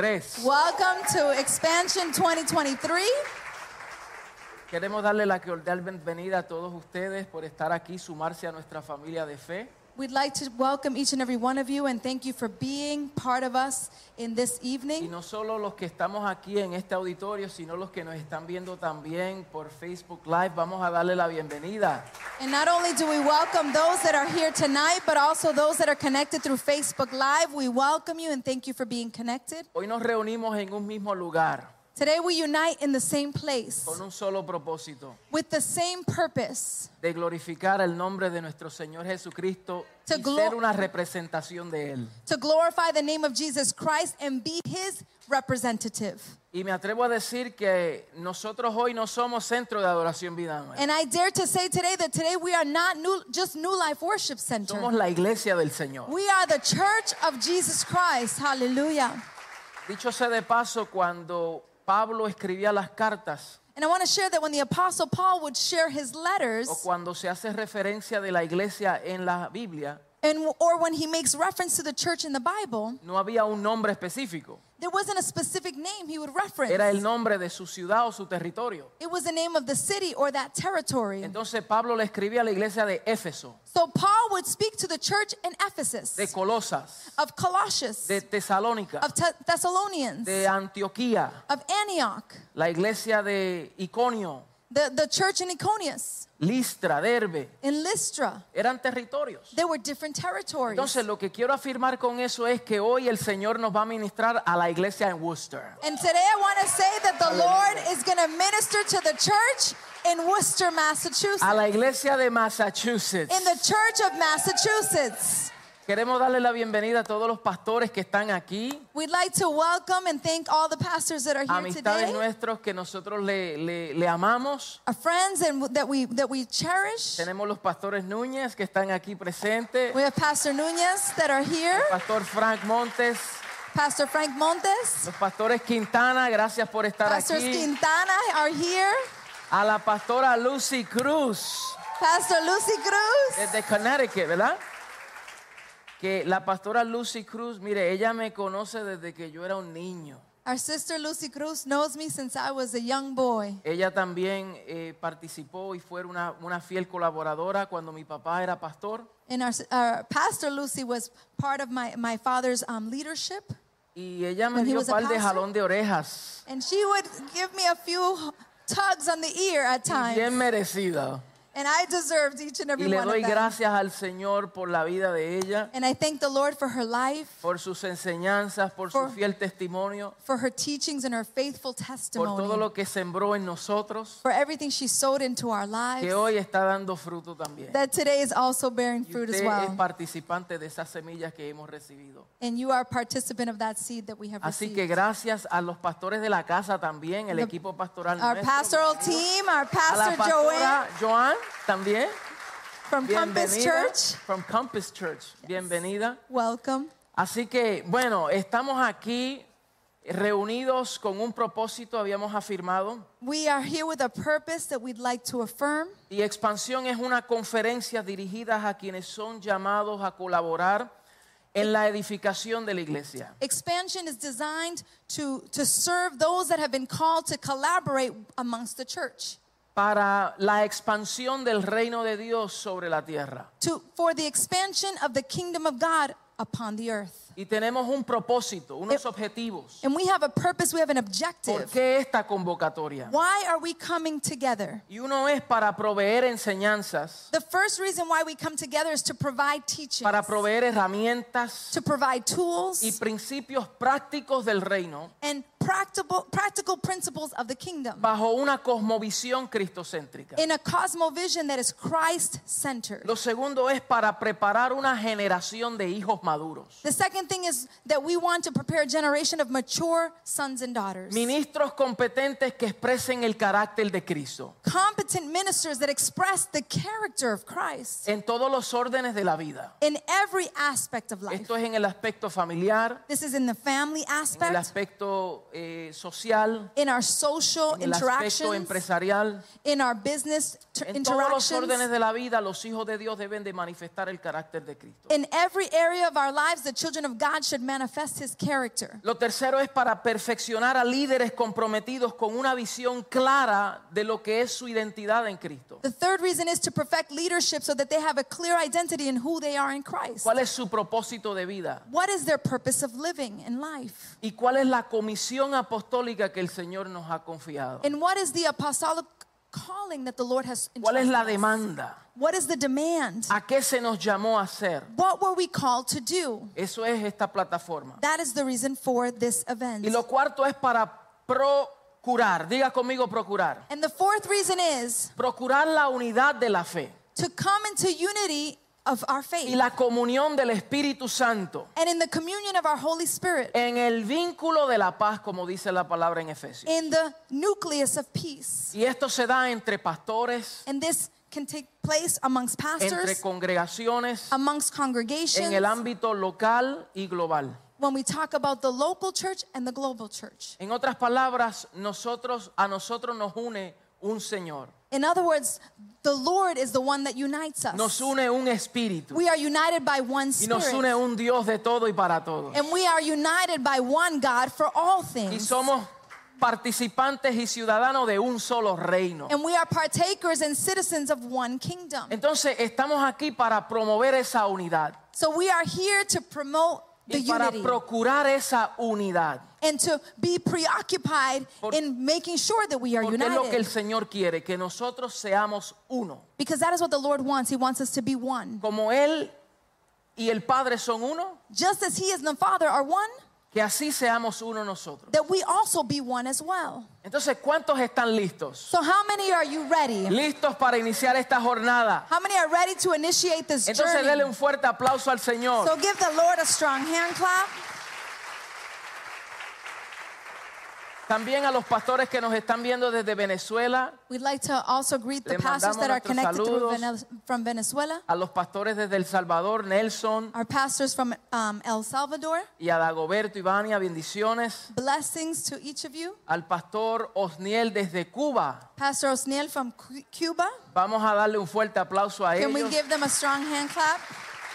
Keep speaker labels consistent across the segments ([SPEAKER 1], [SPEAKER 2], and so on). [SPEAKER 1] Tres,
[SPEAKER 2] Welcome to Expansion 2023.
[SPEAKER 1] queremos darle la cordial bienvenida a todos ustedes por estar aquí, sumarse a nuestra familia de fe.
[SPEAKER 2] We'd like to welcome each and every one of you and thank you for being part of us in this
[SPEAKER 1] Y
[SPEAKER 2] evening.
[SPEAKER 1] no solo los que estamos aquí en este auditorio, sino los que nos están viendo también por Facebook Live, vamos a darle la bienvenida.
[SPEAKER 2] And not only do we welcome those that are here tonight, but also those that are connected through Facebook Live. We welcome you and thank you for being connected.
[SPEAKER 1] Hoy nos reunimos en un mismo lugar,
[SPEAKER 2] Today we unite in the same place
[SPEAKER 1] con un solo propósito,
[SPEAKER 2] with the same purpose
[SPEAKER 1] de glorificar el nombre de nuestro Señor Jesucristo
[SPEAKER 2] To
[SPEAKER 1] y
[SPEAKER 2] glo-
[SPEAKER 1] ser una representación de Él.
[SPEAKER 2] to glorify the name of Jesus Christ and be his representative.
[SPEAKER 1] Y me atrevo a decir que nosotros hoy no somos centro de adoración vida nueva.
[SPEAKER 2] And I dare to say today that today we are not new, just New Life Worship Center.
[SPEAKER 1] Somos la iglesia del Señor.
[SPEAKER 2] We are the church of Jesus Christ. Hallelujah.
[SPEAKER 1] Dicho sea de paso, cuando Pablo escribía las cartas
[SPEAKER 2] And I want to share that when the apostle Paul would share his letters
[SPEAKER 1] o cuando se hace referencia de la iglesia en la Biblia,
[SPEAKER 2] and or when he makes reference to the church in the Bible,
[SPEAKER 1] no había un nombre específico.
[SPEAKER 2] there wasn't a specific name he would reference.
[SPEAKER 1] Era el nombre de su ciudad o su territorio.
[SPEAKER 2] It was the name of the city or that territory.
[SPEAKER 1] Entonces Pablo le escribía a la iglesia de Éfeso,
[SPEAKER 2] So Paul would speak to the church in Ephesus,
[SPEAKER 1] de Colosas,
[SPEAKER 2] of Colossus,
[SPEAKER 1] de Tesalónica,
[SPEAKER 2] of Te- Thessalonians,
[SPEAKER 1] de Antioquía,
[SPEAKER 2] of Antioch,
[SPEAKER 1] la iglesia de Iconio,
[SPEAKER 2] the, the church in Iconius,
[SPEAKER 1] Listra, Derbe.
[SPEAKER 2] in Lystra.
[SPEAKER 1] Eran territorios.
[SPEAKER 2] There were different territories.
[SPEAKER 1] Entonces lo que quiero afirmar con eso es que hoy el Señor nos va a ministrar a la iglesia en Worcester.
[SPEAKER 2] And today I want to say that the Lord is going to minister to the church in Worcester, Massachusetts,
[SPEAKER 1] a la iglesia de
[SPEAKER 2] in
[SPEAKER 1] Massachusetts.
[SPEAKER 2] the church of Massachusetts.
[SPEAKER 1] Queremos darle la bienvenida a todos los pastores que están aquí,
[SPEAKER 2] We'd like to welcome and thank all the pastors that are here
[SPEAKER 1] amistades
[SPEAKER 2] today,
[SPEAKER 1] nuestros que nosotros le, le- le amamos.
[SPEAKER 2] our friends and that we that we cherish.
[SPEAKER 1] Tenemos los pastores Núñez que están aquí presentes,
[SPEAKER 2] We have Pastor Nunez that are here,
[SPEAKER 1] pastor Frank Montes,
[SPEAKER 2] Pastor Frank Montes,
[SPEAKER 1] los pastores Quintana, gracias por estar
[SPEAKER 2] Pastors
[SPEAKER 1] aquí.
[SPEAKER 2] Quintana are here,
[SPEAKER 1] A la pastora Lucy Cruz
[SPEAKER 2] Pastor Lucy Cruz.
[SPEAKER 1] desde Connecticut, ¿verdad? Que la pastora Lucy Cruz, mire, ella me conoce desde que yo era un niño.
[SPEAKER 2] Our sister Lucy Cruz knows me since I was a young boy.
[SPEAKER 1] Ella también eh, participó y fue una, una fiel colaboradora cuando mi papá era pastor.
[SPEAKER 2] And our, our pastor Lucy was part of my, my father's um, leadership,
[SPEAKER 1] Y ella me
[SPEAKER 2] When he
[SPEAKER 1] dio un
[SPEAKER 2] was a
[SPEAKER 1] par de
[SPEAKER 2] pastor?
[SPEAKER 1] jalón de orejas.
[SPEAKER 2] and she would give me a few tugs on the ear at
[SPEAKER 1] y
[SPEAKER 2] times,
[SPEAKER 1] Bien merecida.
[SPEAKER 2] and I deserved each and
[SPEAKER 1] Y
[SPEAKER 2] every
[SPEAKER 1] le
[SPEAKER 2] one
[SPEAKER 1] doy
[SPEAKER 2] of them.
[SPEAKER 1] gracias al Señor por la vida de ella,
[SPEAKER 2] And I thank the Lord for her life,
[SPEAKER 1] por sus enseñanzas, por su
[SPEAKER 2] For-
[SPEAKER 1] fiel testimonio,
[SPEAKER 2] for her teachings and her faithful testimony,
[SPEAKER 1] por todo lo que sembró en nosotros,
[SPEAKER 2] for everything she sowed into our lives,
[SPEAKER 1] que hoy está dando fruto también.
[SPEAKER 2] that today is also bearing
[SPEAKER 1] Y
[SPEAKER 2] fruit as
[SPEAKER 1] usted es
[SPEAKER 2] well.
[SPEAKER 1] participante de esas semillas que hemos recibido.
[SPEAKER 2] And you are a participant of that seed that we have
[SPEAKER 1] Así que
[SPEAKER 2] received.
[SPEAKER 1] gracias a los pastores de la casa también, el
[SPEAKER 2] The-
[SPEAKER 1] equipo pastoral
[SPEAKER 2] Our
[SPEAKER 1] nuestro,
[SPEAKER 2] pastoral team, our
[SPEAKER 1] a la
[SPEAKER 2] pastor Joanne
[SPEAKER 1] pastora Joan también.
[SPEAKER 2] from Compass
[SPEAKER 1] Bienvenida.
[SPEAKER 2] Church,
[SPEAKER 1] From Compass Church. Bienvenida.
[SPEAKER 2] welcome.
[SPEAKER 1] Así que, bueno, estamos aquí reunidos con un propósito, habíamos afirmado.
[SPEAKER 2] We are here with a purpose that we'd like to affirm.
[SPEAKER 1] Y Expansión es una conferencia dirigida a quienes son llamados a colaborar en la edificación de la iglesia.
[SPEAKER 2] Expansion is designed to, to serve those that have been called to collaborate amongst the church
[SPEAKER 1] Para la expansión del reino de Dios sobre la tierra.
[SPEAKER 2] to, for the expansion of the kingdom of God upon the earth.
[SPEAKER 1] Y tenemos un propósito, unos
[SPEAKER 2] Em,
[SPEAKER 1] objetivos.
[SPEAKER 2] And we have a purpose, we have an
[SPEAKER 1] ¿Por
[SPEAKER 2] objective.
[SPEAKER 1] qué esta convocatoria?
[SPEAKER 2] Why are we coming together?
[SPEAKER 1] Y uno es para proveer enseñanzas,
[SPEAKER 2] The first reason why we come together is to provide teaching,
[SPEAKER 1] para proveer herramientas
[SPEAKER 2] to provide
[SPEAKER 1] y
[SPEAKER 2] tools
[SPEAKER 1] principios prácticos del reino
[SPEAKER 2] and practical, practical principles of the kingdom
[SPEAKER 1] bajo una cosmovisión cristocéntrica.
[SPEAKER 2] in a cosmovision that is Christ centered.
[SPEAKER 1] Lo segundo es para preparar una generación de hijos maduros,
[SPEAKER 2] The second thing is that we want to prepare a generation of mature sons and daughters.
[SPEAKER 1] ministros competentes que expresen el carácter de Cristo
[SPEAKER 2] Competent ministers that express the character of Christ
[SPEAKER 1] en todos los órdenes de la vida.
[SPEAKER 2] in every aspect of life.
[SPEAKER 1] Esto es en el aspecto familiar,
[SPEAKER 2] This is in the family
[SPEAKER 1] en el
[SPEAKER 2] aspect,
[SPEAKER 1] aspecto eh, social,
[SPEAKER 2] in our social
[SPEAKER 1] en el aspecto
[SPEAKER 2] interactions,
[SPEAKER 1] empresarial.
[SPEAKER 2] in our business t-
[SPEAKER 1] En todos los órdenes
[SPEAKER 2] interactions. Eh,
[SPEAKER 1] de la vida, los hijos de Dios deben de manifestar el carácter de Cristo.
[SPEAKER 2] In every area of our lives, the children of of God should manifest his character.
[SPEAKER 1] Lo tercero es para perfeccionar a líderes comprometidos con una visión clara de lo que es su identidad en Cristo.
[SPEAKER 2] The third reason is to perfect leadership so that they have a clear identity in who they are in Christ.
[SPEAKER 1] ¿Cuál es su propósito de vida?
[SPEAKER 2] What is their purpose of living in life?
[SPEAKER 1] ¿Y cuál es la comisión apostólica que el Señor nos ha confiado?
[SPEAKER 2] And what is the apostolic calling that the Lord has
[SPEAKER 1] ¿Cuál es
[SPEAKER 2] entrusted
[SPEAKER 1] la
[SPEAKER 2] us?
[SPEAKER 1] demanda? Ah.
[SPEAKER 2] What is the demand?
[SPEAKER 1] ¿A qué se nos llamó a hacer?
[SPEAKER 2] What were we called to do?
[SPEAKER 1] Eso es esta plataforma.
[SPEAKER 2] That is the reason for this event.
[SPEAKER 1] Y lo cuarto es para procurar. Diga conmigo procurar.
[SPEAKER 2] And the fourth reason is
[SPEAKER 1] Procurar la unidad de la fe
[SPEAKER 2] to come into unity of our faith
[SPEAKER 1] y la comunión del Espíritu Santo
[SPEAKER 2] and in the communion of our Holy Spirit
[SPEAKER 1] en el vínculo de la paz, como dice la palabra en Efesios.
[SPEAKER 2] in the nucleus of peace.
[SPEAKER 1] Y esto se da entre pastores,
[SPEAKER 2] And this can take place amongst
[SPEAKER 1] entre
[SPEAKER 2] pastors,
[SPEAKER 1] congregaciones,
[SPEAKER 2] amongst
[SPEAKER 1] en el
[SPEAKER 2] congregations,
[SPEAKER 1] ámbito local y global.
[SPEAKER 2] when we talk about the local church and the global church.
[SPEAKER 1] En otras palabras, nosotros a nosotros nos une un Señor,
[SPEAKER 2] In other words, the Lord is the one that unites
[SPEAKER 1] nos
[SPEAKER 2] us.
[SPEAKER 1] une un espíritu
[SPEAKER 2] We are united by one
[SPEAKER 1] y nos une
[SPEAKER 2] spirit.
[SPEAKER 1] un Dios de todo y para todos.
[SPEAKER 2] And we are united by one God for all
[SPEAKER 1] Y
[SPEAKER 2] things.
[SPEAKER 1] somos participantes y ciudadanos de un solo reino.
[SPEAKER 2] And we are partakers and citizens of one kingdom.
[SPEAKER 1] Entonces estamos aquí para promover esa unidad
[SPEAKER 2] So we are here to promote the
[SPEAKER 1] y para
[SPEAKER 2] unity
[SPEAKER 1] procurar esa unidad,
[SPEAKER 2] and to be preoccupied
[SPEAKER 1] Por-
[SPEAKER 2] in making sure that we are
[SPEAKER 1] porque es lo que el
[SPEAKER 2] united.
[SPEAKER 1] Señor quiere, que nosotros seamos uno.
[SPEAKER 2] Because that is what the Lord wants. He wants us to be one.
[SPEAKER 1] Como Él y el Padre son uno,
[SPEAKER 2] Just as He is and the Father are one,
[SPEAKER 1] que así seamos uno nosotros.
[SPEAKER 2] that we also be one as well.
[SPEAKER 1] Entonces, ¿cuántos están listos?
[SPEAKER 2] So, how many are you ready?
[SPEAKER 1] Listos para iniciar esta jornada.
[SPEAKER 2] How many are ready to initiate this
[SPEAKER 1] Entonces,
[SPEAKER 2] journey?
[SPEAKER 1] dele un fuerte aplauso al Señor.
[SPEAKER 2] So, give the Lord a strong hand clap.
[SPEAKER 1] También a los pastores que nos están viendo desde Venezuela,
[SPEAKER 2] We'd like to also greet the
[SPEAKER 1] Le
[SPEAKER 2] pastors that
[SPEAKER 1] mandamos
[SPEAKER 2] are connected through
[SPEAKER 1] nuestros
[SPEAKER 2] Venez- from Venezuela,
[SPEAKER 1] a los pastores desde El Salvador, Nelson
[SPEAKER 2] our pastors from um, El Salvador.
[SPEAKER 1] y a Dagoberto Ivania, bendiciones.
[SPEAKER 2] Blessings to each of you.
[SPEAKER 1] Al pastor Osniel desde Cuba,
[SPEAKER 2] Pastor Osniel from Cu- Cuba.
[SPEAKER 1] vamos a darle un fuerte aplauso a
[SPEAKER 2] Can we
[SPEAKER 1] ellos.
[SPEAKER 2] give them a strong hand clap?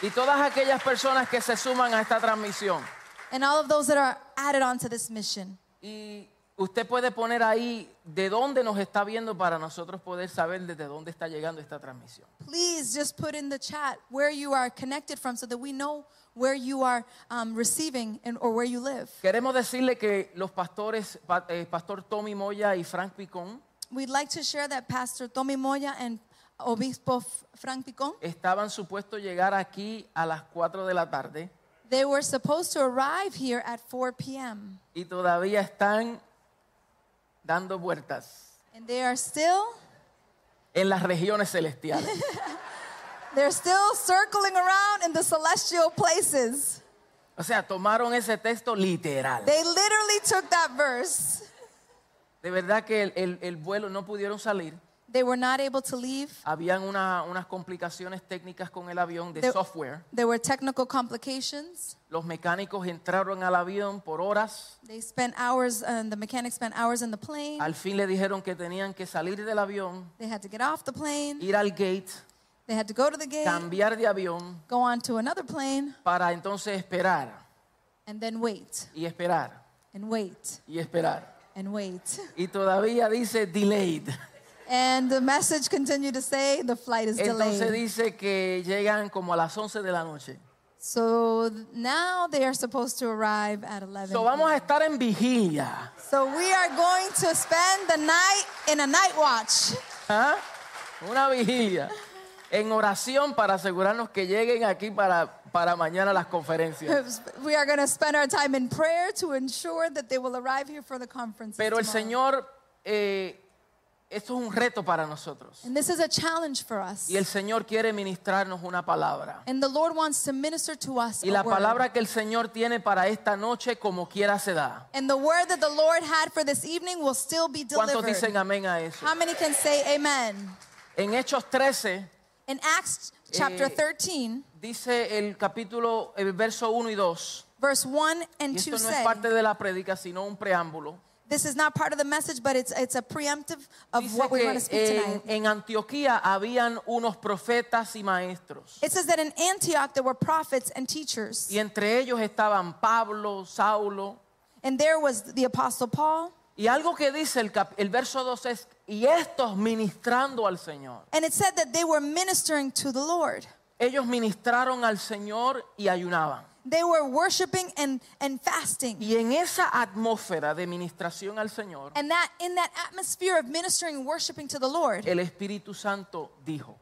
[SPEAKER 1] Y todas aquellas personas que se suman a esta transmisión.
[SPEAKER 2] And all of those that are added onto this mission.
[SPEAKER 1] Y usted puede poner ahí de dónde nos está viendo para nosotros poder saber desde dónde está llegando esta transmisión.
[SPEAKER 2] Please just put in the chat where you are connected from so that we know where you are um, receiving and, or where you live.
[SPEAKER 1] Queremos decirle que los pastores, pa- eh, Pastor Tommy Moya y Frank Picón,
[SPEAKER 2] We'd like to share that Pastor Tommy Moya and Obispo F- Frank Picon,
[SPEAKER 1] estaban supuestos llegar aquí a las 4 de la tarde
[SPEAKER 2] they were supposed to arrive here at 4 p.m.
[SPEAKER 1] y todavía están dando vueltas
[SPEAKER 2] And they are still,
[SPEAKER 1] en las regiones celestiales.
[SPEAKER 2] they're still circling around in the celestial places.
[SPEAKER 1] O sea, tomaron ese texto literal.
[SPEAKER 2] They literally took that verse.
[SPEAKER 1] De verdad que el, el- el vuelo no pudieron salir.
[SPEAKER 2] They were not able to leave.
[SPEAKER 1] Habían una- unas complicaciones técnicas con el avión de
[SPEAKER 2] There-
[SPEAKER 1] software.
[SPEAKER 2] There were technical complications.
[SPEAKER 1] Los mecánicos entraron al avión por horas.
[SPEAKER 2] They spent hours, and the mechanics spent hours in the plane.
[SPEAKER 1] Al fin le dijeron que tenían que salir del avión,
[SPEAKER 2] They had to get off the plane.
[SPEAKER 1] ir al gate,
[SPEAKER 2] They had to go to the gate,
[SPEAKER 1] cambiar de avión
[SPEAKER 2] go on to another plane,
[SPEAKER 1] para entonces esperar
[SPEAKER 2] and then wait,
[SPEAKER 1] y esperar
[SPEAKER 2] and wait,
[SPEAKER 1] y esperar.
[SPEAKER 2] and wait.
[SPEAKER 1] Y todavía dice delayed.
[SPEAKER 2] And the message continued to say the flight is
[SPEAKER 1] Entonces
[SPEAKER 2] delayed.
[SPEAKER 1] dice que llegan como a las 11 de la noche.
[SPEAKER 2] So th- now they are supposed to arrive at 11.
[SPEAKER 1] So vamos a estar en vigilia.
[SPEAKER 2] So we are going to spend the night in a night watch.
[SPEAKER 1] ¿ah? Una vigilia. En oración para asegurarnos que lleguen aquí para, para mañana las conferencias.
[SPEAKER 2] We are going to spend our time in prayer to ensure that they will arrive here for the conference.
[SPEAKER 1] Pero el
[SPEAKER 2] tomorrow.
[SPEAKER 1] Señor, eh, esto es un reto para nosotros.
[SPEAKER 2] And this is a challenge for us.
[SPEAKER 1] Y el Señor quiere ministrarnos una palabra.
[SPEAKER 2] And the Lord wants to minister to us.
[SPEAKER 1] Y
[SPEAKER 2] a
[SPEAKER 1] la
[SPEAKER 2] word.
[SPEAKER 1] palabra que el Señor tiene para esta noche, como quiera, se da.
[SPEAKER 2] And the word that the Lord had for this evening will still be
[SPEAKER 1] ¿Cuántos
[SPEAKER 2] delivered.
[SPEAKER 1] dicen amén a eso?
[SPEAKER 2] How many can say amen?
[SPEAKER 1] En Hechos 13,
[SPEAKER 2] In Acts chapter
[SPEAKER 1] Eh,
[SPEAKER 2] 13,
[SPEAKER 1] Dice el capítulo, el verso 1 y 2.
[SPEAKER 2] verse 1
[SPEAKER 1] Y
[SPEAKER 2] and 2
[SPEAKER 1] esto no es
[SPEAKER 2] say,
[SPEAKER 1] parte de la prédica, sino un preámbulo.
[SPEAKER 2] This is not part of the message, but it's, it's a preemptive of
[SPEAKER 1] Dice
[SPEAKER 2] what we
[SPEAKER 1] que eh,
[SPEAKER 2] want to speak
[SPEAKER 1] en,
[SPEAKER 2] tonight.
[SPEAKER 1] en Antioquía habían unos profetas y maestros.
[SPEAKER 2] It says that in Antioch there were prophets and teachers,
[SPEAKER 1] Y entre ellos estaban Pablo, Saulo.
[SPEAKER 2] and there was the Apostle Paul.
[SPEAKER 1] Y algo que dice el, cap- el verso 2 es, y estos ministrando al Señor.
[SPEAKER 2] And it said that they were ministering to the Lord.
[SPEAKER 1] Ellos ministraron al Señor y ayunaban.
[SPEAKER 2] They were worshiping and, and fasting.
[SPEAKER 1] Y en esa atmósfera de ministración al Señor,
[SPEAKER 2] And that in that atmosphere of ministering and worshiping to the Lord,
[SPEAKER 1] el Espíritu Santo dijo.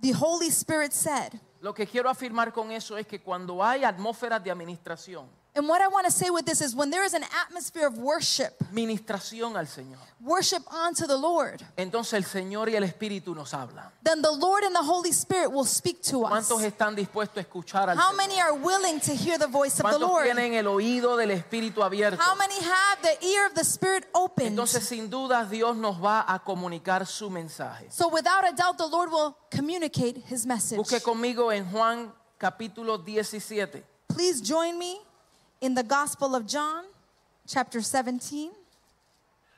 [SPEAKER 2] the Holy Spirit said.
[SPEAKER 1] Lo que quiero afirmar con eso es que cuando hay atmósferas de administración,
[SPEAKER 2] And what I want to say with this is when there is an atmosphere of worship,
[SPEAKER 1] ministración al Señor,
[SPEAKER 2] worship unto the Lord,
[SPEAKER 1] entonces el Señor y el Espíritu nos hablan.
[SPEAKER 2] then the Lord and the Holy Spirit will speak to us.
[SPEAKER 1] ¿Cuántos están dispuestos a escuchar al
[SPEAKER 2] How
[SPEAKER 1] Señor?
[SPEAKER 2] many are willing to hear the voice of the
[SPEAKER 1] ¿Cuántos
[SPEAKER 2] Lord?
[SPEAKER 1] tienen el oído del Espíritu abierto?
[SPEAKER 2] How many have the ear of the Spirit open?
[SPEAKER 1] Entonces, sin duda, Dios nos va a comunicar su mensaje.
[SPEAKER 2] So without a doubt, the Lord will communicate his message.
[SPEAKER 1] Busque conmigo en Juan capítulo 17.
[SPEAKER 2] Please join me in the Gospel of John, chapter 17.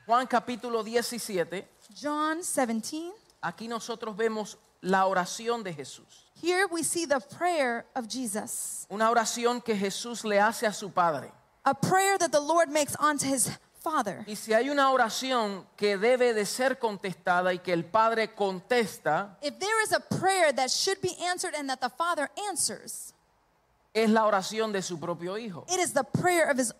[SPEAKER 1] Juan capítulo 17.
[SPEAKER 2] John 17.
[SPEAKER 1] Aquí nosotros vemos la oración de Jesús.
[SPEAKER 2] Here we see the prayer of Jesus,
[SPEAKER 1] Una oración que Jesús le hace a su Padre.
[SPEAKER 2] a prayer that the Lord makes unto his Father.
[SPEAKER 1] Y si hay una oración que debe de ser contestada y que el Padre contesta,
[SPEAKER 2] If there is a prayer that should be answered and that the Father answers,
[SPEAKER 1] es la oración de su propio Hijo.
[SPEAKER 2] it is the prayer of his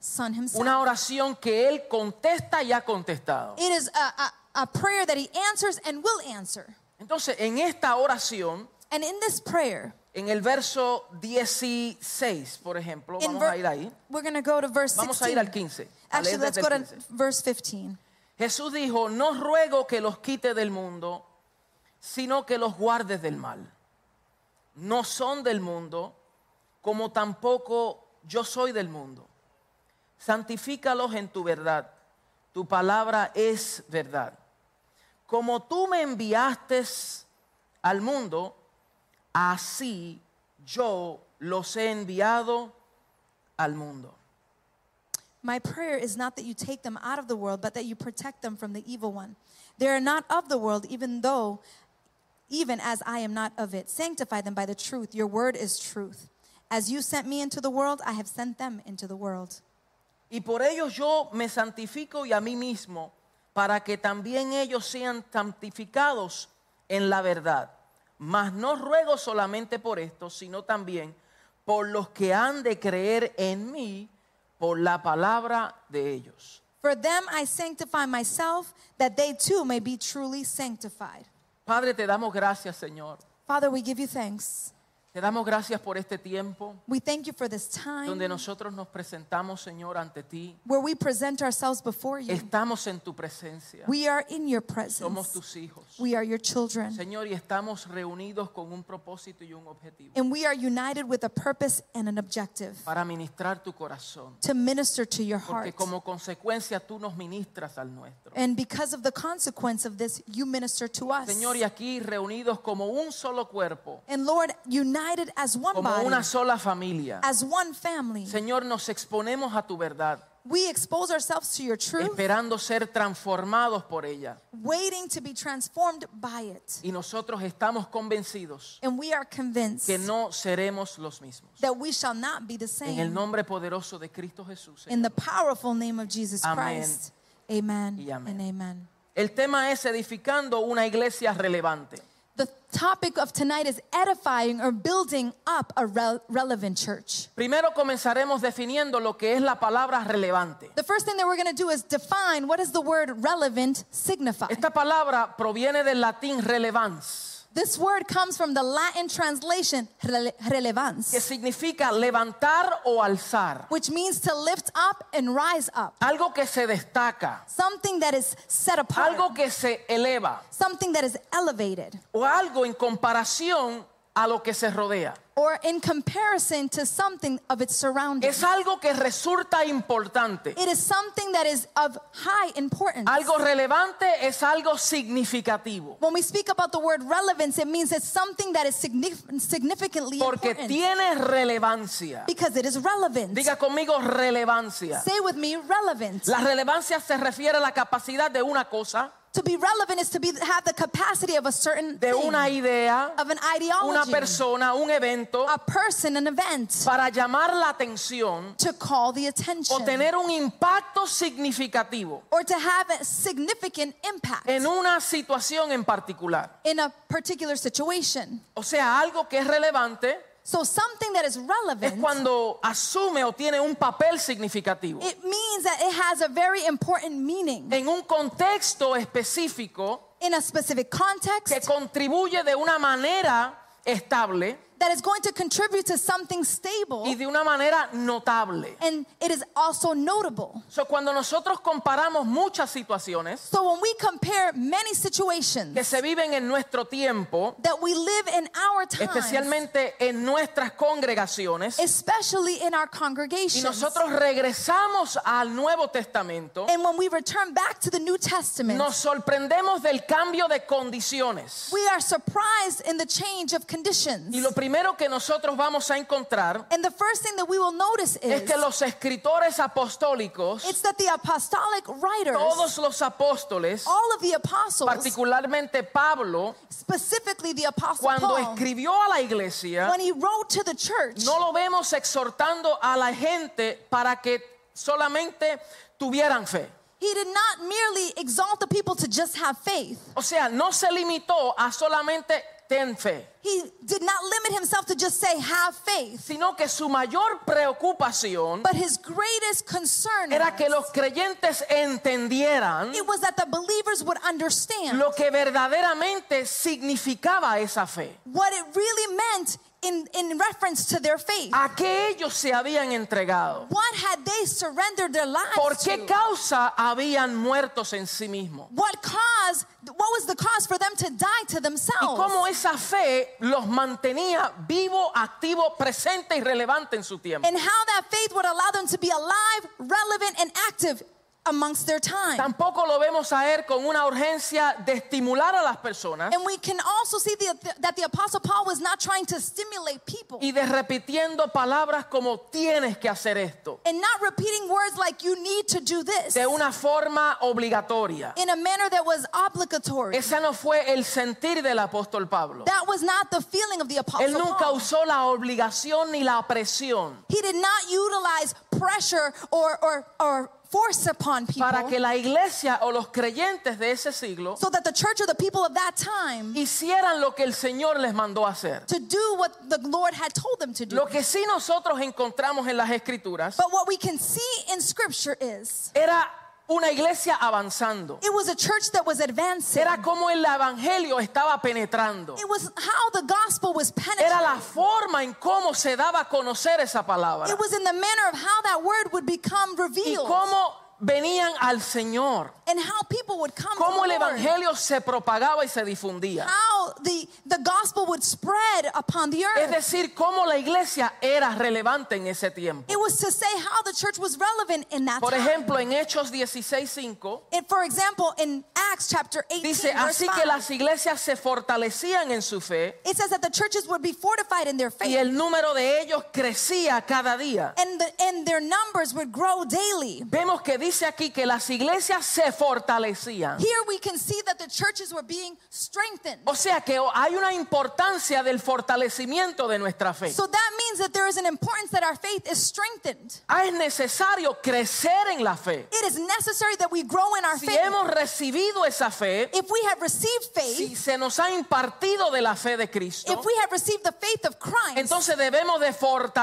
[SPEAKER 2] Son himself.
[SPEAKER 1] Una oración que Él contesta y ha contestado.
[SPEAKER 2] It is a, a, a prayer that he answers and will answer.
[SPEAKER 1] Entonces, en esta oración,
[SPEAKER 2] And in this prayer,
[SPEAKER 1] En el verso 16, por ejemplo,
[SPEAKER 2] in
[SPEAKER 1] vamos
[SPEAKER 2] ver-
[SPEAKER 1] a ir ahí.
[SPEAKER 2] we're going to go to verse 16.
[SPEAKER 1] Vamos a ir al 15. a
[SPEAKER 2] Actually,
[SPEAKER 1] leer
[SPEAKER 2] let's
[SPEAKER 1] desde
[SPEAKER 2] go
[SPEAKER 1] el
[SPEAKER 2] to
[SPEAKER 1] 15.
[SPEAKER 2] verse 15.
[SPEAKER 1] Jesús dijo, no ruego que los quite del mundo, sino que los guardes del mal. No son del mundo, como tampoco yo soy del mundo. Santifícalos en tu verdad. Tu palabra es verdad. Como tú me enviaste al mundo, así yo los he enviado al mundo.
[SPEAKER 2] My prayer is not that you take them out of the world, but that you protect them from the evil one. They are not of the world, even though, even as I am not of it. Sanctify them by the truth. Your word is truth. As you sent me into the world, I have sent them into the world.
[SPEAKER 1] Y por ellos yo me santifico y a mí mismo, para que también ellos sean santificados en la verdad. Mas no ruego solamente por esto, sino también por los que han de creer en mí por la palabra de ellos.
[SPEAKER 2] For them I sanctify myself, that they too may be truly sanctified.
[SPEAKER 1] Padre, te damos gracias, Señor.
[SPEAKER 2] Father, we give you thanks.
[SPEAKER 1] Te damos gracias por este tiempo
[SPEAKER 2] We thank you for this
[SPEAKER 1] donde
[SPEAKER 2] time
[SPEAKER 1] nosotros nos presentamos, Señor, ante ti.
[SPEAKER 2] where we present ourselves before you.
[SPEAKER 1] Estamos en tu presencia.
[SPEAKER 2] We are in your
[SPEAKER 1] Somos
[SPEAKER 2] presence.
[SPEAKER 1] tus hijos.
[SPEAKER 2] We are your children.
[SPEAKER 1] Señor, y estamos reunidos con un propósito y un objetivo.
[SPEAKER 2] And we are united with a purpose and an objective
[SPEAKER 1] para ministrar tu corazón.
[SPEAKER 2] to minister to your
[SPEAKER 1] Porque
[SPEAKER 2] heart.
[SPEAKER 1] como consecuencia tú nos ministras al nuestro.
[SPEAKER 2] And because of the consequence of this, you minister to us.
[SPEAKER 1] Señor, y aquí reunidos como un solo cuerpo,
[SPEAKER 2] And Lord, united as one
[SPEAKER 1] como una
[SPEAKER 2] body,
[SPEAKER 1] sola familia.
[SPEAKER 2] as one family,
[SPEAKER 1] Señor, nos exponemos a tu verdad,
[SPEAKER 2] we expose ourselves to your truth,
[SPEAKER 1] esperando ser transformados por ella.
[SPEAKER 2] waiting to be transformed by it.
[SPEAKER 1] Y nosotros estamos convencidos
[SPEAKER 2] And we are convinced
[SPEAKER 1] que no seremos los mismos.
[SPEAKER 2] that we shall not be the
[SPEAKER 1] En el
[SPEAKER 2] same.
[SPEAKER 1] nombre poderoso de Cristo Jesús. Señor.
[SPEAKER 2] In the powerful name of Jesus
[SPEAKER 1] Amén.
[SPEAKER 2] Christ. Amen,
[SPEAKER 1] Y amén.
[SPEAKER 2] and amen.
[SPEAKER 1] El tema es edificando una iglesia relevante.
[SPEAKER 2] The topic of tonight is edifying or building up a rel- relevant church.
[SPEAKER 1] Primero comenzaremos definiendo lo que es la palabra relevante.
[SPEAKER 2] The first thing that we're going to do is define what does the word relevant signify.
[SPEAKER 1] Esta palabra proviene del latín relevans,
[SPEAKER 2] This word comes from the Latin translation rele-
[SPEAKER 1] que
[SPEAKER 2] relevance,
[SPEAKER 1] significa levantar o alzar,
[SPEAKER 2] which means to lift up and rise up,
[SPEAKER 1] algo que se destaca,
[SPEAKER 2] something that is set apart,
[SPEAKER 1] algo que se eleva
[SPEAKER 2] something that is elevated,
[SPEAKER 1] o algo en comparación a lo que se rodea.
[SPEAKER 2] or in comparison to something of its
[SPEAKER 1] Es
[SPEAKER 2] surroundings.
[SPEAKER 1] algo que resulta importante.
[SPEAKER 2] It is something that is of high importance.
[SPEAKER 1] Algo relevante es algo significativo.
[SPEAKER 2] When we speak about the word relevance, it means it's something that is signif- significantly
[SPEAKER 1] Porque
[SPEAKER 2] important
[SPEAKER 1] tiene relevancia.
[SPEAKER 2] because it is relevant.
[SPEAKER 1] Diga conmigo relevancia.
[SPEAKER 2] Say with me, relevant.
[SPEAKER 1] La relevancia se refiere a la capacidad de una cosa,
[SPEAKER 2] To be relevant is to be have the capacity of a certain
[SPEAKER 1] de
[SPEAKER 2] thing,
[SPEAKER 1] una idea,
[SPEAKER 2] of an
[SPEAKER 1] una
[SPEAKER 2] ideology,
[SPEAKER 1] persona, un evento,
[SPEAKER 2] a person, an event,
[SPEAKER 1] para llamar la atención
[SPEAKER 2] to call the attention
[SPEAKER 1] o tener un impacto significativo
[SPEAKER 2] or to have a significant impact
[SPEAKER 1] en una situación en particular.
[SPEAKER 2] in a particular situation.
[SPEAKER 1] O sea, algo que es relevante
[SPEAKER 2] So something that is
[SPEAKER 1] es
[SPEAKER 2] relevant,
[SPEAKER 1] cuando asume o tiene un papel significativo
[SPEAKER 2] it means that it has a very important meaning
[SPEAKER 1] en un contexto específico
[SPEAKER 2] in a specific
[SPEAKER 1] que
[SPEAKER 2] context
[SPEAKER 1] contribuye de una manera estable
[SPEAKER 2] that is going to contribute to something
[SPEAKER 1] y
[SPEAKER 2] stable
[SPEAKER 1] de una manera notable.
[SPEAKER 2] and it is also notable.
[SPEAKER 1] So, cuando nosotros comparamos muchas situaciones
[SPEAKER 2] So when we compare many situations
[SPEAKER 1] que se viven en nuestro tiempo,
[SPEAKER 2] that we live in our time,
[SPEAKER 1] especialmente en nuestras congregaciones,
[SPEAKER 2] especially in our
[SPEAKER 1] y
[SPEAKER 2] congregations,
[SPEAKER 1] nosotros regresamos al Nuevo Testamento,
[SPEAKER 2] and when we return back to the New Testament,
[SPEAKER 1] nos sorprendemos del cambio de condiciones.
[SPEAKER 2] we are surprised in the change of conditions.
[SPEAKER 1] Y lo primero que nosotros vamos a encontrar
[SPEAKER 2] And the first thing that we will notice
[SPEAKER 1] es
[SPEAKER 2] is
[SPEAKER 1] que los escritores apostólicos,
[SPEAKER 2] it's that the apostolic writers,
[SPEAKER 1] todos los apóstoles,
[SPEAKER 2] all of the apostles,
[SPEAKER 1] particularmente Pablo,
[SPEAKER 2] specifically the apostle
[SPEAKER 1] cuando
[SPEAKER 2] Paul,
[SPEAKER 1] escribió a la iglesia,
[SPEAKER 2] when he wrote to the church,
[SPEAKER 1] no lo vemos exhortando a la gente para que solamente tuvieran fe.
[SPEAKER 2] he did not merely exalt the people to just have faith.
[SPEAKER 1] O sea, no se limitó a solamente ten fe,
[SPEAKER 2] He did not limit himself to just say have faith,
[SPEAKER 1] sino que su mayor preocupación
[SPEAKER 2] but his greatest concern
[SPEAKER 1] era que
[SPEAKER 2] was,
[SPEAKER 1] los creyentes entendieran
[SPEAKER 2] it was that the believers would understand
[SPEAKER 1] lo que verdaderamente significaba esa fe,
[SPEAKER 2] what it really meant in, in reference to their faith.
[SPEAKER 1] a qué ellos se habían entregado,
[SPEAKER 2] What had they surrendered their lives
[SPEAKER 1] por
[SPEAKER 2] to?
[SPEAKER 1] qué causa habían muertos en sí mismos
[SPEAKER 2] What cause? What was the cause for them to die to
[SPEAKER 1] y
[SPEAKER 2] themselves?
[SPEAKER 1] cómo esa fe los mantenía vivo, activo, presente y relevante en su tiempo.
[SPEAKER 2] and how that faith would allow them to be alive, relevant, and active amongst their time.
[SPEAKER 1] Tampoco lo vemos a él con una urgencia de estimular a las personas
[SPEAKER 2] and we can also see the, that the Apostle Paul was not trying to stimulate people
[SPEAKER 1] y de repitiendo palabras como tienes que hacer esto
[SPEAKER 2] and not repeating words like you need to do this
[SPEAKER 1] de una forma obligatoria.
[SPEAKER 2] in a manner that was obligatory.
[SPEAKER 1] Ese no fue el sentir del apóstol Pablo.
[SPEAKER 2] That was not the feeling of the Apostle
[SPEAKER 1] Él nunca
[SPEAKER 2] Paul.
[SPEAKER 1] usó la obligación ni la presión
[SPEAKER 2] He did not utilize pressure or, or, or force upon people
[SPEAKER 1] para que la iglesia o los creyentes de ese siglo
[SPEAKER 2] so that the church or the people of that time
[SPEAKER 1] hicieran lo que el Señor les mandó a hacer.
[SPEAKER 2] to do what the Lord had told them to do.
[SPEAKER 1] Lo que sí nosotros encontramos en las escrituras
[SPEAKER 2] But what we can see in Scripture is
[SPEAKER 1] era una iglesia avanzando.
[SPEAKER 2] it was a church that was advancing.
[SPEAKER 1] Era como el evangelio estaba penetrando.
[SPEAKER 2] It was how the gospel was
[SPEAKER 1] Era
[SPEAKER 2] penetrated.
[SPEAKER 1] la forma en cómo se daba a conocer esa palabra
[SPEAKER 2] It was in the manner of how that word would become
[SPEAKER 1] y
[SPEAKER 2] revealed
[SPEAKER 1] cómo venían al Señor,
[SPEAKER 2] and how people would come
[SPEAKER 1] cómo
[SPEAKER 2] to
[SPEAKER 1] el
[SPEAKER 2] the Lord.
[SPEAKER 1] evangelio se propagaba y se difundía.
[SPEAKER 2] How the, the gospel would spread upon the
[SPEAKER 1] Es
[SPEAKER 2] earth.
[SPEAKER 1] decir, cómo la iglesia era relevante en ese tiempo.
[SPEAKER 2] It was to say how the church was relevant in that
[SPEAKER 1] Por
[SPEAKER 2] time.
[SPEAKER 1] ejemplo, en Hechos 16:5
[SPEAKER 2] And for example, in Acts chapter 18,
[SPEAKER 1] dice,
[SPEAKER 2] verse
[SPEAKER 1] así
[SPEAKER 2] 5,
[SPEAKER 1] que las iglesias se fortalecían en su fe
[SPEAKER 2] it says that the churches would be fortified in their
[SPEAKER 1] y
[SPEAKER 2] faith
[SPEAKER 1] el número de ellos crecía cada día.
[SPEAKER 2] and, the, and their numbers would grow daily.
[SPEAKER 1] Vemos que dice aquí que las iglesias se fortalecían.
[SPEAKER 2] Here we can see that the churches were being strengthened.
[SPEAKER 1] O sea que hay una importancia del fortalecimiento de nuestra fe.
[SPEAKER 2] So that means that there is an importance that our faith is strengthened.
[SPEAKER 1] Ah, es necesario crecer en la fe.
[SPEAKER 2] It is necessary that we grow in our
[SPEAKER 1] Si
[SPEAKER 2] faith.
[SPEAKER 1] hemos recibido esa fe,
[SPEAKER 2] If we have received
[SPEAKER 1] si
[SPEAKER 2] faith,
[SPEAKER 1] se nos ha impartido de la fe de Cristo,
[SPEAKER 2] if we have received the faith of Christ,
[SPEAKER 1] entonces debemos de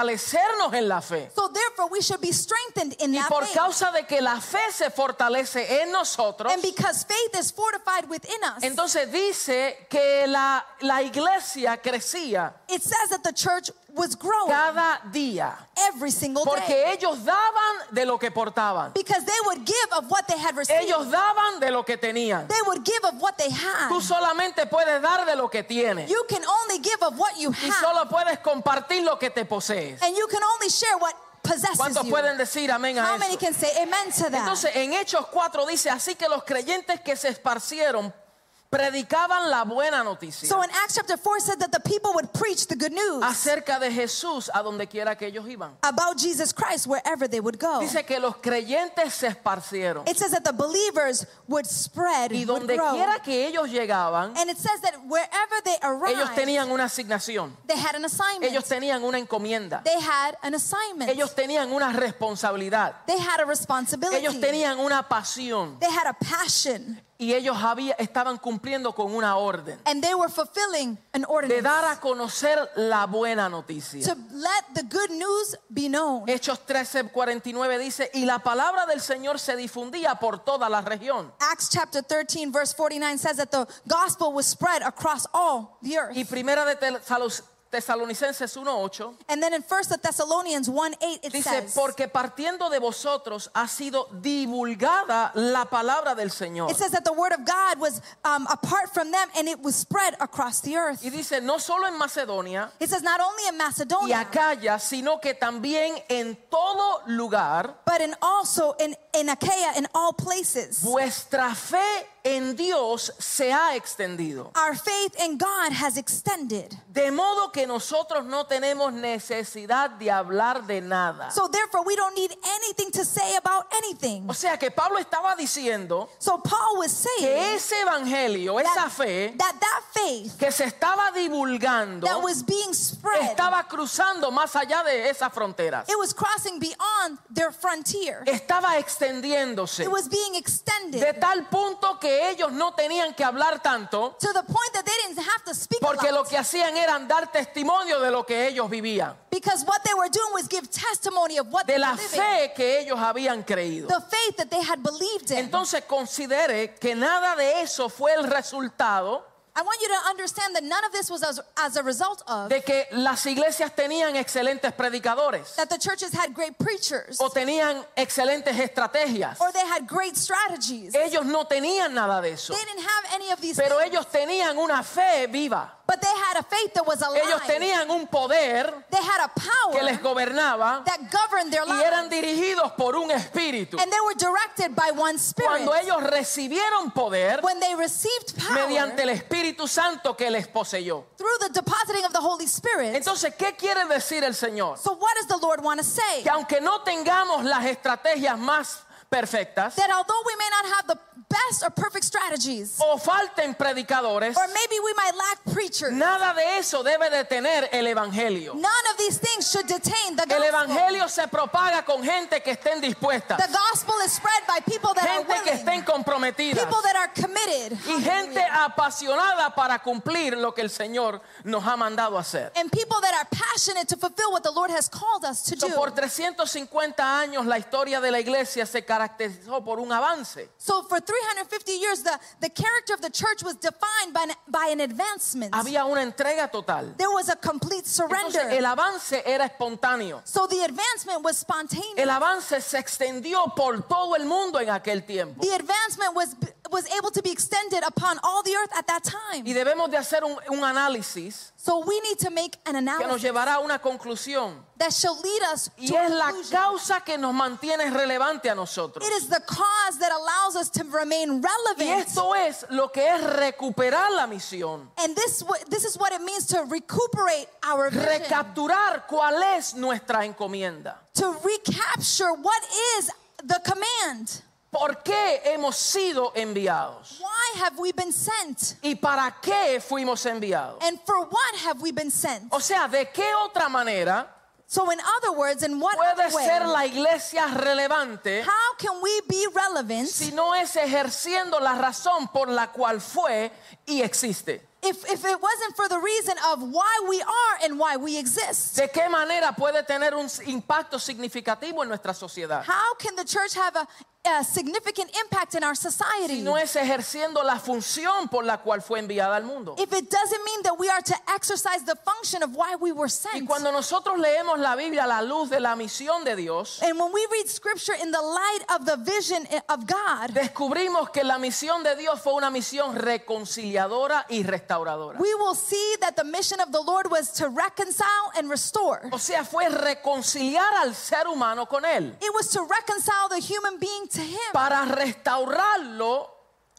[SPEAKER 1] fortalecernos en la fe.
[SPEAKER 2] so therefore we should be strengthened in
[SPEAKER 1] Y
[SPEAKER 2] that
[SPEAKER 1] por
[SPEAKER 2] faith.
[SPEAKER 1] causa de que la fe se fortalece en nosotros,
[SPEAKER 2] And because faith is fortified within us,
[SPEAKER 1] entonces dice que la, la iglesia crecía
[SPEAKER 2] it says that the church was growing
[SPEAKER 1] cada día,
[SPEAKER 2] every single day.
[SPEAKER 1] porque ellos daban de lo que portaban,
[SPEAKER 2] Because they would give of what they had received.
[SPEAKER 1] ellos daban de lo que tenían.
[SPEAKER 2] They would give of what they had.
[SPEAKER 1] Tú solamente puedes dar de lo que tienes.
[SPEAKER 2] You can only give of what you
[SPEAKER 1] Y
[SPEAKER 2] have.
[SPEAKER 1] solo puedes compartir lo que te posees.
[SPEAKER 2] And you can only share what possesses
[SPEAKER 1] ¿Cuántos
[SPEAKER 2] you.
[SPEAKER 1] pueden decir amén a
[SPEAKER 2] How
[SPEAKER 1] eso?
[SPEAKER 2] many can say amen to that?
[SPEAKER 1] Entonces, en Hechos 4 dice, así que los creyentes que se esparcieron predicaban la buena noticia
[SPEAKER 2] So in Acts chapter 4 said that the people would preach the good news
[SPEAKER 1] acerca de Jesús a donde quiera que ellos iban.
[SPEAKER 2] about Jesus Christ wherever they would go.
[SPEAKER 1] Dice que los creyentes se esparcieron
[SPEAKER 2] It says that the believers would spread,
[SPEAKER 1] y
[SPEAKER 2] would
[SPEAKER 1] donde
[SPEAKER 2] grow.
[SPEAKER 1] quiera que ellos llegaban,
[SPEAKER 2] And it says that wherever they
[SPEAKER 1] ellos
[SPEAKER 2] arrived,
[SPEAKER 1] tenían una asignación,
[SPEAKER 2] they had an assignment.
[SPEAKER 1] ellos tenían una encomienda,
[SPEAKER 2] They had an assignment.
[SPEAKER 1] ellos tenían una responsabilidad,
[SPEAKER 2] They had a responsibility.
[SPEAKER 1] ellos tenían una pasión
[SPEAKER 2] They had a passion.
[SPEAKER 1] y ellos había- estaban cumpliendo con una orden
[SPEAKER 2] And they were fulfilling an
[SPEAKER 1] de
[SPEAKER 2] ordinance
[SPEAKER 1] dar a conocer la buena noticia.
[SPEAKER 2] to let the good news be known.
[SPEAKER 1] Hechos 13, 49 dice, y la palabra del Señor se difundía por toda la región.
[SPEAKER 2] Acts chapter 13, verse 49 says that the gospel was spread across all the earth.
[SPEAKER 1] Y primera de Tesalos- Tesalonicenses 1.8
[SPEAKER 2] And then in 1 Thessalonians 1 8, it
[SPEAKER 1] dice,
[SPEAKER 2] says,
[SPEAKER 1] porque partiendo de vosotros ha sido divulgada la palabra del Señor.
[SPEAKER 2] it says that the word of God was um, apart from them and it was spread across the earth.
[SPEAKER 1] Y dice, no solo en Macedonia
[SPEAKER 2] It says not only in
[SPEAKER 1] y
[SPEAKER 2] Macedonia,
[SPEAKER 1] Acaya, sino que también en todo lugar,
[SPEAKER 2] but in also in, in Achaia, in all places.
[SPEAKER 1] vuestra fe en Dios se ha extendido.
[SPEAKER 2] Our faith in God has extended.
[SPEAKER 1] De modo que nosotros no tenemos necesidad de hablar de nada.
[SPEAKER 2] So therefore, we don't need anything to say about anything.
[SPEAKER 1] O sea que Pablo estaba diciendo
[SPEAKER 2] So Paul was saying
[SPEAKER 1] que ese evangelio, esa
[SPEAKER 2] that
[SPEAKER 1] fe
[SPEAKER 2] that, that faith
[SPEAKER 1] que se estaba divulgando,
[SPEAKER 2] that was being spread,
[SPEAKER 1] estaba cruzando más allá de esas fronteras.
[SPEAKER 2] it was crossing beyond their frontier.
[SPEAKER 1] Estaba extendiéndose
[SPEAKER 2] It was being extended
[SPEAKER 1] de tal punto que ellos no tenían que hablar tanto
[SPEAKER 2] to the point that they didn't have to speak a
[SPEAKER 1] porque lo
[SPEAKER 2] lot.
[SPEAKER 1] que hacían era dar testimonio de lo que ellos vivían,
[SPEAKER 2] Because what they were doing was give testimony of what
[SPEAKER 1] de
[SPEAKER 2] they
[SPEAKER 1] la
[SPEAKER 2] were living,
[SPEAKER 1] fe que ellos habían creído.
[SPEAKER 2] the faith that they had believed in.
[SPEAKER 1] Entonces considere que nada de eso fue el resultado
[SPEAKER 2] I want you to understand that none of this was as, as a result of
[SPEAKER 1] de que las iglesias tenían excelentes predicadores.
[SPEAKER 2] that the churches had great preachers
[SPEAKER 1] o tenían excelentes estrategias.
[SPEAKER 2] or they had great strategies.
[SPEAKER 1] Ellos no tenían nada de eso,
[SPEAKER 2] They didn't have any of these
[SPEAKER 1] pero
[SPEAKER 2] things,
[SPEAKER 1] ellos tenían una fe viva.
[SPEAKER 2] but they had a faith that was alive.
[SPEAKER 1] Ellos tenían un poder
[SPEAKER 2] they had a
[SPEAKER 1] que les
[SPEAKER 2] power
[SPEAKER 1] gobernaba
[SPEAKER 2] that governed their
[SPEAKER 1] y
[SPEAKER 2] lives,
[SPEAKER 1] eran dirigidos por un espíritu.
[SPEAKER 2] and they were directed by one spirit.
[SPEAKER 1] Cuando ellos recibieron poder
[SPEAKER 2] when they received power
[SPEAKER 1] mediante el Espíritu Santo que les poseyó.
[SPEAKER 2] through the depositing of the Holy Spirit,
[SPEAKER 1] Entonces, ¿qué quiere decir el Señor?
[SPEAKER 2] so what does the Lord want to say?
[SPEAKER 1] Que aunque no tengamos las estrategias más perfectas
[SPEAKER 2] that although we may not have the best or perfect strategies,
[SPEAKER 1] o falten predicadores,
[SPEAKER 2] or maybe we might lack preachers,
[SPEAKER 1] nada de eso debe detener el Evangelio.
[SPEAKER 2] none of these things should detain the
[SPEAKER 1] El
[SPEAKER 2] gospel.
[SPEAKER 1] evangelio se propaga con gente que estén dispuestas,
[SPEAKER 2] The gospel is spread by people that
[SPEAKER 1] gente
[SPEAKER 2] are
[SPEAKER 1] que
[SPEAKER 2] willing,
[SPEAKER 1] estén comprometidas
[SPEAKER 2] people that are committed,
[SPEAKER 1] y gente apasionada para cumplir lo que el Señor nos ha mandado hacer.
[SPEAKER 2] and people that are passionate to fulfill what the Lord has called us to
[SPEAKER 1] So,
[SPEAKER 2] do.
[SPEAKER 1] por 350 años la historia de la iglesia se caracterizó por un avance.
[SPEAKER 2] So for 350 years, the, the character of the church was defined by an, by an advancement.
[SPEAKER 1] Había una entrega total.
[SPEAKER 2] There was a complete surrender.
[SPEAKER 1] Entonces, el avance era espontáneo.
[SPEAKER 2] so the advancement was spontaneous.
[SPEAKER 1] El avance se extendió por todo el mundo en aquel tiempo.
[SPEAKER 2] the advancement was was able to be extended upon all the earth at that time.
[SPEAKER 1] Y debemos de hacer un, un análisis
[SPEAKER 2] So we need to make an
[SPEAKER 1] que nos
[SPEAKER 2] analysis
[SPEAKER 1] llevará a una conclusión.
[SPEAKER 2] that shall lead us
[SPEAKER 1] Y
[SPEAKER 2] to a
[SPEAKER 1] es la
[SPEAKER 2] conclusion.
[SPEAKER 1] causa que nos mantiene relevante a nosotros.
[SPEAKER 2] It is the cause that allows us to
[SPEAKER 1] Y
[SPEAKER 2] remain relevant.
[SPEAKER 1] esto es lo que es recuperar la misión,
[SPEAKER 2] And this wh- this is what it means to recuperate our vision,
[SPEAKER 1] recapturar cuál es nuestra encomienda.
[SPEAKER 2] to recapture what is the command.
[SPEAKER 1] ¿Por qué hemos sido enviados?
[SPEAKER 2] Why have we been sent?
[SPEAKER 1] ¿Y para qué fuimos enviados?
[SPEAKER 2] And for what have we been sent?
[SPEAKER 1] O sea, ¿de qué otra manera
[SPEAKER 2] So in other words, in what
[SPEAKER 1] puede
[SPEAKER 2] other way,
[SPEAKER 1] ser la iglesia relevante
[SPEAKER 2] how can we be relevant
[SPEAKER 1] si no es ejerciendo la razón por la cual fue y existe?
[SPEAKER 2] if, if it wasn't for the reason of why we are and why we exist?
[SPEAKER 1] ¿De qué manera puede tener un impacto significativo en nuestra sociedad?
[SPEAKER 2] How can the church have an a significant impact in our
[SPEAKER 1] si
[SPEAKER 2] society,
[SPEAKER 1] no es ejerciendo la función por la cual fue enviada al mundo.
[SPEAKER 2] if it doesn't mean that we are to exercise the function of why we were
[SPEAKER 1] Y
[SPEAKER 2] sent,
[SPEAKER 1] cuando nosotros leemos la Biblia a la luz de la misión de Dios,
[SPEAKER 2] and when we read scripture in the light of the vision of God,
[SPEAKER 1] descubrimos que la misión de Dios fue una misión reconciliadora y restauradora.
[SPEAKER 2] we will see that the mission of the Lord was to reconcile and restore.
[SPEAKER 1] O sea, fue reconciliar al ser humano con Él
[SPEAKER 2] It was to reconcile the human being to Him,
[SPEAKER 1] para restaurarlo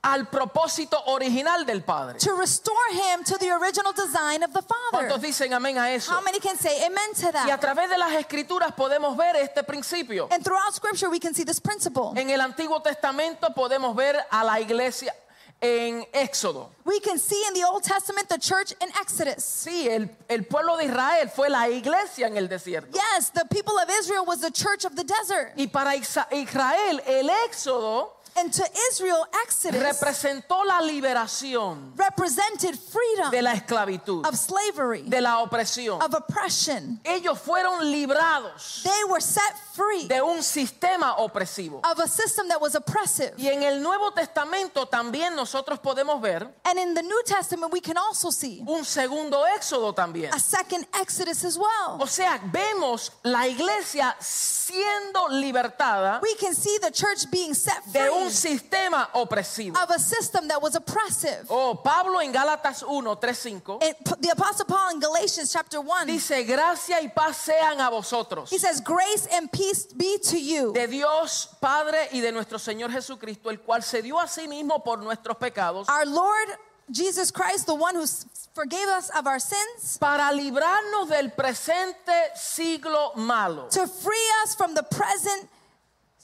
[SPEAKER 1] al propósito original del Padre.
[SPEAKER 2] to restore Him to the original design of the
[SPEAKER 1] ¿Cuántos
[SPEAKER 2] Father.
[SPEAKER 1] dicen amén a eso?
[SPEAKER 2] How many can say amen to
[SPEAKER 1] Y a
[SPEAKER 2] that?
[SPEAKER 1] través de las escrituras podemos ver este principio.
[SPEAKER 2] And throughout scripture, we can see this principle.
[SPEAKER 1] En el Antiguo Testamento podemos ver a la iglesia en Éxodo.
[SPEAKER 2] We can see in the Old Testament the church in Exodus.
[SPEAKER 1] Sí, el, el pueblo de Israel fue la iglesia en el desierto.
[SPEAKER 2] Yes, the people of Israel was the church of the desert.
[SPEAKER 1] Y para Isa- Israel el Éxodo
[SPEAKER 2] And to Israel, Exodus
[SPEAKER 1] representó la liberación
[SPEAKER 2] represented
[SPEAKER 1] de
[SPEAKER 2] freedom
[SPEAKER 1] la esclavitud,
[SPEAKER 2] of slavery,
[SPEAKER 1] de la opresión.
[SPEAKER 2] of oppression.
[SPEAKER 1] Ellos fueron librados
[SPEAKER 2] They were set free
[SPEAKER 1] de un sistema opresivo.
[SPEAKER 2] of a system that was oppressive.
[SPEAKER 1] Y en el Nuevo Testamento también nosotros podemos ver
[SPEAKER 2] And in the New Testament, we can also see
[SPEAKER 1] un segundo Éxodo también.
[SPEAKER 2] a second Exodus as well.
[SPEAKER 1] O sea, vemos la iglesia siendo libertada
[SPEAKER 2] we can see the church being set free
[SPEAKER 1] de un sistema opresivo.
[SPEAKER 2] of a system that was oppressive.
[SPEAKER 1] Oh, Pablo en Gálatas 1, 3, 5
[SPEAKER 2] And P- the Apostle Paul in Galatians chapter 1,
[SPEAKER 1] dice, gracia y paz sean a vosotros,
[SPEAKER 2] he says, Grace and peace be to you
[SPEAKER 1] de Dios Padre y de nuestro Señor Jesucristo, el cual se dio a sí mismo por nuestros pecados,
[SPEAKER 2] our Lord Jesus Christ, the one who s- forgave us of our sins,
[SPEAKER 1] para librarnos del presente siglo malo,
[SPEAKER 2] to free us from the present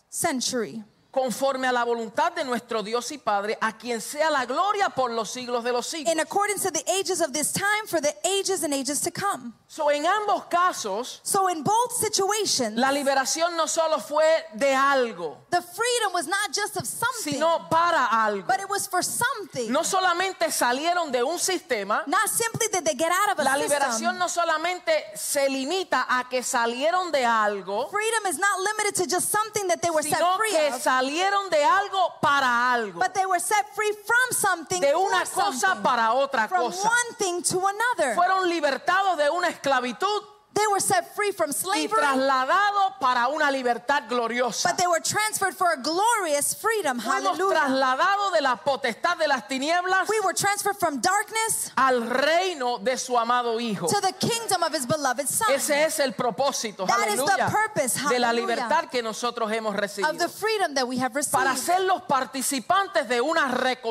[SPEAKER 2] century,
[SPEAKER 1] conforme a la voluntad de nuestro Dios y Padre, a quien sea la gloria por los siglos de los siglos.
[SPEAKER 2] in accordance to the ages of this time, for the ages and ages to come.
[SPEAKER 1] So, en ambos casos,
[SPEAKER 2] So, in both situations,
[SPEAKER 1] la liberación no solo fue de algo,
[SPEAKER 2] the freedom was not just of something,
[SPEAKER 1] sino para algo.
[SPEAKER 2] but it was for something.
[SPEAKER 1] No solamente salieron de un sistema,
[SPEAKER 2] Not simply did they get out of a
[SPEAKER 1] La
[SPEAKER 2] system.
[SPEAKER 1] liberación no solamente se limita a que salieron de algo,
[SPEAKER 2] Freedom is not limited to just something pues that they were set
[SPEAKER 1] sino
[SPEAKER 2] free
[SPEAKER 1] que
[SPEAKER 2] of,
[SPEAKER 1] salieron de algo para algo,
[SPEAKER 2] but they were set free from something
[SPEAKER 1] de
[SPEAKER 2] for
[SPEAKER 1] una cosa
[SPEAKER 2] something,
[SPEAKER 1] para otra
[SPEAKER 2] from
[SPEAKER 1] cosa.
[SPEAKER 2] one thing to another.
[SPEAKER 1] Fueron libertados de una esclavitud
[SPEAKER 2] They were set free from
[SPEAKER 1] y
[SPEAKER 2] slavery,
[SPEAKER 1] trasladados para una libertad gloriosa.
[SPEAKER 2] but they were transferred for a glorious freedom.
[SPEAKER 1] Fuimos
[SPEAKER 2] Hallelujah.
[SPEAKER 1] trasladados de la potestad de las tinieblas
[SPEAKER 2] We were transferred from darkness
[SPEAKER 1] al reino de su amado Hijo.
[SPEAKER 2] to the kingdom of his beloved son.
[SPEAKER 1] Ese es el propósito,
[SPEAKER 2] That is the
[SPEAKER 1] aleluya,
[SPEAKER 2] purpose,
[SPEAKER 1] de la
[SPEAKER 2] hallelujah,
[SPEAKER 1] libertad que nosotros hemos
[SPEAKER 2] Of the
[SPEAKER 1] recibido.
[SPEAKER 2] freedom that we have
[SPEAKER 1] para
[SPEAKER 2] received,
[SPEAKER 1] ser los participantes de una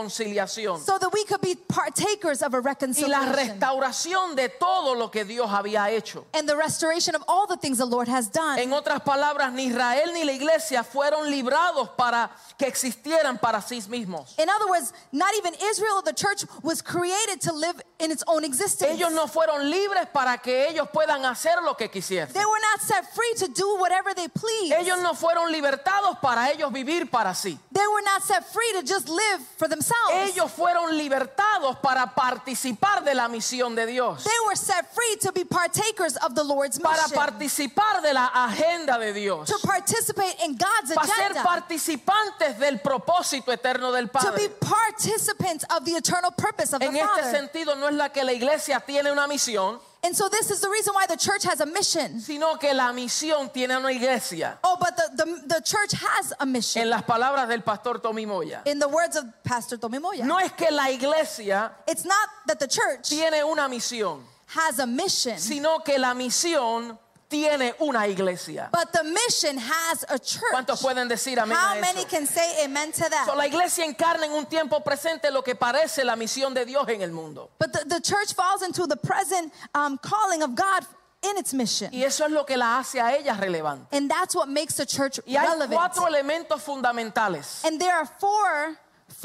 [SPEAKER 1] reconciliación
[SPEAKER 2] so that we could be partakers of a
[SPEAKER 1] y la
[SPEAKER 2] reconciliation
[SPEAKER 1] restauración de todo lo que Dios había hecho.
[SPEAKER 2] and the restoration of all the things the Lord has done.
[SPEAKER 1] En otras palabras, ni Israel ni la iglesia fueron librados para que existieran para sí mismos.
[SPEAKER 2] In other words, not even Israel or the church was created to live in its own existence.
[SPEAKER 1] Ellos no fueron libres para que ellos puedan hacer lo que quisieran.
[SPEAKER 2] They were not set free to do whatever they please.
[SPEAKER 1] Ellos no fueron libertados para ellos vivir para sí.
[SPEAKER 2] They were not set free to just live for themselves.
[SPEAKER 1] Ellos fueron libertados para participar de la misión de Dios,
[SPEAKER 2] They were set free to be partakers of the Lord's
[SPEAKER 1] para
[SPEAKER 2] mission.
[SPEAKER 1] participar de la agenda de Dios.
[SPEAKER 2] to participate in God's
[SPEAKER 1] para ser
[SPEAKER 2] agenda.
[SPEAKER 1] participantes del propósito eterno del
[SPEAKER 2] To
[SPEAKER 1] Padre.
[SPEAKER 2] be participants of the eternal purpose of
[SPEAKER 1] En
[SPEAKER 2] the
[SPEAKER 1] este
[SPEAKER 2] Father.
[SPEAKER 1] sentido no es la que la iglesia tiene una misión,
[SPEAKER 2] and so this is the reason why the church has a mission.
[SPEAKER 1] sino que la misión tiene una iglesia.
[SPEAKER 2] Oh, but the, the, the church has a mission.
[SPEAKER 1] En las palabras del pastor Tommy Moya.
[SPEAKER 2] in the words of Pastor Tomimoya.
[SPEAKER 1] No es que la iglesia
[SPEAKER 2] it's not that the church
[SPEAKER 1] tiene una misión,
[SPEAKER 2] has a mission.
[SPEAKER 1] sino que la misión tiene una iglesia.
[SPEAKER 2] But the mission has a church.
[SPEAKER 1] ¿Cuántos pueden decir amén
[SPEAKER 2] How
[SPEAKER 1] a
[SPEAKER 2] many
[SPEAKER 1] eso?
[SPEAKER 2] can say amen to that?
[SPEAKER 1] So, la iglesia encarna en un tiempo presente lo que parece la misión de Dios en el mundo.
[SPEAKER 2] but the, the church falls into the present um, calling of God in its mission.
[SPEAKER 1] Y eso es lo que la hace a ella relevante.
[SPEAKER 2] And that's what makes the church
[SPEAKER 1] Y hay
[SPEAKER 2] relevant.
[SPEAKER 1] cuatro elementos fundamentales
[SPEAKER 2] And there are four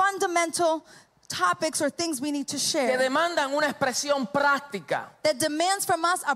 [SPEAKER 2] fundamental topics or things we need to
[SPEAKER 1] que
[SPEAKER 2] share
[SPEAKER 1] demandan una expresión práctica
[SPEAKER 2] that demands from us a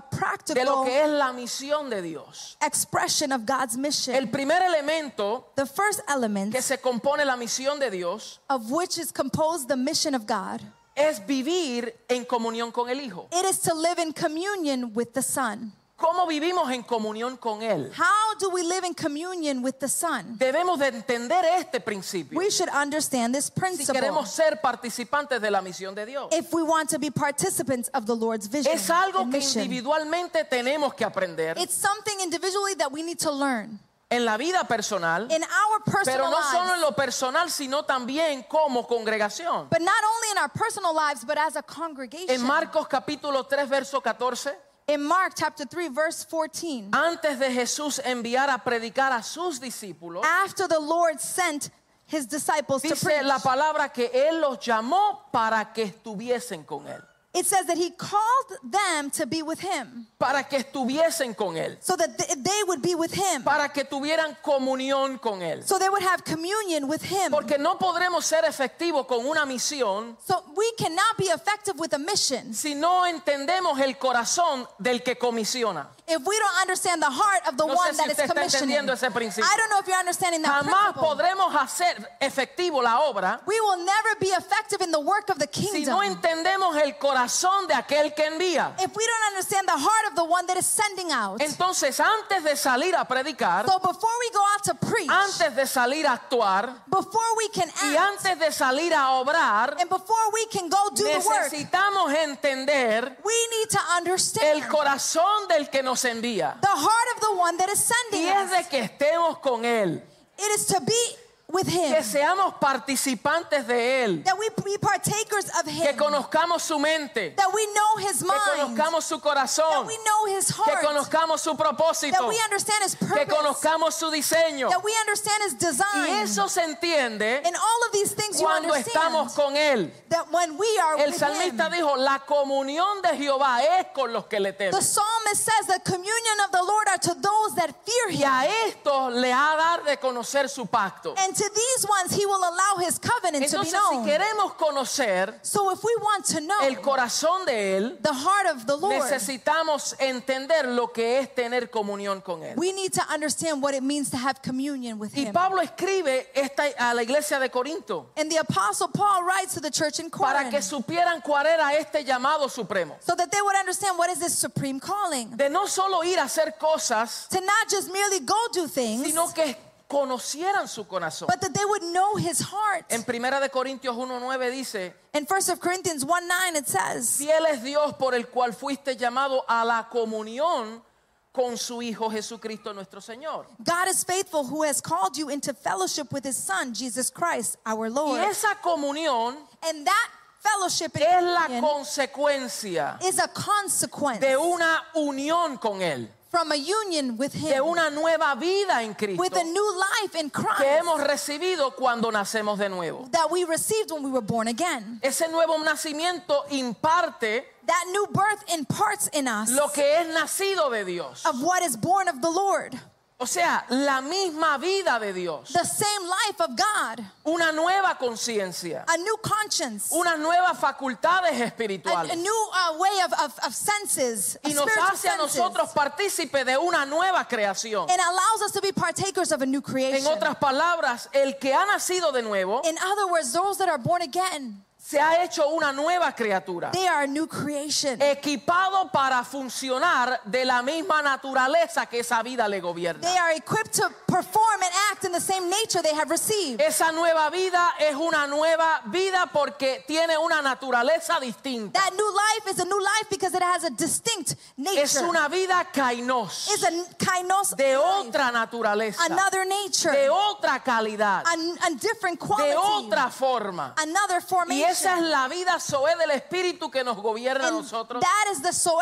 [SPEAKER 1] de lo
[SPEAKER 2] practical
[SPEAKER 1] que es la misión de Dios.
[SPEAKER 2] expression of God's mission.
[SPEAKER 1] El primer elemento
[SPEAKER 2] the first element
[SPEAKER 1] que se compone la misión de Dios
[SPEAKER 2] of which is composed the mission of God.
[SPEAKER 1] es vivir en comunión con el Hijo.
[SPEAKER 2] It is to live in communion with the Son.
[SPEAKER 1] ¿Cómo vivimos en comunión con Él?
[SPEAKER 2] How do we live in communion with the Son?
[SPEAKER 1] Debemos de entender este principio
[SPEAKER 2] We should understand this
[SPEAKER 1] si
[SPEAKER 2] principle
[SPEAKER 1] queremos ser participantes de la misión de Dios.
[SPEAKER 2] if we want to be participants of the Lord's vision.
[SPEAKER 1] Es algo
[SPEAKER 2] and
[SPEAKER 1] que
[SPEAKER 2] mission.
[SPEAKER 1] individualmente tenemos que aprender
[SPEAKER 2] It's something individually that we need to learn
[SPEAKER 1] en la vida personal,
[SPEAKER 2] in our
[SPEAKER 1] pero
[SPEAKER 2] personal
[SPEAKER 1] no solo en
[SPEAKER 2] lives,
[SPEAKER 1] lo personal, sino también como congregación.
[SPEAKER 2] but not only in our personal lives, but as a
[SPEAKER 1] En
[SPEAKER 2] congregation.
[SPEAKER 1] Marcos capítulo 3, verso 14,
[SPEAKER 2] In Mark chapter 3, verse 14,
[SPEAKER 1] antes de Jesús enviar a predicar a sus discípulos,
[SPEAKER 2] after the Lord sent his disciples Ah, to
[SPEAKER 1] dice
[SPEAKER 2] preach,
[SPEAKER 1] la palabra que Él los llamó para que estuviesen con Él,
[SPEAKER 2] it says that he called them to be with him
[SPEAKER 1] para que estuviesen con Él,
[SPEAKER 2] so that th- they would be with him,
[SPEAKER 1] para que tuvieran comunión con Él.
[SPEAKER 2] so they would have communion with him.
[SPEAKER 1] Porque no podremos ser efectivos con una misión
[SPEAKER 2] So we cannot be effective with a mission
[SPEAKER 1] si no entendemos el corazón del que comisiona.
[SPEAKER 2] if we don't understand the heart of the
[SPEAKER 1] No sé
[SPEAKER 2] one
[SPEAKER 1] si
[SPEAKER 2] that
[SPEAKER 1] usted
[SPEAKER 2] is
[SPEAKER 1] está
[SPEAKER 2] commissioning.
[SPEAKER 1] entendiendo ese principio.
[SPEAKER 2] I don't know if you're understanding that
[SPEAKER 1] Jamás
[SPEAKER 2] principle.
[SPEAKER 1] podremos hacer efectivo la obra
[SPEAKER 2] We will never be effective in the work of the
[SPEAKER 1] si
[SPEAKER 2] kingdom
[SPEAKER 1] no entendemos el corazón de aquel que envía.
[SPEAKER 2] if we don't understand the heart of the one that is sending out.
[SPEAKER 1] Entonces, antes de salir a predicar,
[SPEAKER 2] so before we go out to preach,
[SPEAKER 1] antes de salir a actuar
[SPEAKER 2] before we can
[SPEAKER 1] y
[SPEAKER 2] act,
[SPEAKER 1] antes de salir a obrar,
[SPEAKER 2] and before we can go do the work,
[SPEAKER 1] necesitamos entender
[SPEAKER 2] we need to understand
[SPEAKER 1] el corazón del que nos envía.
[SPEAKER 2] the heart of the one that is
[SPEAKER 1] Y
[SPEAKER 2] sending
[SPEAKER 1] es
[SPEAKER 2] us.
[SPEAKER 1] de que estemos con Él,
[SPEAKER 2] It is to be with him,
[SPEAKER 1] que seamos participantes de Él,
[SPEAKER 2] that we be partakers of
[SPEAKER 1] que
[SPEAKER 2] him,
[SPEAKER 1] conozcamos su mente,
[SPEAKER 2] that we know his
[SPEAKER 1] que
[SPEAKER 2] mind.
[SPEAKER 1] conozcamos su
[SPEAKER 2] that
[SPEAKER 1] corazón,
[SPEAKER 2] we know his
[SPEAKER 1] que
[SPEAKER 2] heart,
[SPEAKER 1] conozcamos su
[SPEAKER 2] that
[SPEAKER 1] propósito,
[SPEAKER 2] we understand his
[SPEAKER 1] que
[SPEAKER 2] purpose,
[SPEAKER 1] conozcamos su diseño.
[SPEAKER 2] that we understand his
[SPEAKER 1] Y
[SPEAKER 2] design.
[SPEAKER 1] eso se entiende
[SPEAKER 2] And all of these things you
[SPEAKER 1] cuando
[SPEAKER 2] understand
[SPEAKER 1] estamos con Él.
[SPEAKER 2] that when we are
[SPEAKER 1] El
[SPEAKER 2] with him,
[SPEAKER 1] salmista dijo, la comunión de Jehová es con los que le
[SPEAKER 2] the
[SPEAKER 1] temen.
[SPEAKER 2] psalmist says the communion of the Lord are to those that fear
[SPEAKER 1] Y a
[SPEAKER 2] him.
[SPEAKER 1] estos le ha de dar de conocer su pacto.
[SPEAKER 2] And to these ones he will allow his covenant to be
[SPEAKER 1] Entonces, si
[SPEAKER 2] known.
[SPEAKER 1] queremos conocer
[SPEAKER 2] So if we want to
[SPEAKER 1] el
[SPEAKER 2] know
[SPEAKER 1] corazón de Él,
[SPEAKER 2] the heart of the Lord,
[SPEAKER 1] necesitamos entender lo que es tener comunión con Él.
[SPEAKER 2] we need to understand what it means to have communion with
[SPEAKER 1] Y
[SPEAKER 2] him.
[SPEAKER 1] Pablo escribe esta, a la iglesia de Corinto
[SPEAKER 2] And the apostle Paul writes to the church in
[SPEAKER 1] para que
[SPEAKER 2] Corinth
[SPEAKER 1] supieran cuál era este llamado supremo.
[SPEAKER 2] so that they would understand what is this supreme calling.
[SPEAKER 1] De no solo ir a hacer cosas,
[SPEAKER 2] to not just merely go do things,
[SPEAKER 1] sino que conocieran su corazón.
[SPEAKER 2] but that they would know his heart.
[SPEAKER 1] En primera de Corintios 1.9 dice,
[SPEAKER 2] In 1 of Corinthians 1 9, it says,
[SPEAKER 1] Fiel es Dios por el cual fuiste llamado a la comunión con su Hijo Jesucristo nuestro Señor.
[SPEAKER 2] God is faithful who has called you into fellowship with his Son, Jesus Christ,
[SPEAKER 1] Y
[SPEAKER 2] our Lord.
[SPEAKER 1] esa comunión
[SPEAKER 2] And that fellowship and
[SPEAKER 1] es la
[SPEAKER 2] union
[SPEAKER 1] consecuencia
[SPEAKER 2] is a consequence
[SPEAKER 1] de una unión con Él,
[SPEAKER 2] from a union with
[SPEAKER 1] de
[SPEAKER 2] him,
[SPEAKER 1] una nueva vida en Cristo
[SPEAKER 2] with a new life in
[SPEAKER 1] que
[SPEAKER 2] Christ
[SPEAKER 1] hemos recibido cuando nacemos de nuevo.
[SPEAKER 2] that we received when we were born again.
[SPEAKER 1] Ese nuevo nacimiento imparte
[SPEAKER 2] That new birth imparts in us
[SPEAKER 1] lo que es nacido de Dios.
[SPEAKER 2] of what is born of the Lord,
[SPEAKER 1] O sea, la misma vida de Dios,
[SPEAKER 2] the same life of God,
[SPEAKER 1] una nueva conciencia,
[SPEAKER 2] a new conscience.
[SPEAKER 1] unas nuevas facultades
[SPEAKER 2] a, a
[SPEAKER 1] espirituales.
[SPEAKER 2] new uh, way of, of, of senses, of
[SPEAKER 1] Y nos
[SPEAKER 2] spiritual
[SPEAKER 1] hace a
[SPEAKER 2] senses,
[SPEAKER 1] nosotros partícipes de una nueva creación.
[SPEAKER 2] and allows us to be partakers of a new
[SPEAKER 1] En
[SPEAKER 2] creation.
[SPEAKER 1] otras palabras, el que ha nacido de nuevo
[SPEAKER 2] In other words, those that are born again,
[SPEAKER 1] se ha hecho una nueva criatura,
[SPEAKER 2] they are a new creation.
[SPEAKER 1] Eh. equipado para funcionar de la misma naturaleza que esa vida le gobierna.
[SPEAKER 2] They are equipped to perform and act in the same nature they have received.
[SPEAKER 1] Esa nueva vida es una nueva vida porque tiene una naturaleza distinta.
[SPEAKER 2] That new life is a new life because it has a distinct nature.
[SPEAKER 1] Es una vida kainos,
[SPEAKER 2] It's a kainos
[SPEAKER 1] de
[SPEAKER 2] life,
[SPEAKER 1] otra naturaleza,
[SPEAKER 2] another nature,
[SPEAKER 1] de otra calidad,
[SPEAKER 2] an- a, different quality,
[SPEAKER 1] de otra forma.
[SPEAKER 2] another
[SPEAKER 1] Y
[SPEAKER 2] formation.
[SPEAKER 1] esa es la vida Zoé del Espíritu que nos gobierna a
[SPEAKER 2] and
[SPEAKER 1] nosotros,
[SPEAKER 2] that is the soe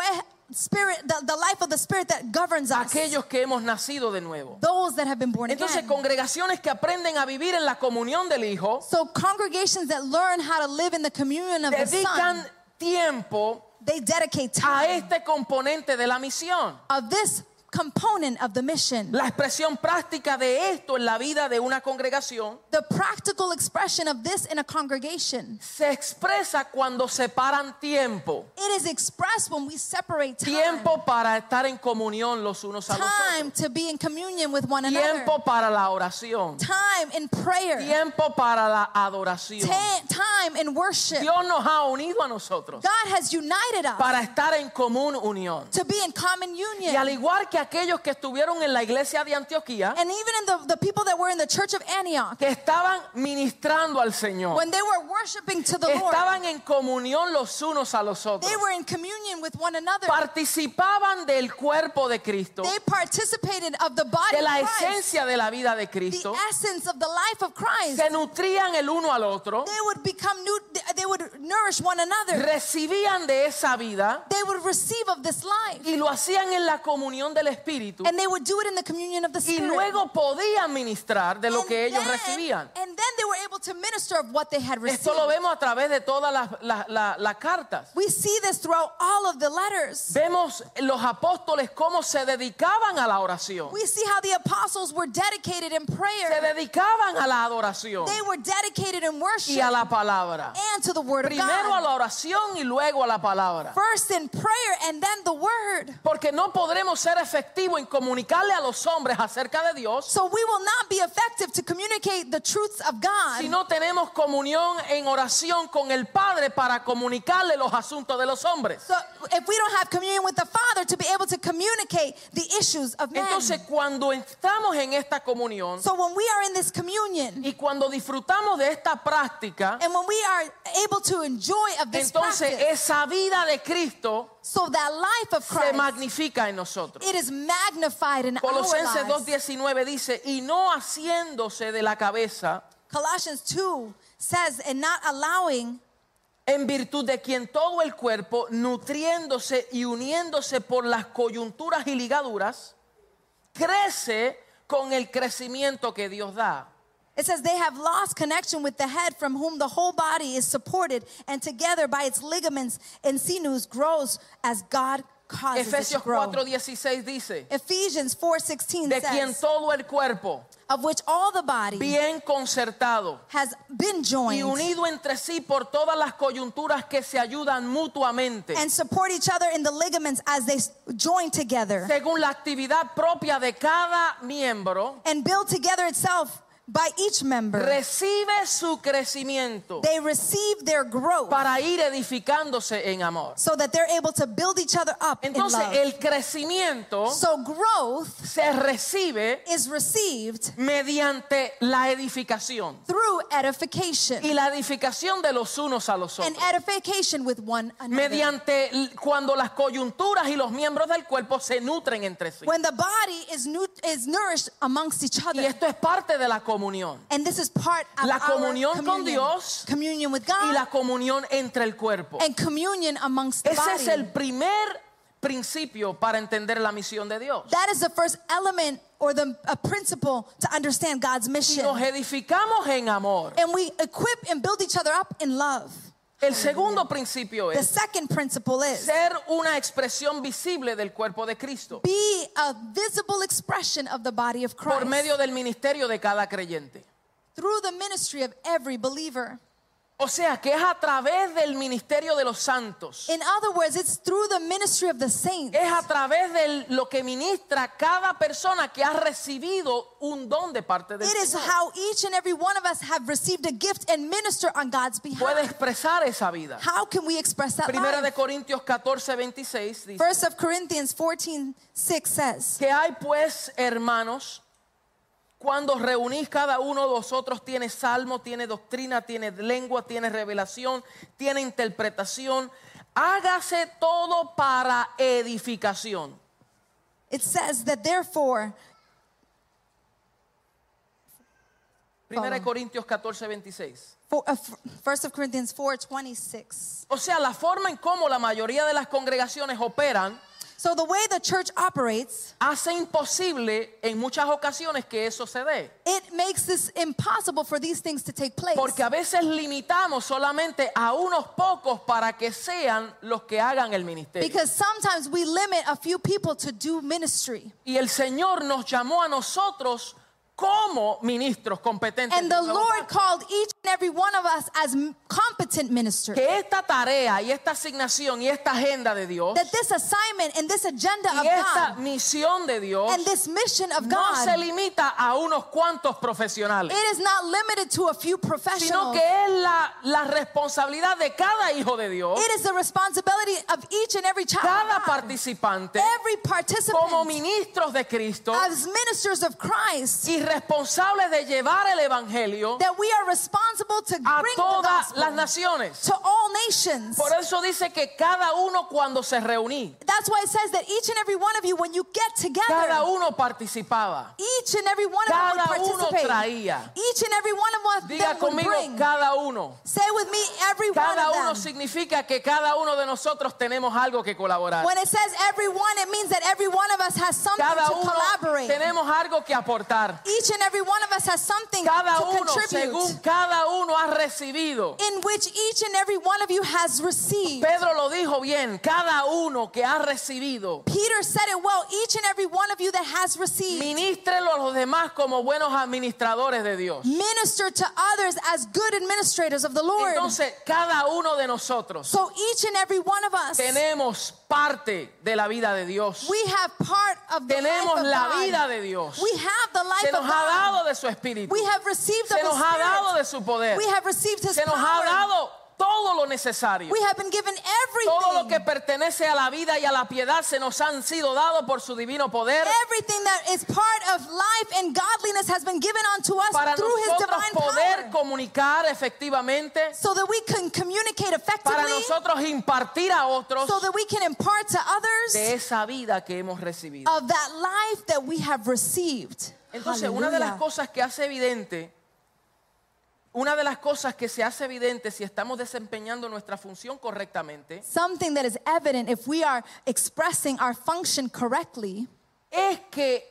[SPEAKER 2] spirit, the, the life of the spirit that governs us.
[SPEAKER 1] aquellos que hemos nacido de nuevo.
[SPEAKER 2] those that have been born
[SPEAKER 1] Entonces,
[SPEAKER 2] again.
[SPEAKER 1] congregaciones que aprenden a vivir en la comunión del Hijo
[SPEAKER 2] So congregations that learn how to live in the communion of the Son,
[SPEAKER 1] dedican tiempo
[SPEAKER 2] they dedicate
[SPEAKER 1] a
[SPEAKER 2] time
[SPEAKER 1] este componente de la misión.
[SPEAKER 2] of this component of the mission.
[SPEAKER 1] La expresión práctica de esto en la vida de una congregación
[SPEAKER 2] The practical expression of this in a congregation.
[SPEAKER 1] se expresa cuando separan tiempo.
[SPEAKER 2] It is expressed when we separate time,
[SPEAKER 1] Tiempo para estar en comunión los unos a los otros.
[SPEAKER 2] time to be in communion with one another,
[SPEAKER 1] Tiempo para la oración.
[SPEAKER 2] time in prayer,
[SPEAKER 1] Tiempo para la adoración.
[SPEAKER 2] ta- time in worship.
[SPEAKER 1] Dios nos ha unido a nosotros
[SPEAKER 2] God has united us
[SPEAKER 1] para estar en común unión.
[SPEAKER 2] to be in common union.
[SPEAKER 1] Y al igual que aquellos que estuvieron en la iglesia de Antioquía,
[SPEAKER 2] And even in the, the people that were in the church of Antioch,
[SPEAKER 1] que estaban ministrando al Señor,
[SPEAKER 2] when they were worshiping to the Lord,
[SPEAKER 1] estaban en comunión los unos a los otros,
[SPEAKER 2] they were in communion with one another.
[SPEAKER 1] participaban del cuerpo de Cristo,
[SPEAKER 2] They participated of the body
[SPEAKER 1] de la
[SPEAKER 2] of Christ,
[SPEAKER 1] esencia de la vida de
[SPEAKER 2] the
[SPEAKER 1] Cristo,
[SPEAKER 2] essence of the life of Christ.
[SPEAKER 1] se nutrían el uno al otro,
[SPEAKER 2] They would become new, they would nourish one another.
[SPEAKER 1] recibían de esa vida
[SPEAKER 2] They would receive of this life.
[SPEAKER 1] y lo hacían en la comunión del Espíritu
[SPEAKER 2] And they would do it in the communion of the
[SPEAKER 1] y
[SPEAKER 2] Spirit.
[SPEAKER 1] luego podían ministrar de lo
[SPEAKER 2] And
[SPEAKER 1] que ellos
[SPEAKER 2] then-
[SPEAKER 1] recibían.
[SPEAKER 2] And then they were able to minister of what they had
[SPEAKER 1] Esto lo
[SPEAKER 2] received.
[SPEAKER 1] vemos a través de todas las, las- las- las cartas.
[SPEAKER 2] We see this throughout all of the letters.
[SPEAKER 1] Vemos los apóstoles cómo se dedicaban a la oración,
[SPEAKER 2] We see how the apostles were dedicated in
[SPEAKER 1] se
[SPEAKER 2] prayer.
[SPEAKER 1] dedicaban a la adoración
[SPEAKER 2] They were dedicated in
[SPEAKER 1] y
[SPEAKER 2] worship
[SPEAKER 1] a la palabra.
[SPEAKER 2] and to the word of
[SPEAKER 1] Primero a
[SPEAKER 2] God.
[SPEAKER 1] la oración y luego a la palabra.
[SPEAKER 2] First in prayer and then the word.
[SPEAKER 1] Porque no podremos ser efectivos en comunicarle a los hombres acerca de Dios
[SPEAKER 2] So we will not be effective to communicate the truths of God
[SPEAKER 1] si no tenemos comunión en oración con el Padre para comunicarle los asuntos de los hombres.
[SPEAKER 2] So if we don't have communion with the Father to be able to communicate the issues of men.
[SPEAKER 1] Entonces cuando estamos en esta comunión
[SPEAKER 2] so when we are in this communion
[SPEAKER 1] y cuando disfrutamos de esta práctica,
[SPEAKER 2] and when we are able to enjoy of this
[SPEAKER 1] entonces
[SPEAKER 2] practice,
[SPEAKER 1] esa vida de Cristo
[SPEAKER 2] so that life of
[SPEAKER 1] se
[SPEAKER 2] Christ,
[SPEAKER 1] magnifica en nosotros.
[SPEAKER 2] it is magnified in our
[SPEAKER 1] Colosenses
[SPEAKER 2] lives.
[SPEAKER 1] 2.19 dice, y no haciéndose de la cabeza
[SPEAKER 2] Colossians 2 says, and not allowing
[SPEAKER 1] en virtud de quien todo el cuerpo, nutriéndose y uniéndose por las coyunturas y ligaduras, crece con el crecimiento que Dios da.
[SPEAKER 2] It says they have lost connection with the head from whom the whole body is supported and together by its ligaments and sinews grows as God causes it to
[SPEAKER 1] Efesios
[SPEAKER 2] grow.
[SPEAKER 1] 4.16 dice,
[SPEAKER 2] Ephesians 4:16
[SPEAKER 1] de quien
[SPEAKER 2] says
[SPEAKER 1] todo el cuerpo,
[SPEAKER 2] of which all the body
[SPEAKER 1] bien concertado
[SPEAKER 2] has been
[SPEAKER 1] y
[SPEAKER 2] joined
[SPEAKER 1] unido entre sí por todas las coyunturas que se ayudan mutuamente,
[SPEAKER 2] and support each other in the ligaments as they s- join together
[SPEAKER 1] según la actividad propia de cada miembro,
[SPEAKER 2] and build together itself by each member.
[SPEAKER 1] recibe su crecimiento
[SPEAKER 2] They receive their growth
[SPEAKER 1] para ir edificándose en amor.
[SPEAKER 2] so that they're able to build each other up in
[SPEAKER 1] Entonces
[SPEAKER 2] love.
[SPEAKER 1] el crecimiento
[SPEAKER 2] So growth
[SPEAKER 1] se recibe
[SPEAKER 2] is received
[SPEAKER 1] mediante la edificación
[SPEAKER 2] through edification.
[SPEAKER 1] y la edificación de los unos a los
[SPEAKER 2] and
[SPEAKER 1] otros.
[SPEAKER 2] edification with one another.
[SPEAKER 1] Mediante l- cuando las coyunturas y los miembros del cuerpo se nutren entre sí.
[SPEAKER 2] when the body is nu- is nourished amongst each
[SPEAKER 1] Y
[SPEAKER 2] other.
[SPEAKER 1] esto es parte de la comunión
[SPEAKER 2] and this is part of
[SPEAKER 1] La
[SPEAKER 2] our
[SPEAKER 1] comunión con
[SPEAKER 2] communion.
[SPEAKER 1] Dios
[SPEAKER 2] communion with
[SPEAKER 1] y
[SPEAKER 2] God
[SPEAKER 1] la comunión entre el cuerpo.
[SPEAKER 2] and communion amongst the
[SPEAKER 1] Ese
[SPEAKER 2] body.
[SPEAKER 1] es el primer principio para entender la misión de Dios.
[SPEAKER 2] that is the first element or the a principle to understand God's
[SPEAKER 1] Si
[SPEAKER 2] mission.
[SPEAKER 1] nos edificamos en amor.
[SPEAKER 2] And we equip and build each other up in love.
[SPEAKER 1] El segundo principio
[SPEAKER 2] The
[SPEAKER 1] es
[SPEAKER 2] second principle is
[SPEAKER 1] ser una expresión visible del cuerpo de Cristo.
[SPEAKER 2] be a visible expression of the body of Christ
[SPEAKER 1] por medio del ministerio de cada creyente.
[SPEAKER 2] through the ministry of every believer.
[SPEAKER 1] O sea, que es a través del ministerio de los santos.
[SPEAKER 2] In other words, it's through the ministry of the saints.
[SPEAKER 1] Es a través de lo que ministra cada persona que ha recibido un don de parte del
[SPEAKER 2] It is
[SPEAKER 1] Señor.
[SPEAKER 2] how each and every one of us have received a gift and minister on God's
[SPEAKER 1] Puede
[SPEAKER 2] behalf.
[SPEAKER 1] expresar esa vida.
[SPEAKER 2] How can we express that
[SPEAKER 1] Primera de
[SPEAKER 2] life?
[SPEAKER 1] Corintios 14, 26 dice
[SPEAKER 2] First of Corinthians 14, 6 says,
[SPEAKER 1] que hay pues hermanos, cuando os reunís cada uno de vosotros tiene salmo, tiene doctrina, tiene lengua, tiene revelación, tiene interpretación. Hágase todo para edificación.
[SPEAKER 2] it says that therefore,
[SPEAKER 1] Primera de
[SPEAKER 2] Follow.
[SPEAKER 1] Corintios 14, 26.
[SPEAKER 2] for, uh, f- First of Corinthians 4, 26.
[SPEAKER 1] O sea, la forma en cómo la mayoría de las congregaciones operan
[SPEAKER 2] So the way the church operates,
[SPEAKER 1] hace imposible en muchas ocasiones que eso se dé.
[SPEAKER 2] it makes this impossible for these things to take place.
[SPEAKER 1] Porque a veces limitamos solamente a unos pocos para que sean los que hagan el ministerio.
[SPEAKER 2] Because sometimes we limit a few people to do ministry.
[SPEAKER 1] Y el Señor nos llamó a nosotros como ministros competentes.
[SPEAKER 2] And
[SPEAKER 1] de
[SPEAKER 2] the
[SPEAKER 1] su
[SPEAKER 2] Lord
[SPEAKER 1] obra.
[SPEAKER 2] called each and every one of us as m- competent ministers.
[SPEAKER 1] que esta tarea y esta asignación y esta agenda de Dios
[SPEAKER 2] That this assignment and this agenda of
[SPEAKER 1] y esta
[SPEAKER 2] God
[SPEAKER 1] misión de Dios
[SPEAKER 2] and this mission of
[SPEAKER 1] no se
[SPEAKER 2] God,
[SPEAKER 1] limita a unos cuantos profesionales,
[SPEAKER 2] it is not limited to a few
[SPEAKER 1] sino
[SPEAKER 2] professionals.
[SPEAKER 1] que es la, la responsabilidad de cada hijo de Dios,
[SPEAKER 2] It is the responsibility of each and every child.
[SPEAKER 1] cada
[SPEAKER 2] of God.
[SPEAKER 1] participante
[SPEAKER 2] Every
[SPEAKER 1] como
[SPEAKER 2] participant
[SPEAKER 1] ministros de Cristo
[SPEAKER 2] as ministers of Christ
[SPEAKER 1] y responsables de llevar el Evangelio
[SPEAKER 2] that we are responsible to
[SPEAKER 1] a
[SPEAKER 2] bring the
[SPEAKER 1] todas
[SPEAKER 2] gospel
[SPEAKER 1] las naciones.
[SPEAKER 2] to all nations.
[SPEAKER 1] Por eso dice que cada uno cuando se reuní,
[SPEAKER 2] That's why it says that each and every one of you, when you get
[SPEAKER 1] cada
[SPEAKER 2] together,
[SPEAKER 1] uno participaba.
[SPEAKER 2] each and every one of them
[SPEAKER 1] Cada
[SPEAKER 2] would
[SPEAKER 1] uno
[SPEAKER 2] participate.
[SPEAKER 1] traía.
[SPEAKER 2] Each and every one of them
[SPEAKER 1] Diga
[SPEAKER 2] would
[SPEAKER 1] conmigo
[SPEAKER 2] bring.
[SPEAKER 1] cada uno.
[SPEAKER 2] Say with me, every one
[SPEAKER 1] Cada
[SPEAKER 2] of
[SPEAKER 1] uno
[SPEAKER 2] them.
[SPEAKER 1] significa que cada uno de nosotros tenemos algo que colaborar.
[SPEAKER 2] When it says everyone, it means that every one of us has something
[SPEAKER 1] Cada
[SPEAKER 2] to
[SPEAKER 1] uno
[SPEAKER 2] collaborate.
[SPEAKER 1] tenemos algo que aportar.
[SPEAKER 2] Each and every one of us has something
[SPEAKER 1] Cada
[SPEAKER 2] to
[SPEAKER 1] uno,
[SPEAKER 2] contribute.
[SPEAKER 1] según cada uno ha recibido.
[SPEAKER 2] in which each and every one of you has received.
[SPEAKER 1] Pedro lo dijo bien, cada uno que ha recibido,
[SPEAKER 2] Peter said it well, each and every one of you that has received.
[SPEAKER 1] ministrelo a los demás como buenos administradores de Dios.
[SPEAKER 2] Minister to others as good administrators of the Lord.
[SPEAKER 1] Entonces, cada uno de nosotros
[SPEAKER 2] so each and every one of us,
[SPEAKER 1] tenemos parte de la vida de Dios.
[SPEAKER 2] we have part of the life
[SPEAKER 1] Tenemos
[SPEAKER 2] of
[SPEAKER 1] la
[SPEAKER 2] God.
[SPEAKER 1] vida de Dios.
[SPEAKER 2] We have the life
[SPEAKER 1] Se nos
[SPEAKER 2] of
[SPEAKER 1] ha
[SPEAKER 2] God.
[SPEAKER 1] dado de su espíritu.
[SPEAKER 2] We have received
[SPEAKER 1] Se
[SPEAKER 2] of His
[SPEAKER 1] nos ha dado
[SPEAKER 2] Spirit.
[SPEAKER 1] de su poder.
[SPEAKER 2] We have received His
[SPEAKER 1] Se nos ha
[SPEAKER 2] power.
[SPEAKER 1] dado todo lo necesario.
[SPEAKER 2] We have been given everything.
[SPEAKER 1] Todo lo que pertenece a la vida y a la piedad se nos han sido dado por su divino poder
[SPEAKER 2] Everything that is part of life and godliness has been given unto us
[SPEAKER 1] para
[SPEAKER 2] through His
[SPEAKER 1] nosotros
[SPEAKER 2] divine
[SPEAKER 1] poder
[SPEAKER 2] power.
[SPEAKER 1] comunicar efectivamente,
[SPEAKER 2] so that we can communicate
[SPEAKER 1] para
[SPEAKER 2] effectively,
[SPEAKER 1] nosotros impartir a otros
[SPEAKER 2] so that we can impart to
[SPEAKER 1] de
[SPEAKER 2] others
[SPEAKER 1] esa vida que hemos recibido.
[SPEAKER 2] of that life that we have received.
[SPEAKER 1] Entonces, una de las
[SPEAKER 2] Hallelujah.
[SPEAKER 1] cosas que hace evidente, una de las cosas que se hace evidente si estamos desempeñando nuestra función correctamente,
[SPEAKER 2] Something that is evident if we are expressing our function correctly
[SPEAKER 1] es que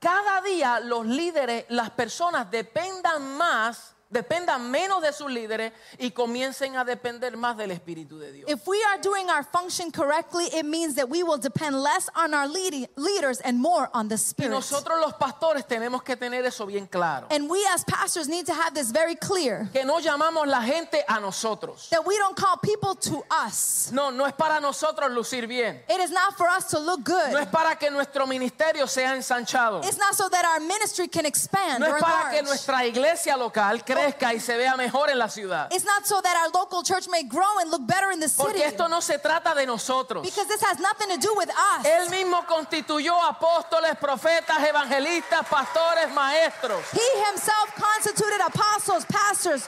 [SPEAKER 1] cada día los líderes, las personas dependan más, dependan menos de sus líderes y comiencen a depender más del Espíritu de Dios.
[SPEAKER 2] if we are doing our function correctly it means that we will depend less on our leadi- leaders and more on the
[SPEAKER 1] Y
[SPEAKER 2] spirit
[SPEAKER 1] nosotros los pastores tenemos que tener eso bien claro,
[SPEAKER 2] and we as pastors need to have this very clear
[SPEAKER 1] que no llamamos la gente a nosotros.
[SPEAKER 2] that we don't call people to us
[SPEAKER 1] No, no es para nosotros lucir bien.
[SPEAKER 2] it is not for us to look
[SPEAKER 1] No
[SPEAKER 2] good
[SPEAKER 1] es para que nuestro ministerio sea ensanchado.
[SPEAKER 2] it's not so that our ministry can expand
[SPEAKER 1] No
[SPEAKER 2] or
[SPEAKER 1] es para que
[SPEAKER 2] enlarge.
[SPEAKER 1] nuestra iglesia local crezca y se vea mejor en la ciudad.
[SPEAKER 2] It's not so that our local church may grow and look better in the city.
[SPEAKER 1] Porque esto no se trata de nosotros.
[SPEAKER 2] Because this has nothing to do with us.
[SPEAKER 1] Él mismo constituyó apóstoles, profetas, evangelistas, pastores, maestros
[SPEAKER 2] He himself constituted apostles, pastors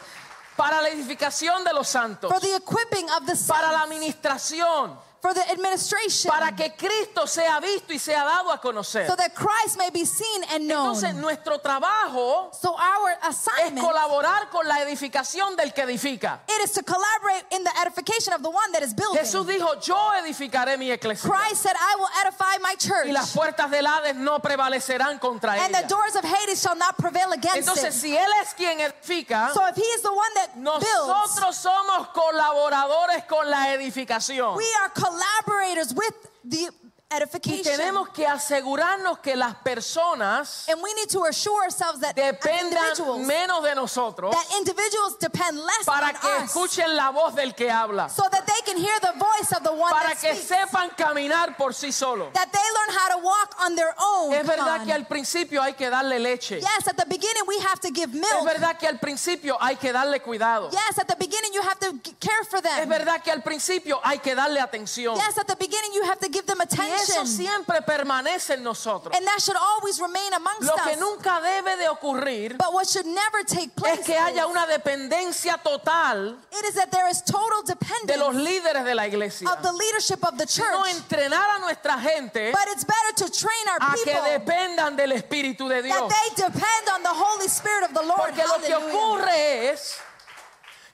[SPEAKER 1] para la edificación de los santos,
[SPEAKER 2] for the equipping of the
[SPEAKER 1] para la
[SPEAKER 2] saints,
[SPEAKER 1] administración,
[SPEAKER 2] for the administration,
[SPEAKER 1] para que Cristo sea visto y sea dado a conocer.
[SPEAKER 2] so that Christ may be seen and known.
[SPEAKER 1] Entonces, nuestro trabajo
[SPEAKER 2] so our
[SPEAKER 1] es
[SPEAKER 2] assignment
[SPEAKER 1] colaborar con la edificación del que edifica.
[SPEAKER 2] it is to collaborate in the edification of the one that is building.
[SPEAKER 1] Jesús dijo, yo edificaré mi iglesia
[SPEAKER 2] Christ said, "I will edify my church,
[SPEAKER 1] y las puertas del Hades no prevalecerán contra
[SPEAKER 2] and
[SPEAKER 1] ella.
[SPEAKER 2] the doors of Hades shall not prevail against
[SPEAKER 1] Entonces,
[SPEAKER 2] it."
[SPEAKER 1] si Él es quien edifica,
[SPEAKER 2] So if He is the one that builds,
[SPEAKER 1] Nosotros somos colaboradores con la edificación.
[SPEAKER 2] we are collaborators with the
[SPEAKER 1] Y
[SPEAKER 2] edification.
[SPEAKER 1] tenemos que asegurarnos que las personas
[SPEAKER 2] And we need to assure ourselves that as
[SPEAKER 1] dependan
[SPEAKER 2] individuals,
[SPEAKER 1] menos de nosotros
[SPEAKER 2] that individuals depend less
[SPEAKER 1] para
[SPEAKER 2] on
[SPEAKER 1] que
[SPEAKER 2] us
[SPEAKER 1] escuchen la voz del que habla,
[SPEAKER 2] so that they can hear the voice of the one
[SPEAKER 1] para
[SPEAKER 2] that
[SPEAKER 1] que
[SPEAKER 2] speaks,
[SPEAKER 1] sepan caminar por sí solos.
[SPEAKER 2] that they learn how to walk on their own.
[SPEAKER 1] Es
[SPEAKER 2] Come
[SPEAKER 1] verdad
[SPEAKER 2] on.
[SPEAKER 1] que al principio hay que darle leche.
[SPEAKER 2] yes, at the beginning we have to give
[SPEAKER 1] Es
[SPEAKER 2] milk.
[SPEAKER 1] verdad que al principio hay que darle cuidado.
[SPEAKER 2] Yes, at the beginning you have to g- care for
[SPEAKER 1] Es
[SPEAKER 2] them.
[SPEAKER 1] verdad que al principio hay que darle atención.
[SPEAKER 2] Yes, at the beginning you have to give them
[SPEAKER 1] Y eso
[SPEAKER 2] attention.
[SPEAKER 1] siempre permanece en nosotros.
[SPEAKER 2] And that should always remain amongst
[SPEAKER 1] Lo que
[SPEAKER 2] us.
[SPEAKER 1] nunca debe de ocurrir
[SPEAKER 2] But what should never take place
[SPEAKER 1] es que haya
[SPEAKER 2] is-
[SPEAKER 1] una dependencia total
[SPEAKER 2] it is that there is total
[SPEAKER 1] de los
[SPEAKER 2] dependence
[SPEAKER 1] líderes de la iglesia.
[SPEAKER 2] of the leadership of the
[SPEAKER 1] No
[SPEAKER 2] church.
[SPEAKER 1] entrenar a nuestra gente
[SPEAKER 2] But it's better to train our
[SPEAKER 1] a que
[SPEAKER 2] people
[SPEAKER 1] dependan del Espíritu de
[SPEAKER 2] that
[SPEAKER 1] Dios.
[SPEAKER 2] they depend on the Holy Spirit of the Lord.
[SPEAKER 1] Porque lo que
[SPEAKER 2] Hallelujah.
[SPEAKER 1] ocurre es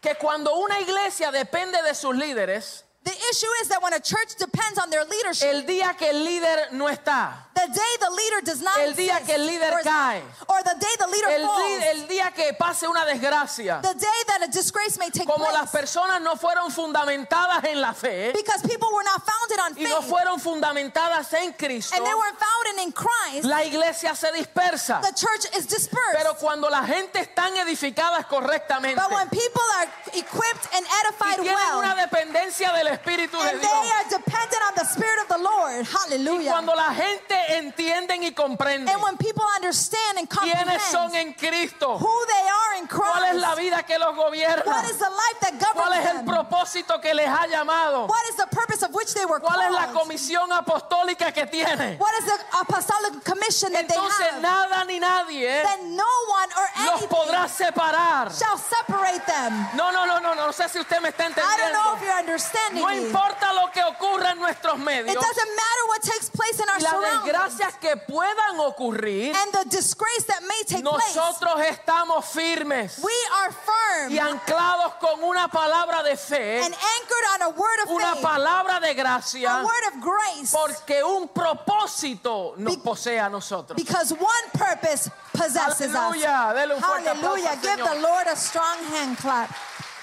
[SPEAKER 1] que cuando una iglesia depende de sus líderes,
[SPEAKER 2] the issue is that when a church depends on their leadership,
[SPEAKER 1] El día que el líder no está,
[SPEAKER 2] the day the leader does not
[SPEAKER 1] El día
[SPEAKER 2] exist,
[SPEAKER 1] que el líder
[SPEAKER 2] or, is not-
[SPEAKER 1] cae.
[SPEAKER 2] or the day the leader
[SPEAKER 1] el,
[SPEAKER 2] falls,
[SPEAKER 1] di- el día que pase una desgracia,
[SPEAKER 2] the day that a disgrace may take
[SPEAKER 1] como las
[SPEAKER 2] place,
[SPEAKER 1] personas no fueron fundamentadas en la fe
[SPEAKER 2] because people were not founded on
[SPEAKER 1] y
[SPEAKER 2] faith
[SPEAKER 1] no fueron fundamentadas en Cristo,
[SPEAKER 2] and they weren't founded in Christ,
[SPEAKER 1] la iglesia se dispersa.
[SPEAKER 2] the church is dispersed.
[SPEAKER 1] Pero cuando la gente están edificadas correctamente
[SPEAKER 2] but when people are equipped and
[SPEAKER 1] y
[SPEAKER 2] edified
[SPEAKER 1] tienen una
[SPEAKER 2] well,
[SPEAKER 1] dependencia del Espíritu de
[SPEAKER 2] and they
[SPEAKER 1] Dios,
[SPEAKER 2] are dependent on the Spirit of the Lord, hallelujah.
[SPEAKER 1] cuando la gente entienden y comprenden
[SPEAKER 2] and when people understand and comprehend
[SPEAKER 1] quiénes son en Cristo,
[SPEAKER 2] who they are in
[SPEAKER 1] cuál
[SPEAKER 2] Christ,
[SPEAKER 1] es la vida que los gobierna,
[SPEAKER 2] what is the life that governs
[SPEAKER 1] cuál es el
[SPEAKER 2] them,
[SPEAKER 1] propósito que les ha llamado,
[SPEAKER 2] what is the purpose of which they were
[SPEAKER 1] cuál es la
[SPEAKER 2] called,
[SPEAKER 1] comisión apostólica que tiene.
[SPEAKER 2] what is the apostolic commission that they
[SPEAKER 1] Entonces
[SPEAKER 2] have,
[SPEAKER 1] nada ni nadie ¿eh?
[SPEAKER 2] then no one or
[SPEAKER 1] los
[SPEAKER 2] anything
[SPEAKER 1] podrá separar.
[SPEAKER 2] shall separate them.
[SPEAKER 1] No, no, no, no, no, no sé si usted me está
[SPEAKER 2] I don't know if
[SPEAKER 1] entendiendo.
[SPEAKER 2] you're understanding
[SPEAKER 1] No
[SPEAKER 2] me.
[SPEAKER 1] importa lo que ocurra en nuestros
[SPEAKER 2] It
[SPEAKER 1] medios,
[SPEAKER 2] doesn't matter what takes place in our
[SPEAKER 1] y las
[SPEAKER 2] surroundings
[SPEAKER 1] desgracias que puedan ocurrir,
[SPEAKER 2] and the disgrace that may take place.
[SPEAKER 1] nosotros estamos firmes
[SPEAKER 2] We are firm
[SPEAKER 1] y anclados con una palabra de fe,
[SPEAKER 2] and anchored on a word of
[SPEAKER 1] una
[SPEAKER 2] faith,
[SPEAKER 1] palabra de
[SPEAKER 2] a
[SPEAKER 1] gracia,
[SPEAKER 2] word of grace,
[SPEAKER 1] porque un propósito nos
[SPEAKER 2] Be-
[SPEAKER 1] posee a nosotros.
[SPEAKER 2] because one purpose possesses
[SPEAKER 1] Aleluya, dele un
[SPEAKER 2] us.
[SPEAKER 1] fuerte aplauso
[SPEAKER 2] Hallelujah.
[SPEAKER 1] al
[SPEAKER 2] Give the
[SPEAKER 1] Señor.
[SPEAKER 2] Lord a strong hand clap.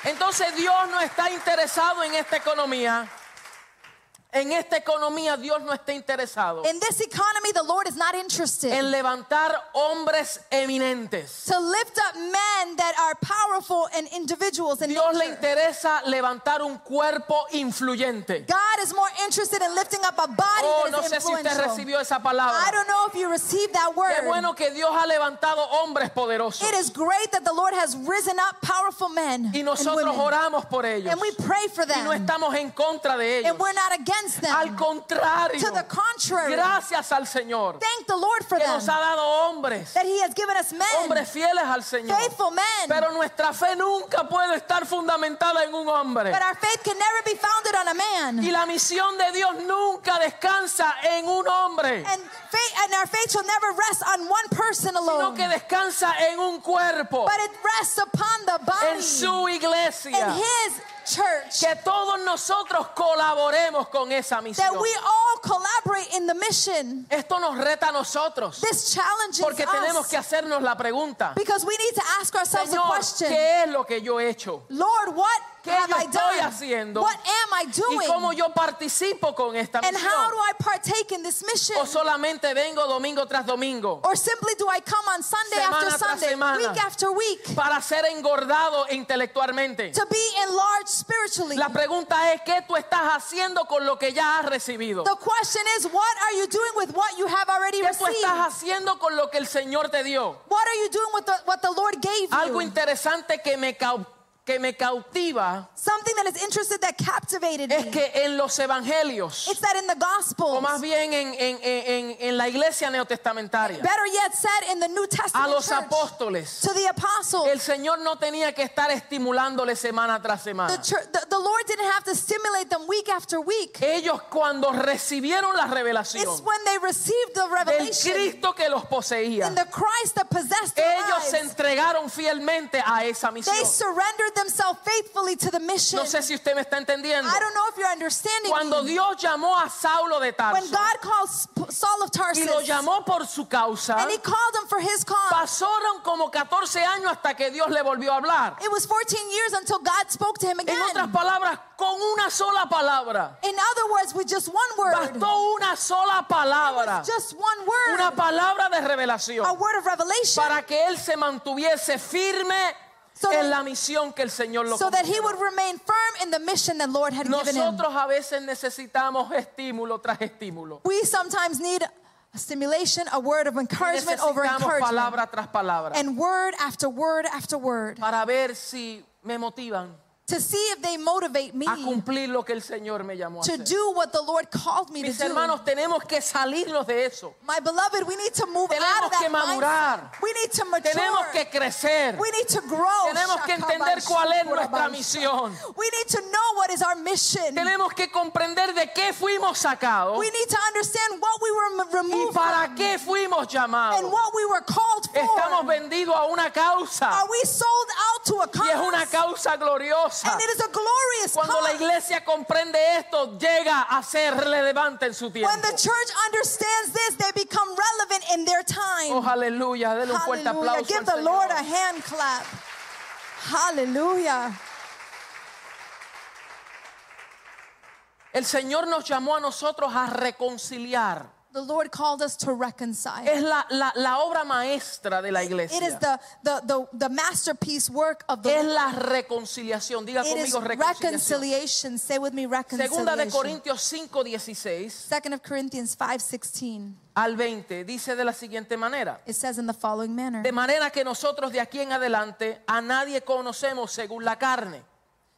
[SPEAKER 1] Entonces Dios no está interesado en esta economía. En esta economía Dios no está interesado
[SPEAKER 2] In this economy, the Lord is not interested
[SPEAKER 1] en levantar hombres eminentes.
[SPEAKER 2] to lift up men that are powerful and individuals in
[SPEAKER 1] Dios le
[SPEAKER 2] nature.
[SPEAKER 1] interesa levantar un cuerpo influyente.
[SPEAKER 2] God is more interested in lifting up a body
[SPEAKER 1] Oh,
[SPEAKER 2] that
[SPEAKER 1] no
[SPEAKER 2] is
[SPEAKER 1] sé si usted
[SPEAKER 2] influential.
[SPEAKER 1] recibió esa
[SPEAKER 2] I
[SPEAKER 1] palabra.
[SPEAKER 2] don't know if you received that word.
[SPEAKER 1] Qué bueno que Dios ha levantado hombres poderosos
[SPEAKER 2] It is great that the Lord has risen up powerful men
[SPEAKER 1] y
[SPEAKER 2] and
[SPEAKER 1] nosotros
[SPEAKER 2] women,
[SPEAKER 1] oramos por ellos
[SPEAKER 2] and we pray for
[SPEAKER 1] y
[SPEAKER 2] them,
[SPEAKER 1] no estamos en contra de ellos.
[SPEAKER 2] and we're not against them.
[SPEAKER 1] Al contrario,
[SPEAKER 2] to the contrary,
[SPEAKER 1] gracias al Señor
[SPEAKER 2] thank the Lord for
[SPEAKER 1] que
[SPEAKER 2] them
[SPEAKER 1] nos ha dado hombres,
[SPEAKER 2] that He has given us men,
[SPEAKER 1] hombres fieles al Señor.
[SPEAKER 2] faithful men.
[SPEAKER 1] Pero nuestra fe nunca puede estar fundamentada en un hombre.
[SPEAKER 2] but our faith can never be founded on a man,
[SPEAKER 1] Y la misión de Dios nunca descansa en un hombre,
[SPEAKER 2] and faith and our faith shall never rest on one person
[SPEAKER 1] sino
[SPEAKER 2] alone,
[SPEAKER 1] que descansa en un cuerpo,
[SPEAKER 2] but it rests upon the body
[SPEAKER 1] en su
[SPEAKER 2] in
[SPEAKER 1] iglesia.
[SPEAKER 2] His church.
[SPEAKER 1] Que todos nosotros colaboremos con esa misión.
[SPEAKER 2] That we all collaborate in the mission.
[SPEAKER 1] Esto nos reta a nosotros,
[SPEAKER 2] This challenges
[SPEAKER 1] porque tenemos
[SPEAKER 2] us
[SPEAKER 1] que hacernos la pregunta,
[SPEAKER 2] because we need to ask ourselves a
[SPEAKER 1] Señor,
[SPEAKER 2] question.
[SPEAKER 1] ¿qué es lo que yo he hecho?
[SPEAKER 2] Lord, what
[SPEAKER 1] ¿Qué
[SPEAKER 2] have
[SPEAKER 1] yo
[SPEAKER 2] I
[SPEAKER 1] estoy
[SPEAKER 2] done?
[SPEAKER 1] haciendo?
[SPEAKER 2] What am I
[SPEAKER 1] ¿Y cómo
[SPEAKER 2] doing?
[SPEAKER 1] yo participo con esta
[SPEAKER 2] And how do
[SPEAKER 1] misión?
[SPEAKER 2] I partake in this mission?
[SPEAKER 1] ¿O solamente vengo domingo tras domingo
[SPEAKER 2] Or simply do I come on Sunday
[SPEAKER 1] Semana
[SPEAKER 2] after
[SPEAKER 1] tras
[SPEAKER 2] Sunday,
[SPEAKER 1] semana.
[SPEAKER 2] week after week,
[SPEAKER 1] para ser engordado intelectualmente?
[SPEAKER 2] to be enlarged spiritually?
[SPEAKER 1] La pregunta es, ¿qué tú estás haciendo con lo que ya has recibido?
[SPEAKER 2] The question is, what are you doing with what you have already
[SPEAKER 1] ¿Qué tú
[SPEAKER 2] received?
[SPEAKER 1] estás haciendo con lo que el Señor te dio?
[SPEAKER 2] What are you doing with the, what the Lord gave
[SPEAKER 1] Algo
[SPEAKER 2] you?
[SPEAKER 1] interesante que me, cau- que me cautiva
[SPEAKER 2] Something that is interested that captivated
[SPEAKER 1] es
[SPEAKER 2] me.
[SPEAKER 1] que en los evangelios,
[SPEAKER 2] It's that in the
[SPEAKER 1] o
[SPEAKER 2] Gospels,
[SPEAKER 1] más bien en, en- en- en- en la iglesia neotestamentaria,
[SPEAKER 2] better yet said in the New Testament
[SPEAKER 1] a los
[SPEAKER 2] church,
[SPEAKER 1] apóstoles,
[SPEAKER 2] to the apostles,
[SPEAKER 1] el Señor no tenía que estar estimulándole semana tras
[SPEAKER 2] the,
[SPEAKER 1] semana.
[SPEAKER 2] church, the, the Lord didn't have to stimulate them week after week.
[SPEAKER 1] Ellos cuando recibieron la
[SPEAKER 2] It's
[SPEAKER 1] revelación
[SPEAKER 2] when they received the
[SPEAKER 1] del
[SPEAKER 2] revelation
[SPEAKER 1] Cristo que los poseía,
[SPEAKER 2] in the Christ that possessed their
[SPEAKER 1] ellos se
[SPEAKER 2] lives.
[SPEAKER 1] entregaron fielmente a esa
[SPEAKER 2] They
[SPEAKER 1] misión.
[SPEAKER 2] surrendered themselves faithfully to the mission.
[SPEAKER 1] No sé si usted me está entendiendo.
[SPEAKER 2] I don't know if you're understanding
[SPEAKER 1] Cuando
[SPEAKER 2] me.
[SPEAKER 1] Dios llamó a Saulo de
[SPEAKER 2] When
[SPEAKER 1] Tarso
[SPEAKER 2] God called Sp- Saul of
[SPEAKER 1] y
[SPEAKER 2] Tarsus
[SPEAKER 1] lo llamó por su causa,
[SPEAKER 2] and he called him for his cause,
[SPEAKER 1] pasaron como 14 años hasta que Dios le volvió a hablar.
[SPEAKER 2] it was 14 years until God spoke to him again.
[SPEAKER 1] En otras palabras, con una sola palabra,
[SPEAKER 2] In other words, with just one word,
[SPEAKER 1] bastó una sola palabra,
[SPEAKER 2] just one word,
[SPEAKER 1] una palabra de
[SPEAKER 2] a
[SPEAKER 1] revelación,
[SPEAKER 2] word of revelation,
[SPEAKER 1] para que él se mantuviese firme
[SPEAKER 2] So that-
[SPEAKER 1] en la misión que el Señor lo
[SPEAKER 2] so that he
[SPEAKER 1] confió.
[SPEAKER 2] would remain firm in the mission that Lord had given him.
[SPEAKER 1] Nosotros a veces necesitamos estímulo tras estímulo.
[SPEAKER 2] We sometimes need a stimulation, a word of encouragement over
[SPEAKER 1] Necesitamos
[SPEAKER 2] encouragement.
[SPEAKER 1] palabra tras palabra.
[SPEAKER 2] and word after word after word
[SPEAKER 1] para ver si me motivan
[SPEAKER 2] to see if they motivate me
[SPEAKER 1] a cumplir lo que el Señor me llamó a
[SPEAKER 2] to
[SPEAKER 1] hacer.
[SPEAKER 2] do what the Lord called me to
[SPEAKER 1] Mis
[SPEAKER 2] do.
[SPEAKER 1] hermanos, tenemos que salirnos de eso.
[SPEAKER 2] My beloved, we need to move out
[SPEAKER 1] Tenemos
[SPEAKER 2] of that
[SPEAKER 1] que madurar.
[SPEAKER 2] mindset. We need to mature.
[SPEAKER 1] Tenemos que crecer.
[SPEAKER 2] we need to grow.
[SPEAKER 1] Tenemos que entender cuál es nuestra
[SPEAKER 2] Shakabash.
[SPEAKER 1] misión.
[SPEAKER 2] We need to know what is our mission.
[SPEAKER 1] Tenemos que comprender de qué fuimos sacados
[SPEAKER 2] we need to understand what we were m-
[SPEAKER 1] y
[SPEAKER 2] removed
[SPEAKER 1] para
[SPEAKER 2] from
[SPEAKER 1] qué fuimos
[SPEAKER 2] and
[SPEAKER 1] llamados.
[SPEAKER 2] what we were called for.
[SPEAKER 1] Estamos vendidos a una causa
[SPEAKER 2] Are we sold out to
[SPEAKER 1] y
[SPEAKER 2] a cause?
[SPEAKER 1] es una causa gloriosa.
[SPEAKER 2] And it is a glorious
[SPEAKER 1] Cuando la
[SPEAKER 2] cause.
[SPEAKER 1] iglesia comprende esto, llega a ser relevante en su tiempo.
[SPEAKER 2] When the church understands this, they become relevant in their time.
[SPEAKER 1] Oh, aleluya. Denle un fuerte
[SPEAKER 2] Hallelujah.
[SPEAKER 1] aplauso.
[SPEAKER 2] Give
[SPEAKER 1] al
[SPEAKER 2] the
[SPEAKER 1] Señor.
[SPEAKER 2] Lord a hand clap. Hallelujah.
[SPEAKER 1] El Señor nos llamó a nosotros a reconciliar.
[SPEAKER 2] The Lord called us to reconcile.
[SPEAKER 1] Es la, la- la obra maestra de la iglesia.
[SPEAKER 2] It is the, the, the, the masterpiece work of the
[SPEAKER 1] es
[SPEAKER 2] Lord.
[SPEAKER 1] la reconciliación. Diga
[SPEAKER 2] It is
[SPEAKER 1] conmigo reconciliación.
[SPEAKER 2] reconciliation. Say with me
[SPEAKER 1] Segunda de
[SPEAKER 2] reconciliation.
[SPEAKER 1] Corintios 5, 16
[SPEAKER 2] Second of Corinthians 5:16.
[SPEAKER 1] al 20 dice de la siguiente manera.
[SPEAKER 2] It says in the following manner.
[SPEAKER 1] De manera que nosotros de aquí en adelante a nadie conocemos según la carne.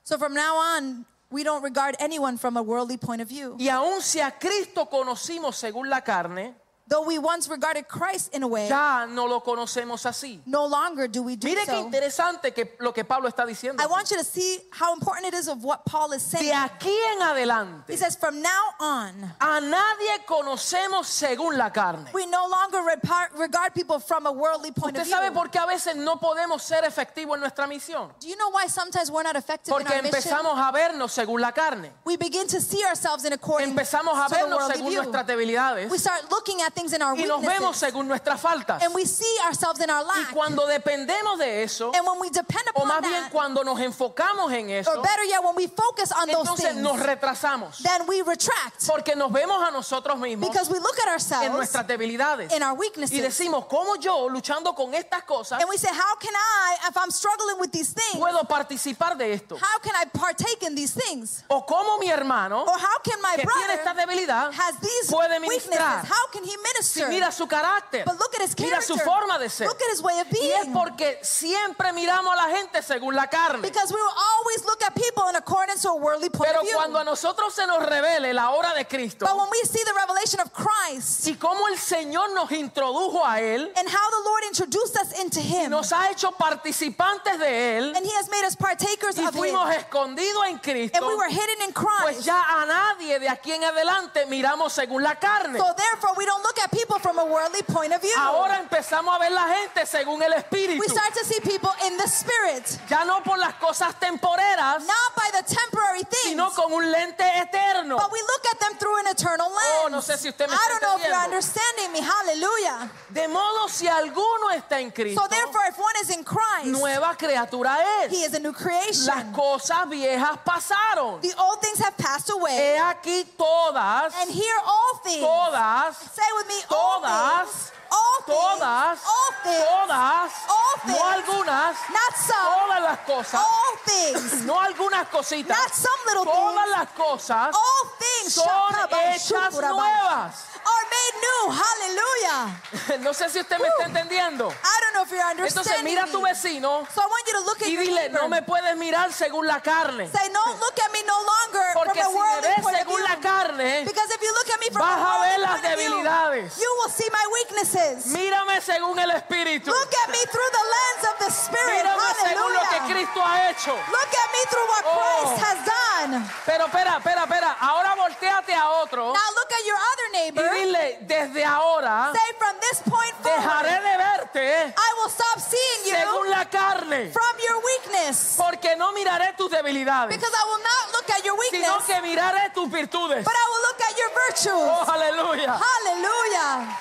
[SPEAKER 2] So from now on, we don't regard anyone from a worldly point of view.
[SPEAKER 1] Y aun si a Cristo conocimos según la carne,
[SPEAKER 2] Though we once regarded Christ in a way,
[SPEAKER 1] ya no lo conocemos así.
[SPEAKER 2] no longer do we do
[SPEAKER 1] Mire qué
[SPEAKER 2] so.
[SPEAKER 1] interesante que lo que Pablo está diciendo.
[SPEAKER 2] I want you to see how important it is of what Paul is saying.
[SPEAKER 1] De aquí en
[SPEAKER 2] He
[SPEAKER 1] adelante
[SPEAKER 2] says, from now on,
[SPEAKER 1] a nadie conocemos según la carne.
[SPEAKER 2] we no longer repar- regard people from a worldly point
[SPEAKER 1] Usted
[SPEAKER 2] of
[SPEAKER 1] sabe
[SPEAKER 2] view.
[SPEAKER 1] por qué a veces no podemos ser efectivos en nuestra misión.
[SPEAKER 2] Do you know why sometimes we're not effective in
[SPEAKER 1] Porque
[SPEAKER 2] our mission?
[SPEAKER 1] empezamos a vernos según la carne.
[SPEAKER 2] We begin to see ourselves in accordance to
[SPEAKER 1] Empezamos a
[SPEAKER 2] the
[SPEAKER 1] vernos
[SPEAKER 2] worldly
[SPEAKER 1] según
[SPEAKER 2] view.
[SPEAKER 1] nuestras
[SPEAKER 2] We
[SPEAKER 1] debilidades
[SPEAKER 2] start looking at things in our
[SPEAKER 1] y nos vemos
[SPEAKER 2] weaknesses,
[SPEAKER 1] según nuestras faltas.
[SPEAKER 2] and we see ourselves in our
[SPEAKER 1] Y
[SPEAKER 2] lack.
[SPEAKER 1] cuando dependemos de eso,
[SPEAKER 2] And when we depend
[SPEAKER 1] o más
[SPEAKER 2] upon
[SPEAKER 1] bien
[SPEAKER 2] that,
[SPEAKER 1] cuando nos enfocamos en
[SPEAKER 2] or
[SPEAKER 1] eso,
[SPEAKER 2] better yet, when we focus on those
[SPEAKER 1] entonces nos
[SPEAKER 2] things,
[SPEAKER 1] retrasamos.
[SPEAKER 2] then we retract
[SPEAKER 1] Porque nos vemos a nosotros mismos
[SPEAKER 2] because we look at
[SPEAKER 1] en
[SPEAKER 2] ourselves
[SPEAKER 1] nuestras debilidades.
[SPEAKER 2] in our
[SPEAKER 1] Y
[SPEAKER 2] weaknesses,
[SPEAKER 1] decimos, ¿cómo yo, luchando con estas cosas,
[SPEAKER 2] and we say, "How can I, if I'm struggling with these things,
[SPEAKER 1] puedo participar de esto?
[SPEAKER 2] how can I partake in these things?"
[SPEAKER 1] O cómo mi hermano,
[SPEAKER 2] Or how can my
[SPEAKER 1] que tiene esta
[SPEAKER 2] brother
[SPEAKER 1] debilidad,
[SPEAKER 2] has these
[SPEAKER 1] puede
[SPEAKER 2] weaknesses?
[SPEAKER 1] ministrar.
[SPEAKER 2] How can he
[SPEAKER 1] Si
[SPEAKER 2] minister?
[SPEAKER 1] mira su carácter,
[SPEAKER 2] But look at his
[SPEAKER 1] mira
[SPEAKER 2] character.
[SPEAKER 1] su forma de ser.
[SPEAKER 2] Look at his way of
[SPEAKER 1] Y es
[SPEAKER 2] being.
[SPEAKER 1] porque siempre miramos a la gente según la carne.
[SPEAKER 2] Because we will always look at people in accordance to a worldly point
[SPEAKER 1] Pero
[SPEAKER 2] of view.
[SPEAKER 1] cuando a nosotros se nos revele la obra de Cristo
[SPEAKER 2] But when we see the revelation of Christ
[SPEAKER 1] y cómo el Señor nos introdujo a Él,
[SPEAKER 2] and how the Lord introduced us into Him,
[SPEAKER 1] nos ha hecho participantes de Él
[SPEAKER 2] and He has made us partakers
[SPEAKER 1] y
[SPEAKER 2] of Him,
[SPEAKER 1] fuimos escondidos en
[SPEAKER 2] and
[SPEAKER 1] Cristo,
[SPEAKER 2] we were hidden in
[SPEAKER 1] pues
[SPEAKER 2] Christ.
[SPEAKER 1] ya a nadie de aquí en adelante miramos según la carne.
[SPEAKER 2] So therefore, we don't look at people from a worldly point of view.
[SPEAKER 1] Ahora empezamos a ver la gente según el Espíritu.
[SPEAKER 2] we start to see people in the Spirit,
[SPEAKER 1] Ya no por las cosas temporeras,
[SPEAKER 2] not by the temporary things,
[SPEAKER 1] sino con un lente eterno.
[SPEAKER 2] but we look at them through an eternal lens.
[SPEAKER 1] Oh, no sé si usted me
[SPEAKER 2] I
[SPEAKER 1] está
[SPEAKER 2] don't know if you're
[SPEAKER 1] entendiendo.
[SPEAKER 2] understanding me. Hallelujah.
[SPEAKER 1] De modo si alguno está en
[SPEAKER 2] So
[SPEAKER 1] Cristo,
[SPEAKER 2] therefore, if one is in Christ,
[SPEAKER 1] nueva criatura
[SPEAKER 2] he
[SPEAKER 1] es.
[SPEAKER 2] is a new creation.
[SPEAKER 1] Las cosas viejas pasaron.
[SPEAKER 2] The old things have passed away,
[SPEAKER 1] He aquí todas,
[SPEAKER 2] and here all things.
[SPEAKER 1] todas,
[SPEAKER 2] Say with me, all
[SPEAKER 1] Todas.
[SPEAKER 2] things. All
[SPEAKER 1] todas,
[SPEAKER 2] things. All things.
[SPEAKER 1] todas,
[SPEAKER 2] all things,
[SPEAKER 1] no algunas,
[SPEAKER 2] Not some.
[SPEAKER 1] todas las cosas,
[SPEAKER 2] All things.
[SPEAKER 1] no algunas cositas,
[SPEAKER 2] Oh. Not some little
[SPEAKER 1] todas
[SPEAKER 2] things. Oh,
[SPEAKER 1] las cosas
[SPEAKER 2] All things
[SPEAKER 1] son
[SPEAKER 2] shakaban,
[SPEAKER 1] hechas
[SPEAKER 2] shukuraban,
[SPEAKER 1] nuevas.
[SPEAKER 2] are made new. Hallelujah.
[SPEAKER 1] No sé si usted me está entendiendo.
[SPEAKER 2] I don't know if you're
[SPEAKER 1] Entonces
[SPEAKER 2] understanding.
[SPEAKER 1] mira a tu
[SPEAKER 2] me.
[SPEAKER 1] vecino
[SPEAKER 2] So I want you to look at
[SPEAKER 1] y
[SPEAKER 2] your
[SPEAKER 1] dile,
[SPEAKER 2] neighbor.
[SPEAKER 1] no me puedes mirar según la carne.
[SPEAKER 2] Say, no, look at me no longer
[SPEAKER 1] Porque
[SPEAKER 2] from a
[SPEAKER 1] si me
[SPEAKER 2] worldly
[SPEAKER 1] ves
[SPEAKER 2] point of
[SPEAKER 1] según
[SPEAKER 2] view.
[SPEAKER 1] la carne,
[SPEAKER 2] because if you look at me from
[SPEAKER 1] vas a
[SPEAKER 2] a worldly
[SPEAKER 1] ver las
[SPEAKER 2] point of view,
[SPEAKER 1] debilidades.
[SPEAKER 2] you will see my weaknesses.
[SPEAKER 1] mírame según el Espíritu.
[SPEAKER 2] Look at me through the lens of the Spirit.
[SPEAKER 1] Mírame según lo
[SPEAKER 2] Hallelujah.
[SPEAKER 1] que Cristo ha hecho.
[SPEAKER 2] Look at me through what
[SPEAKER 1] Oh.
[SPEAKER 2] Christ has done.
[SPEAKER 1] Pero espera, espera, espera. Ahora volteate a otro
[SPEAKER 2] Now look at your other
[SPEAKER 1] y
[SPEAKER 2] neighbor.
[SPEAKER 1] dile, desde ahora
[SPEAKER 2] Say from this point
[SPEAKER 1] dejaré
[SPEAKER 2] forward,
[SPEAKER 1] de verte
[SPEAKER 2] I will stop seeing
[SPEAKER 1] según
[SPEAKER 2] you
[SPEAKER 1] la carne,
[SPEAKER 2] from your weakness
[SPEAKER 1] porque no miraré tus debilidades,
[SPEAKER 2] because I will not look at your
[SPEAKER 1] sino
[SPEAKER 2] weakness,
[SPEAKER 1] que miraré tus virtudes.
[SPEAKER 2] but I will look at your
[SPEAKER 1] Oh,
[SPEAKER 2] virtues.
[SPEAKER 1] aleluya.
[SPEAKER 2] Hallelujah.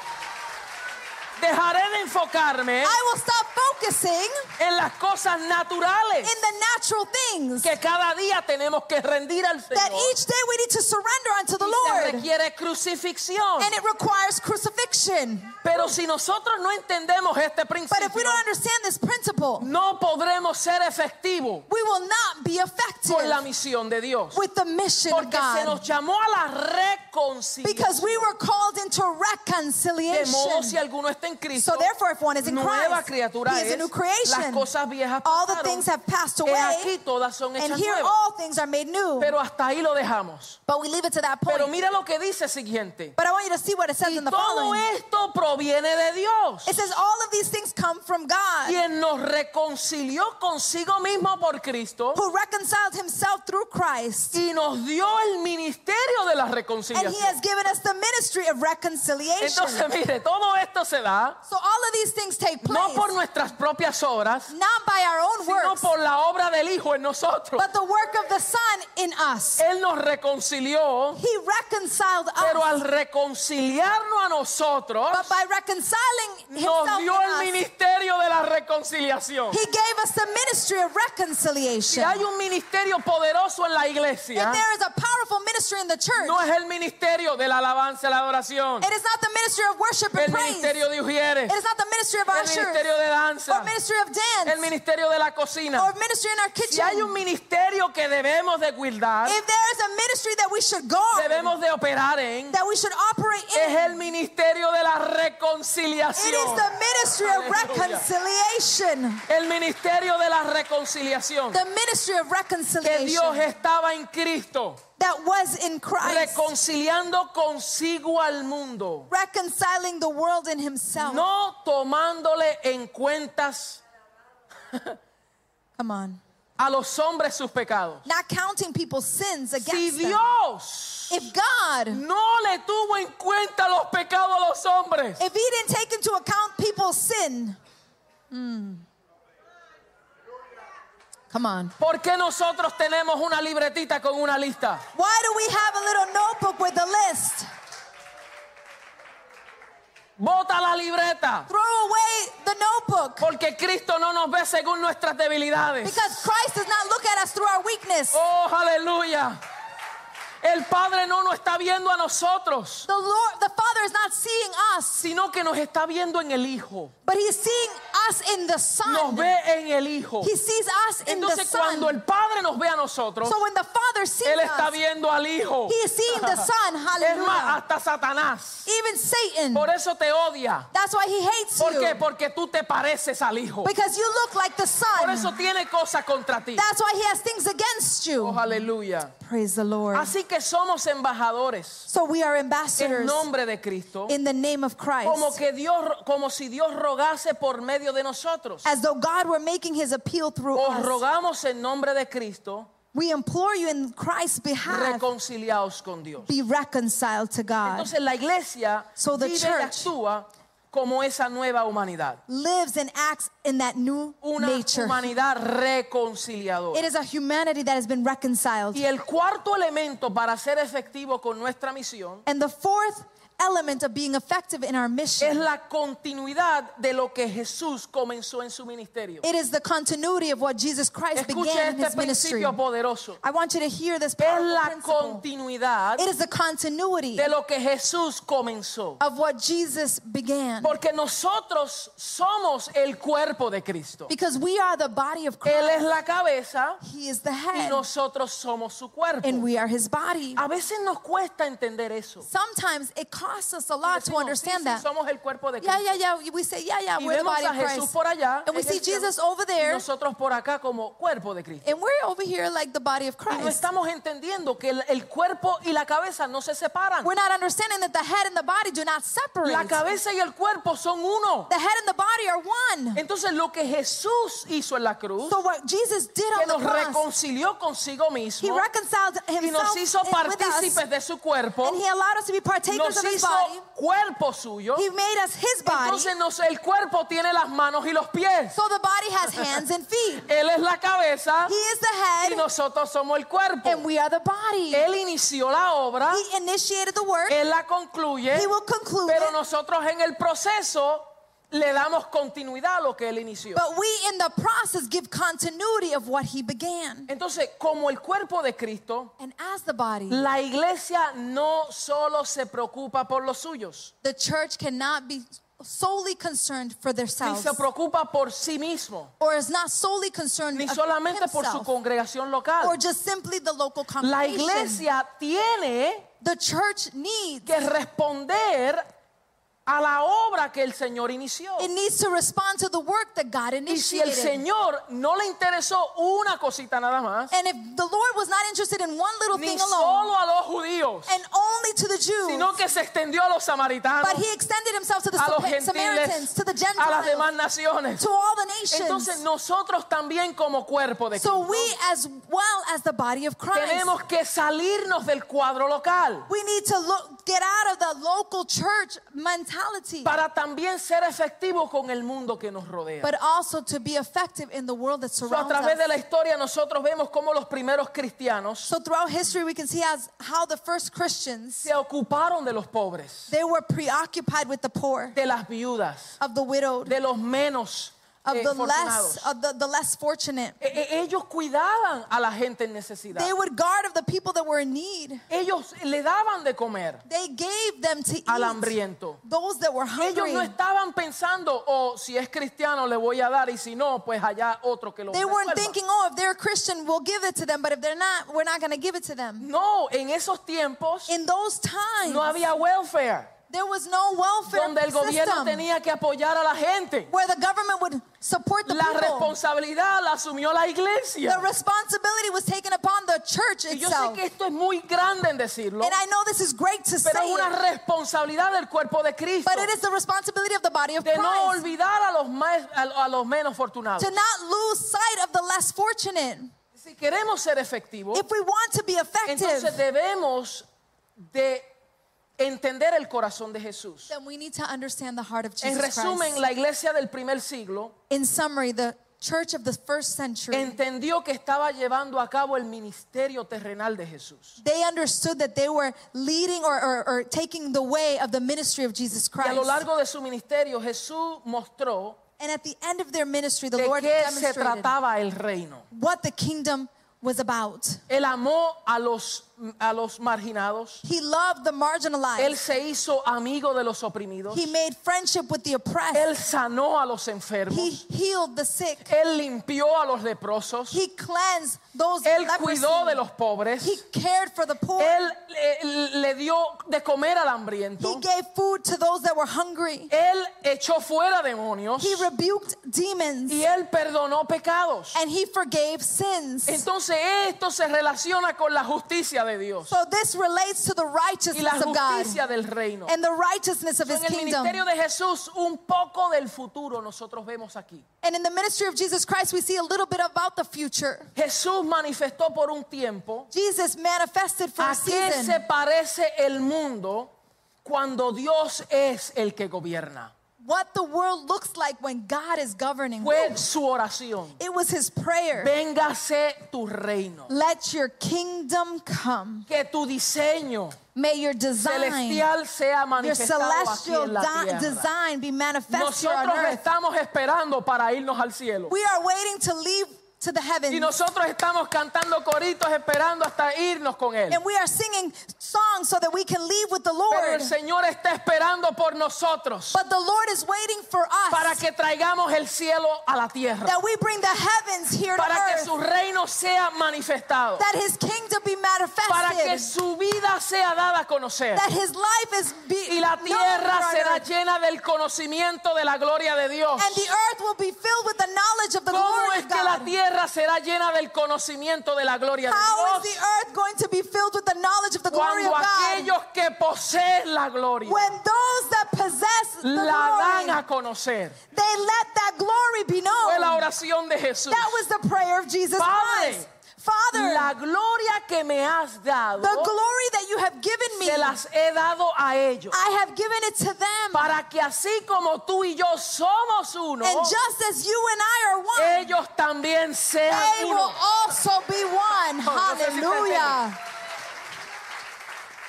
[SPEAKER 1] Dejaré de enfocarme
[SPEAKER 2] I will stop focusing
[SPEAKER 1] en las cosas naturales
[SPEAKER 2] in the natural things
[SPEAKER 1] que cada día tenemos que rendir al Señor.
[SPEAKER 2] that each day we need to surrender unto the
[SPEAKER 1] Y se
[SPEAKER 2] Lord.
[SPEAKER 1] requiere crucifixión.
[SPEAKER 2] And it requires crucifixion.
[SPEAKER 1] Pero si nosotros no entendemos este
[SPEAKER 2] But if we
[SPEAKER 1] principio,
[SPEAKER 2] don't understand this principle,
[SPEAKER 1] no podremos ser efectivos
[SPEAKER 2] we will not be
[SPEAKER 1] con la
[SPEAKER 2] effective
[SPEAKER 1] misión de Dios.
[SPEAKER 2] with the mission of
[SPEAKER 1] Porque se
[SPEAKER 2] God.
[SPEAKER 1] nos llamó a la reconciliación.
[SPEAKER 2] Because we were called into
[SPEAKER 1] De modo si
[SPEAKER 2] reconciliation.
[SPEAKER 1] alguno está en Cristo,
[SPEAKER 2] So therefore, if one is in
[SPEAKER 1] nueva
[SPEAKER 2] Christ,
[SPEAKER 1] criatura
[SPEAKER 2] he is a
[SPEAKER 1] es.
[SPEAKER 2] new
[SPEAKER 1] Las
[SPEAKER 2] creation.
[SPEAKER 1] cosas viejas
[SPEAKER 2] All the
[SPEAKER 1] pasaron.
[SPEAKER 2] things have passed
[SPEAKER 1] He aquí
[SPEAKER 2] away,
[SPEAKER 1] todas son
[SPEAKER 2] and
[SPEAKER 1] hechas
[SPEAKER 2] here
[SPEAKER 1] nuevas.
[SPEAKER 2] all things are made new.
[SPEAKER 1] Pero hasta ahí lo dejamos.
[SPEAKER 2] But we leave it to that
[SPEAKER 1] Pero
[SPEAKER 2] point.
[SPEAKER 1] mira lo que dice siguiente.
[SPEAKER 2] But I want you to see what it says
[SPEAKER 1] Y
[SPEAKER 2] in the
[SPEAKER 1] todo
[SPEAKER 2] following.
[SPEAKER 1] esto proviene de Dios,
[SPEAKER 2] It says all of these things come from God,
[SPEAKER 1] quien nos reconcilió consigo mismo por Cristo
[SPEAKER 2] who reconciled himself through Christ,
[SPEAKER 1] y nos dio el ministerio de la
[SPEAKER 2] and he
[SPEAKER 1] reconciliación.
[SPEAKER 2] has given us the ministry of reconciliation.
[SPEAKER 1] Entonces, mire, todo esto se da
[SPEAKER 2] So all of these things take
[SPEAKER 1] no
[SPEAKER 2] place,
[SPEAKER 1] por nuestras propias obras,
[SPEAKER 2] not by our own
[SPEAKER 1] sino
[SPEAKER 2] works,
[SPEAKER 1] por la obra del Hijo en nosotros.
[SPEAKER 2] but the work of the Son in us.
[SPEAKER 1] Él nos reconcilió,
[SPEAKER 2] He reconciled
[SPEAKER 1] pero
[SPEAKER 2] us,
[SPEAKER 1] al reconciliarnos a nosotros,
[SPEAKER 2] but by reconciling
[SPEAKER 1] nos
[SPEAKER 2] Himself in
[SPEAKER 1] dio el
[SPEAKER 2] us,
[SPEAKER 1] ministerio de la reconciliación.
[SPEAKER 2] He gave us the ministry of
[SPEAKER 1] Si
[SPEAKER 2] reconciliation.
[SPEAKER 1] hay un ministerio poderoso en la iglesia,
[SPEAKER 2] If there is a powerful ministry in the church,
[SPEAKER 1] no es el ministerio de la alabanza y la adoración,
[SPEAKER 2] it is not the ministry of worship
[SPEAKER 1] el
[SPEAKER 2] and praise.
[SPEAKER 1] ministerio de Ujieres,
[SPEAKER 2] It is not the ministry of
[SPEAKER 1] el
[SPEAKER 2] ushers
[SPEAKER 1] ministerio de danza,
[SPEAKER 2] or ministry of
[SPEAKER 1] el
[SPEAKER 2] dance
[SPEAKER 1] ministerio de la cocina.
[SPEAKER 2] or ministry in our
[SPEAKER 1] Si hay
[SPEAKER 2] kitchen.
[SPEAKER 1] un ministerio que debemos de cuidar,
[SPEAKER 2] If there is a ministry that we should guard,
[SPEAKER 1] debemos de operar en,
[SPEAKER 2] that we should operate
[SPEAKER 1] es
[SPEAKER 2] in,
[SPEAKER 1] el ministerio de la
[SPEAKER 2] it
[SPEAKER 1] reconciliación.
[SPEAKER 2] is the ministry of
[SPEAKER 1] Hallelujah.
[SPEAKER 2] reconciliation.
[SPEAKER 1] El ministerio de la reconciliación.
[SPEAKER 2] The ministry of
[SPEAKER 1] Que Dios
[SPEAKER 2] reconciliation
[SPEAKER 1] estaba en Cristo,
[SPEAKER 2] that was in Christ,
[SPEAKER 1] reconciliando consigo al mundo,
[SPEAKER 2] reconciling the world in Himself.
[SPEAKER 1] no tomándole en cuentas
[SPEAKER 2] Come on.
[SPEAKER 1] a los hombres sus pecados.
[SPEAKER 2] Not counting people's sins
[SPEAKER 1] Si
[SPEAKER 2] against them.
[SPEAKER 1] Dios
[SPEAKER 2] If God
[SPEAKER 1] no le tuvo en cuenta los pecados a los hombres,
[SPEAKER 2] If he didn't take into account people's sin, mm. come on.
[SPEAKER 1] ¿por qué nosotros tenemos una libretita con una lista?
[SPEAKER 2] Why do we have a little notebook with a list?
[SPEAKER 1] Bota la libreta.
[SPEAKER 2] Throw away the notebook
[SPEAKER 1] Porque Cristo no nos ve según nuestras debilidades.
[SPEAKER 2] because Christ does not look at us through our weakness.
[SPEAKER 1] Oh, aleluya. El Padre no nos está viendo a nosotros,
[SPEAKER 2] The Lord, the Father is not seeing us,
[SPEAKER 1] sino que nos está viendo en el Hijo.
[SPEAKER 2] but He's seeing us in the
[SPEAKER 1] Nos
[SPEAKER 2] Son.
[SPEAKER 1] ve en el Hijo.
[SPEAKER 2] He sees us in the
[SPEAKER 1] Entonces cuando
[SPEAKER 2] Son.
[SPEAKER 1] el Padre nos ve a nosotros,
[SPEAKER 2] So when the Father sees
[SPEAKER 1] Él está
[SPEAKER 2] us,
[SPEAKER 1] viendo al Hijo.
[SPEAKER 2] He is seeing the Son.
[SPEAKER 1] Es más,
[SPEAKER 2] Hallelujah.
[SPEAKER 1] hasta Satanás.
[SPEAKER 2] Even Satan.
[SPEAKER 1] Por eso te odia.
[SPEAKER 2] That's why he hates
[SPEAKER 1] ¿Por qué?
[SPEAKER 2] you.
[SPEAKER 1] Porque tú te pareces al Hijo.
[SPEAKER 2] Because you look like
[SPEAKER 1] Por
[SPEAKER 2] the Son.
[SPEAKER 1] eso tiene cosas contra ti.
[SPEAKER 2] That's why he has things against
[SPEAKER 1] Oh,
[SPEAKER 2] you.
[SPEAKER 1] aleluya.
[SPEAKER 2] Praise the Lord.
[SPEAKER 1] Así que somos embajadores
[SPEAKER 2] So we are
[SPEAKER 1] en
[SPEAKER 2] ambassadors
[SPEAKER 1] nombre de Cristo.
[SPEAKER 2] in the name of
[SPEAKER 1] como
[SPEAKER 2] Christ.
[SPEAKER 1] que Dios como si Dios rogase por medio de nosotros.
[SPEAKER 2] As though God were making his appeal through
[SPEAKER 1] Os
[SPEAKER 2] us.
[SPEAKER 1] rogamos en nombre de Cristo,
[SPEAKER 2] We implore you in Christ's behalf,
[SPEAKER 1] reconciliaos con Dios.
[SPEAKER 2] be reconciled to God.
[SPEAKER 1] Entonces la iglesia
[SPEAKER 2] Ah. So the
[SPEAKER 1] vive y
[SPEAKER 2] church-
[SPEAKER 1] actúa como esa nueva humanidad,
[SPEAKER 2] Lives and acts in that new
[SPEAKER 1] una
[SPEAKER 2] nature.
[SPEAKER 1] humanidad reconciliadora.
[SPEAKER 2] It is a humanity that has been reconciled.
[SPEAKER 1] Y el cuarto elemento para ser efectivo con nuestra misión
[SPEAKER 2] And the fourth element of being effective in our mission.
[SPEAKER 1] es la continuidad de lo que Jesús comenzó en su ministerio.
[SPEAKER 2] It is the continuity of what Jesus Christ
[SPEAKER 1] Escuche
[SPEAKER 2] began in
[SPEAKER 1] este
[SPEAKER 2] his ministry.
[SPEAKER 1] principio poderoso.
[SPEAKER 2] I want you to hear
[SPEAKER 1] Es
[SPEAKER 2] this powerful
[SPEAKER 1] la
[SPEAKER 2] principle.
[SPEAKER 1] continuidad
[SPEAKER 2] It is the continuity
[SPEAKER 1] de lo que Jesús comenzó.
[SPEAKER 2] of what Jesus began.
[SPEAKER 1] Porque nosotros somos el cuerpo de Cristo.
[SPEAKER 2] Because we are the body of
[SPEAKER 1] Él es
[SPEAKER 2] Christ.
[SPEAKER 1] la cabeza
[SPEAKER 2] He is the
[SPEAKER 1] y Ah.
[SPEAKER 2] head.
[SPEAKER 1] nosotros somos su cuerpo.
[SPEAKER 2] And we are his body.
[SPEAKER 1] A veces nos cuesta entender eso.
[SPEAKER 2] Sometimes it costs us a lot to
[SPEAKER 1] Decimos, sí,
[SPEAKER 2] understand
[SPEAKER 1] sí,
[SPEAKER 2] that.
[SPEAKER 1] somos el cuerpo de
[SPEAKER 2] Yeah,
[SPEAKER 1] Cristo.
[SPEAKER 2] yeah, yeah. We say, yeah, yeah,
[SPEAKER 1] Y
[SPEAKER 2] we're the
[SPEAKER 1] vemos
[SPEAKER 2] body
[SPEAKER 1] a
[SPEAKER 2] of
[SPEAKER 1] Jesús
[SPEAKER 2] Christ.
[SPEAKER 1] por allá
[SPEAKER 2] And we
[SPEAKER 1] en el
[SPEAKER 2] see
[SPEAKER 1] cielo,
[SPEAKER 2] Jesus over
[SPEAKER 1] y
[SPEAKER 2] there.
[SPEAKER 1] nosotros por acá como cuerpo de Cristo.
[SPEAKER 2] And we're over here like the body of
[SPEAKER 1] Y no
[SPEAKER 2] Christ.
[SPEAKER 1] estamos entendiendo que el, el cuerpo y la cabeza no se separan.
[SPEAKER 2] We're not understanding that the head and the body do not separate.
[SPEAKER 1] La
[SPEAKER 2] The
[SPEAKER 1] cabeza y el cuerpo son uno.
[SPEAKER 2] head and the body are one.
[SPEAKER 1] Entonces lo que Jesús hizo en la cruz,
[SPEAKER 2] So what Jesus did
[SPEAKER 1] que
[SPEAKER 2] on the
[SPEAKER 1] nos
[SPEAKER 2] cross,
[SPEAKER 1] reconcilió consigo
[SPEAKER 2] he
[SPEAKER 1] mismo,
[SPEAKER 2] reconciled
[SPEAKER 1] y nos
[SPEAKER 2] himself
[SPEAKER 1] hizo
[SPEAKER 2] with us.
[SPEAKER 1] partícipes de su cuerpo,
[SPEAKER 2] And he allowed us to be partakers
[SPEAKER 1] nos
[SPEAKER 2] of
[SPEAKER 1] hizo
[SPEAKER 2] his body.
[SPEAKER 1] cuerpo suyo.
[SPEAKER 2] He made us his body.
[SPEAKER 1] Entonces nos- el cuerpo tiene las manos y los pies.
[SPEAKER 2] So the body has hands and feet.
[SPEAKER 1] Él es la cabeza
[SPEAKER 2] He is the
[SPEAKER 1] y
[SPEAKER 2] head
[SPEAKER 1] nosotros somos el cuerpo.
[SPEAKER 2] and we are the body.
[SPEAKER 1] Él inició la obra,
[SPEAKER 2] He initiated the work.
[SPEAKER 1] él la concluye,
[SPEAKER 2] He will conclude
[SPEAKER 1] eh, pero
[SPEAKER 2] it.
[SPEAKER 1] nosotros en el proceso le damos continuidad a lo que él inició.
[SPEAKER 2] But we in the process give continuity of what he began.
[SPEAKER 1] Entonces, como el cuerpo de Cristo,
[SPEAKER 2] And as the body,
[SPEAKER 1] la iglesia no solo se preocupa por los suyos,
[SPEAKER 2] the church cannot be solely concerned for
[SPEAKER 1] ni
[SPEAKER 2] themselves
[SPEAKER 1] se preocupa por sí mismo.
[SPEAKER 2] or is not solely concerned
[SPEAKER 1] ni
[SPEAKER 2] of
[SPEAKER 1] solamente por su
[SPEAKER 2] himself
[SPEAKER 1] congregación
[SPEAKER 2] or
[SPEAKER 1] local.
[SPEAKER 2] just simply the local
[SPEAKER 1] La
[SPEAKER 2] congregation.
[SPEAKER 1] iglesia tiene
[SPEAKER 2] the church needs
[SPEAKER 1] que responder a la obra que el Señor inició.
[SPEAKER 2] it needs to respond to the work that God
[SPEAKER 1] Y si el
[SPEAKER 2] initiated.
[SPEAKER 1] Señor no le interesó una cosita nada más,
[SPEAKER 2] And if the Lord was not interested in one little
[SPEAKER 1] ni
[SPEAKER 2] thing alone,
[SPEAKER 1] solo a los judíos,
[SPEAKER 2] and only to the
[SPEAKER 1] sino
[SPEAKER 2] Jews,
[SPEAKER 1] que se extendió a los samaritanos,
[SPEAKER 2] but he extended himself to the
[SPEAKER 1] a los
[SPEAKER 2] Sam-
[SPEAKER 1] gentiles,
[SPEAKER 2] Samaritans, to the
[SPEAKER 1] a las
[SPEAKER 2] Gentiles,
[SPEAKER 1] demás naciones.
[SPEAKER 2] to all the
[SPEAKER 1] Entonces
[SPEAKER 2] nations.
[SPEAKER 1] nosotros también como cuerpo de
[SPEAKER 2] So
[SPEAKER 1] Cristo
[SPEAKER 2] we, as well as the body of Christ,
[SPEAKER 1] tenemos que salirnos del cuadro local.
[SPEAKER 2] we need to look get out of the local church mentality,
[SPEAKER 1] para también ser efectivos con el mundo que nos rodea.
[SPEAKER 2] but also to be effective in the world that
[SPEAKER 1] So, a
[SPEAKER 2] surrounds
[SPEAKER 1] través de
[SPEAKER 2] us.
[SPEAKER 1] la historia nosotros vemos cómo los primeros cristianos
[SPEAKER 2] So throughout history, we can see as how the first Christians
[SPEAKER 1] se ocuparon de los pobres,
[SPEAKER 2] they were preoccupied with the poor,
[SPEAKER 1] de las viudas,
[SPEAKER 2] of the widowed,
[SPEAKER 1] de los menos
[SPEAKER 2] of
[SPEAKER 1] eh,
[SPEAKER 2] the
[SPEAKER 1] fortunados.
[SPEAKER 2] less, of the, the less fortunate.
[SPEAKER 1] E- e- Ellos cuidaban a la gente en necesidad.
[SPEAKER 2] They would guard of the people that were in need.
[SPEAKER 1] Ellos le daban de comer
[SPEAKER 2] They gave them to
[SPEAKER 1] al
[SPEAKER 2] eat.
[SPEAKER 1] hambriento.
[SPEAKER 2] Those that were
[SPEAKER 1] Ellos
[SPEAKER 2] hungry.
[SPEAKER 1] no estaban pensando, oh, si es cristiano le voy a dar y si no, pues allá otro que lo
[SPEAKER 2] They weren't
[SPEAKER 1] resuelva.
[SPEAKER 2] thinking, oh, if they're a Christian, we'll give it to them, but if they're not, we're not going to give it to them.
[SPEAKER 1] No, en esos tiempos
[SPEAKER 2] In those times,
[SPEAKER 1] no había welfare,
[SPEAKER 2] there was no welfare
[SPEAKER 1] donde el gobierno
[SPEAKER 2] system
[SPEAKER 1] tenía que apoyar a la gente.
[SPEAKER 2] where the government would support the
[SPEAKER 1] La
[SPEAKER 2] people.
[SPEAKER 1] responsabilidad la asumió la
[SPEAKER 2] The
[SPEAKER 1] iglesia.
[SPEAKER 2] responsibility was taken upon the church
[SPEAKER 1] Y yo sé
[SPEAKER 2] itself.
[SPEAKER 1] que esto es muy grande en decirlo,
[SPEAKER 2] And I know this is great to say,
[SPEAKER 1] pero es una
[SPEAKER 2] it,
[SPEAKER 1] responsabilidad del cuerpo de Cristo
[SPEAKER 2] but it is the responsibility of the body of
[SPEAKER 1] de no
[SPEAKER 2] Christ
[SPEAKER 1] olvidar a los, más- a- a los menos fortunados.
[SPEAKER 2] to not lose sight of the less fortunate.
[SPEAKER 1] Si queremos ser efectivos,
[SPEAKER 2] If we want to be
[SPEAKER 1] Entonces
[SPEAKER 2] effective,
[SPEAKER 1] debemos de entender el corazón de Jesús.
[SPEAKER 2] then we need to understand the heart of
[SPEAKER 1] En
[SPEAKER 2] Jesus
[SPEAKER 1] resumen,
[SPEAKER 2] Christ.
[SPEAKER 1] la iglesia del primer siglo
[SPEAKER 2] In summary, the church of the first century
[SPEAKER 1] entendió que estaba llevando a cabo el ministerio terrenal de Jesús.
[SPEAKER 2] they understood that they were leading or, or, or taking the way of the ministry of Jesus
[SPEAKER 1] Y a
[SPEAKER 2] Christ.
[SPEAKER 1] lo largo de su ministerio Jesús mostró
[SPEAKER 2] and at the end of their ministry, the
[SPEAKER 1] de
[SPEAKER 2] Lord
[SPEAKER 1] qué se
[SPEAKER 2] demonstrated
[SPEAKER 1] trataba el reino.
[SPEAKER 2] what the kingdom was about.
[SPEAKER 1] Él amó a los, a los marginados.
[SPEAKER 2] He loved the
[SPEAKER 1] Él
[SPEAKER 2] marginalized.
[SPEAKER 1] se hizo amigo de los oprimidos.
[SPEAKER 2] He made friendship with the oppressed.
[SPEAKER 1] Él sanó a los
[SPEAKER 2] He
[SPEAKER 1] enfermos.
[SPEAKER 2] healed the sick.
[SPEAKER 1] Él limpió a los leprosos.
[SPEAKER 2] He cleansed those
[SPEAKER 1] Él
[SPEAKER 2] leprosy.
[SPEAKER 1] cuidó de los pobres.
[SPEAKER 2] He cared for the poor.
[SPEAKER 1] Él eh, le dio de comer al
[SPEAKER 2] He
[SPEAKER 1] hambriento.
[SPEAKER 2] gave food to those that were hungry.
[SPEAKER 1] Él echó fuera demonios.
[SPEAKER 2] He rebuked demons.
[SPEAKER 1] Y él perdonó pecados.
[SPEAKER 2] And he forgave sins.
[SPEAKER 1] Entonces esto se relaciona con la justicia de Dios
[SPEAKER 2] So this relates to the
[SPEAKER 1] y la
[SPEAKER 2] righteousness of God.
[SPEAKER 1] justicia del reino.
[SPEAKER 2] and the righteousness of his
[SPEAKER 1] En el
[SPEAKER 2] kingdom.
[SPEAKER 1] ministerio de Jesús, un poco del futuro nosotros vemos aquí.
[SPEAKER 2] And in the ministry of Jesus Christ, we see a little bit about the future.
[SPEAKER 1] Jesús manifestó por un tiempo
[SPEAKER 2] Jesus manifested for
[SPEAKER 1] a
[SPEAKER 2] a
[SPEAKER 1] qué se
[SPEAKER 2] season
[SPEAKER 1] parece el mundo cuando Dios es el que gobierna.
[SPEAKER 2] what the world looks like when God is governing.
[SPEAKER 1] Fue su oración.
[SPEAKER 2] It was his prayer.
[SPEAKER 1] Véngase tu reino.
[SPEAKER 2] Let your kingdom come.
[SPEAKER 1] que tu diseño
[SPEAKER 2] May your design,
[SPEAKER 1] celestial sea
[SPEAKER 2] your
[SPEAKER 1] manifestado aquí
[SPEAKER 2] celestial
[SPEAKER 1] en la
[SPEAKER 2] di-
[SPEAKER 1] tierra.
[SPEAKER 2] design be manifest here on
[SPEAKER 1] Nosotros
[SPEAKER 2] earth.
[SPEAKER 1] estamos esperando para irnos al cielo.
[SPEAKER 2] We are waiting to leave to the
[SPEAKER 1] Y
[SPEAKER 2] heavens.
[SPEAKER 1] nosotros estamos cantando coritos esperando hasta irnos con él.
[SPEAKER 2] And we are singing songs so that we can leave with the
[SPEAKER 1] Pero el
[SPEAKER 2] Lord.
[SPEAKER 1] Señor está esperando por nosotros
[SPEAKER 2] But the Lord is waiting for
[SPEAKER 1] para
[SPEAKER 2] us
[SPEAKER 1] que traigamos el cielo a la tierra,
[SPEAKER 2] that we bring the heavens here to
[SPEAKER 1] para que
[SPEAKER 2] earth,
[SPEAKER 1] su reino sea manifestado,
[SPEAKER 2] that his kingdom be
[SPEAKER 1] para que
[SPEAKER 2] manifested,
[SPEAKER 1] su vida sea dada a conocer
[SPEAKER 2] that his life is be
[SPEAKER 1] y la
[SPEAKER 2] known here
[SPEAKER 1] tierra
[SPEAKER 2] on
[SPEAKER 1] será
[SPEAKER 2] earth,
[SPEAKER 1] llena del conocimiento de la gloria de Dios.
[SPEAKER 2] and the earth will be filled with the knowledge of the
[SPEAKER 1] ¿Cómo
[SPEAKER 2] glory
[SPEAKER 1] es
[SPEAKER 2] of
[SPEAKER 1] que la
[SPEAKER 2] God.
[SPEAKER 1] tierra será llena del conocimiento de la gloria de
[SPEAKER 2] How is
[SPEAKER 1] Dios?
[SPEAKER 2] the earth going to be filled with the knowledge of the glory of
[SPEAKER 1] Cuando
[SPEAKER 2] God
[SPEAKER 1] aquellos que poseen la gloria
[SPEAKER 2] when those that possess the
[SPEAKER 1] la dan
[SPEAKER 2] glory
[SPEAKER 1] a conocer.
[SPEAKER 2] they let that glory be
[SPEAKER 1] Fue la
[SPEAKER 2] known?
[SPEAKER 1] oración de Jesús.
[SPEAKER 2] That was the prayer of Jesus
[SPEAKER 1] Padre,
[SPEAKER 2] Christ. Father,
[SPEAKER 1] La gloria que me has dado
[SPEAKER 2] the glory that you have given me,
[SPEAKER 1] se las he dado a ellos.
[SPEAKER 2] I have given it to them.
[SPEAKER 1] Para que así como tú y yo somos uno,
[SPEAKER 2] And just as you and I are one,
[SPEAKER 1] ellos también
[SPEAKER 2] they
[SPEAKER 1] sean
[SPEAKER 2] will
[SPEAKER 1] uno.
[SPEAKER 2] also be one.
[SPEAKER 1] Oh, no sé si te
[SPEAKER 2] Hallelujah.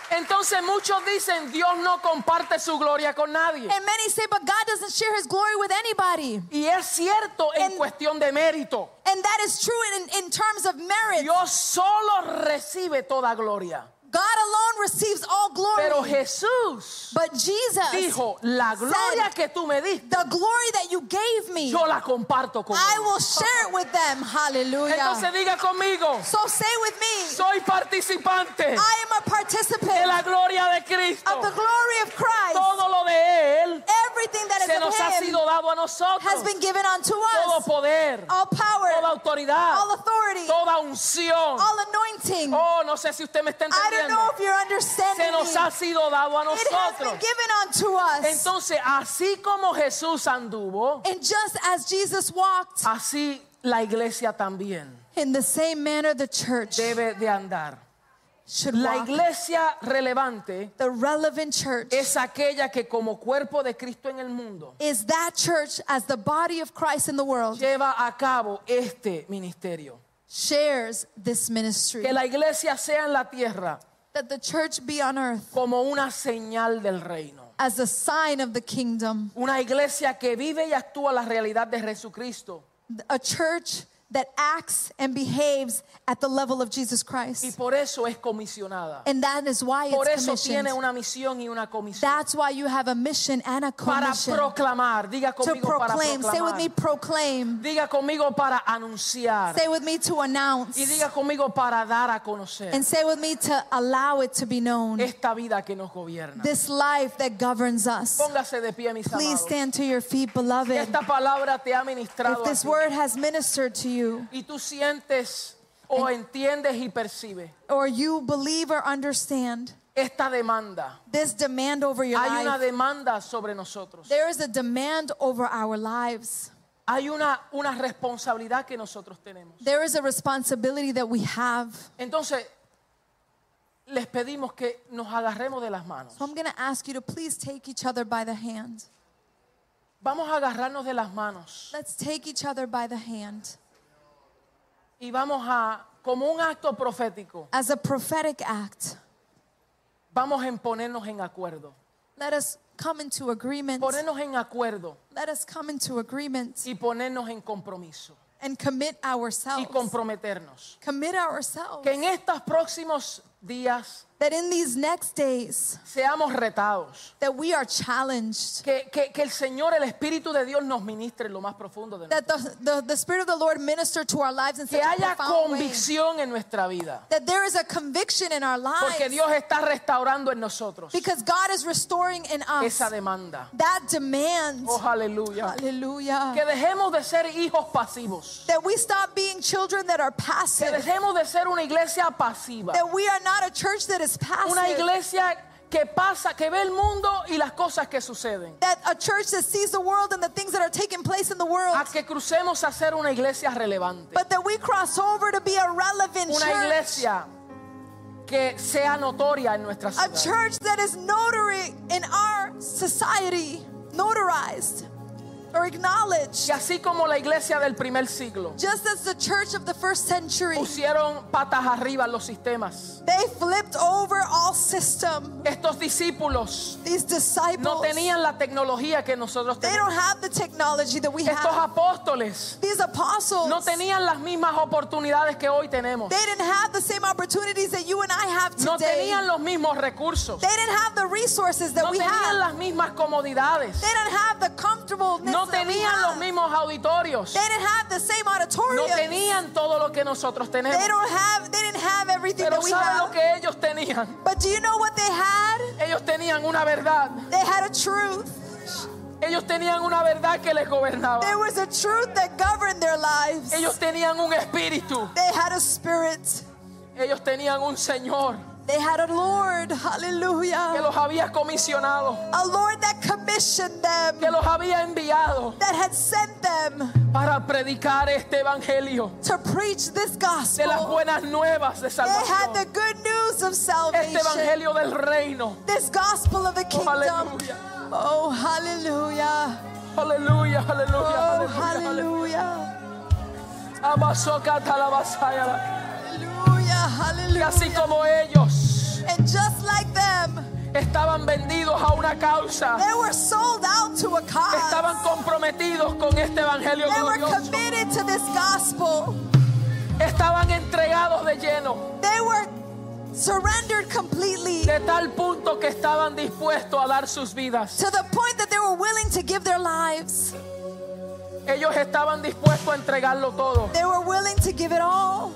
[SPEAKER 1] Entonces muchos dicen, Dios no comparte su gloria con nadie.
[SPEAKER 2] And many say, but God doesn't share his glory with anybody.
[SPEAKER 1] Y es cierto en
[SPEAKER 2] En-
[SPEAKER 1] cuestión de mérito.
[SPEAKER 2] And that is true in, in terms of merit.
[SPEAKER 1] Dios solo recibe toda gloria.
[SPEAKER 2] God alone receives all
[SPEAKER 1] Pero
[SPEAKER 2] glory.
[SPEAKER 1] Jesús
[SPEAKER 2] But Jesus,
[SPEAKER 1] dijo, la gloria que tú me diste,
[SPEAKER 2] the glory that you gave me,
[SPEAKER 1] yo la comparto con
[SPEAKER 2] I
[SPEAKER 1] él.
[SPEAKER 2] will share it with them.
[SPEAKER 1] Entonces
[SPEAKER 2] Hallelujah.
[SPEAKER 1] diga conmigo,
[SPEAKER 2] So say with me,
[SPEAKER 1] soy participante
[SPEAKER 2] I am a
[SPEAKER 1] de la
[SPEAKER 2] participant
[SPEAKER 1] gloria de Cristo.
[SPEAKER 2] of the glory of Christ.
[SPEAKER 1] Todo lo de Él
[SPEAKER 2] Everything that
[SPEAKER 1] se nos ha
[SPEAKER 2] is of him
[SPEAKER 1] sido dado a
[SPEAKER 2] has
[SPEAKER 1] nosotros.
[SPEAKER 2] been given unto
[SPEAKER 1] Todo
[SPEAKER 2] us.
[SPEAKER 1] poder,
[SPEAKER 2] all
[SPEAKER 1] toda
[SPEAKER 2] power,
[SPEAKER 1] autoridad,
[SPEAKER 2] all authority,
[SPEAKER 1] toda unción.
[SPEAKER 2] all anointing.
[SPEAKER 1] Oh, no sé si usted me está
[SPEAKER 2] I don't know
[SPEAKER 1] entendiendo.
[SPEAKER 2] if you're understanding
[SPEAKER 1] Se nos
[SPEAKER 2] me.
[SPEAKER 1] ha sido dado a
[SPEAKER 2] It has been
[SPEAKER 1] nosotros.
[SPEAKER 2] given unto us.
[SPEAKER 1] Entonces, así como Jesús anduvo,
[SPEAKER 2] And just as Jesus walked,
[SPEAKER 1] así la iglesia también
[SPEAKER 2] in the same manner the church
[SPEAKER 1] debe de andar.
[SPEAKER 2] should
[SPEAKER 1] La
[SPEAKER 2] walk.
[SPEAKER 1] iglesia relevante
[SPEAKER 2] The relevant church
[SPEAKER 1] es aquella que como cuerpo de Cristo en el mundo
[SPEAKER 2] is that church as the body of Christ in the world
[SPEAKER 1] lleva a cabo este ministerio.
[SPEAKER 2] shares this ministry.
[SPEAKER 1] Que la iglesia sea en la tierra
[SPEAKER 2] That the church be on earth
[SPEAKER 1] como una señal del reino.
[SPEAKER 2] as a sign of the kingdom.
[SPEAKER 1] Una iglesia que vive y actúa la realidad de Jesucristo.
[SPEAKER 2] A church that acts and behaves at the level of Jesus
[SPEAKER 1] Y
[SPEAKER 2] Christ.
[SPEAKER 1] por eso es comisionada.
[SPEAKER 2] And that is why
[SPEAKER 1] Por
[SPEAKER 2] it's
[SPEAKER 1] eso tiene
[SPEAKER 2] commissioned.
[SPEAKER 1] una misión y una comisión.
[SPEAKER 2] That's why you have a mission and a
[SPEAKER 1] Para
[SPEAKER 2] commission
[SPEAKER 1] proclamar, diga
[SPEAKER 2] to
[SPEAKER 1] conmigo para
[SPEAKER 2] proclaim. Say with me,
[SPEAKER 1] proclamar.
[SPEAKER 2] proclaim.
[SPEAKER 1] Diga conmigo para anunciar.
[SPEAKER 2] Say with me to announce.
[SPEAKER 1] Y diga conmigo para dar a conocer
[SPEAKER 2] And say with me to allow it to be known.
[SPEAKER 1] esta vida que nos gobierna.
[SPEAKER 2] This life that governs us.
[SPEAKER 1] Póngase de pie, mis
[SPEAKER 2] Please
[SPEAKER 1] amados.
[SPEAKER 2] stand to your feet,
[SPEAKER 1] Si
[SPEAKER 2] beloved.
[SPEAKER 1] esta palabra te ha
[SPEAKER 2] If
[SPEAKER 1] ministrado a
[SPEAKER 2] this
[SPEAKER 1] ti
[SPEAKER 2] word has ministered to you,
[SPEAKER 1] y tú sientes o entiendes y percibes
[SPEAKER 2] or you believe or understand
[SPEAKER 1] esta demanda,
[SPEAKER 2] this demand over your
[SPEAKER 1] hay una
[SPEAKER 2] life,
[SPEAKER 1] demanda sobre nosotros.
[SPEAKER 2] there is a demand over our lives.
[SPEAKER 1] Hay una, una responsabilidad que nosotros tenemos.
[SPEAKER 2] There is a responsibility that we have.
[SPEAKER 1] Entonces, les pedimos que nos agarremos de las manos.
[SPEAKER 2] So I'm going to ask you to please take each other by the hand.
[SPEAKER 1] Vamos a agarrarnos de las manos
[SPEAKER 2] Let's take each other by the hand
[SPEAKER 1] y vamos a, como un acto profético,
[SPEAKER 2] as a prophetic act.
[SPEAKER 1] vamos a ponernos en acuerdo.
[SPEAKER 2] Let us come into agreement.
[SPEAKER 1] Ponernos en acuerdo
[SPEAKER 2] Let us come into agreement
[SPEAKER 1] y ponernos en compromiso
[SPEAKER 2] and commit
[SPEAKER 1] y
[SPEAKER 2] ourselves.
[SPEAKER 1] comprometernos.
[SPEAKER 2] Commit ourselves.
[SPEAKER 1] Que en estos próximos días
[SPEAKER 2] That in these next days,
[SPEAKER 1] seamos retados.
[SPEAKER 2] that we are challenged.
[SPEAKER 1] Que, que- que el Señor, el Espíritu de Dios nos ministre en lo más profundo de nosotros.
[SPEAKER 2] That the, the, the Spirit of the Lord minister to our lives in such
[SPEAKER 1] Que
[SPEAKER 2] a
[SPEAKER 1] haya
[SPEAKER 2] profound way.
[SPEAKER 1] convicción en nuestra vida.
[SPEAKER 2] That there is a conviction in our lives.
[SPEAKER 1] Porque Dios está restaurando en nosotros
[SPEAKER 2] Because God is restoring in us
[SPEAKER 1] esa demanda.
[SPEAKER 2] that demand.
[SPEAKER 1] Oh, aleluya.
[SPEAKER 2] Hallelujah.
[SPEAKER 1] Que dejemos de ser hijos pasivos.
[SPEAKER 2] That we stop being children that are
[SPEAKER 1] Que
[SPEAKER 2] passive.
[SPEAKER 1] dejemos de ser una iglesia pasiva.
[SPEAKER 2] That we are not a church that is passive.
[SPEAKER 1] Una iglesia que pasa, que ve el mundo y las cosas que suceden.
[SPEAKER 2] That a church that sees the world and the things that are taking place in the world.
[SPEAKER 1] A Ah, que crucemos a ser una iglesia relevante.
[SPEAKER 2] But that we cross over to be a relevant
[SPEAKER 1] Una
[SPEAKER 2] church.
[SPEAKER 1] iglesia que sea notoria en nuestra
[SPEAKER 2] A
[SPEAKER 1] ciudad.
[SPEAKER 2] church that is notary in our society, notarized or acknowledged.
[SPEAKER 1] Y así como la iglesia del primer siglo
[SPEAKER 2] Just as the church of the first century,
[SPEAKER 1] Oh, pusieron patas arriba los sistemas,
[SPEAKER 2] they flipped over all system.
[SPEAKER 1] estos discípulos
[SPEAKER 2] These
[SPEAKER 1] no
[SPEAKER 2] disciples, they
[SPEAKER 1] tenían la tecnología que nosotros tenemos.
[SPEAKER 2] don't have the technology that we
[SPEAKER 1] Estos
[SPEAKER 2] have.
[SPEAKER 1] apóstoles
[SPEAKER 2] These apostles,
[SPEAKER 1] no tenían las mismas oportunidades que hoy tenemos.
[SPEAKER 2] they didn't have the same opportunities that you and I have
[SPEAKER 1] No
[SPEAKER 2] today.
[SPEAKER 1] tenían los mismos recursos.
[SPEAKER 2] they didn't have the resources that
[SPEAKER 1] No
[SPEAKER 2] we
[SPEAKER 1] tenían
[SPEAKER 2] have.
[SPEAKER 1] las mismas comodidades.
[SPEAKER 2] They didn't have the comfortableness
[SPEAKER 1] No
[SPEAKER 2] that we
[SPEAKER 1] tenían los
[SPEAKER 2] have.
[SPEAKER 1] mismos auditorios.
[SPEAKER 2] They didn't have the same
[SPEAKER 1] No
[SPEAKER 2] auditorium.
[SPEAKER 1] tenían todo lo que nosotros
[SPEAKER 2] They
[SPEAKER 1] tenemos.
[SPEAKER 2] don't have they didn't have everything
[SPEAKER 1] Pero
[SPEAKER 2] that we
[SPEAKER 1] ¿saben lo
[SPEAKER 2] have.
[SPEAKER 1] que ellos tenían?
[SPEAKER 2] But do you know what they had?
[SPEAKER 1] Ellos tenían una verdad.
[SPEAKER 2] They had a truth.
[SPEAKER 1] Ellos tenían una verdad que les gobernaba.
[SPEAKER 2] There was a truth that governed their lives.
[SPEAKER 1] Ellos tenían un espíritu.
[SPEAKER 2] They had a spirit.
[SPEAKER 1] Ellos tenían un Señor
[SPEAKER 2] They had a Lord.
[SPEAKER 1] que
[SPEAKER 2] Hallelujah.
[SPEAKER 1] los había comisionado,
[SPEAKER 2] A Lord that commissioned them,
[SPEAKER 1] que los había enviado
[SPEAKER 2] that had sent them
[SPEAKER 1] para predicar este evangelio
[SPEAKER 2] to preach this
[SPEAKER 1] de las
[SPEAKER 2] gospel.
[SPEAKER 1] buenas nuevas de
[SPEAKER 2] Oh. They had the
[SPEAKER 1] salvación.
[SPEAKER 2] good news of
[SPEAKER 1] Este
[SPEAKER 2] salvation.
[SPEAKER 1] evangelio del reino.
[SPEAKER 2] This gospel of the kingdom.
[SPEAKER 1] hallelujah.
[SPEAKER 2] Oh, hallelujah.
[SPEAKER 1] Aleluya, aleluya,
[SPEAKER 2] Oh,
[SPEAKER 1] aleluya. aleluya.
[SPEAKER 2] hallelujah.
[SPEAKER 1] Abasocata la basaya.
[SPEAKER 2] Hallelujah.
[SPEAKER 1] Y así
[SPEAKER 2] Hallelujah.
[SPEAKER 1] como ellos
[SPEAKER 2] And just like them,
[SPEAKER 1] estaban vendidos a una causa,
[SPEAKER 2] they were sold out to a cause.
[SPEAKER 1] estaban comprometidos con este evangelio
[SPEAKER 2] They were
[SPEAKER 1] glorioso,
[SPEAKER 2] committed to this gospel.
[SPEAKER 1] estaban entregados de lleno.
[SPEAKER 2] They were surrendered completely to
[SPEAKER 1] de tal punto que estaban dispuestos a dar sus vidas.
[SPEAKER 2] the point that they were willing to give their lives.
[SPEAKER 1] Ellos estaban dispuestos a entregarlo todo.
[SPEAKER 2] They were willing to give it all.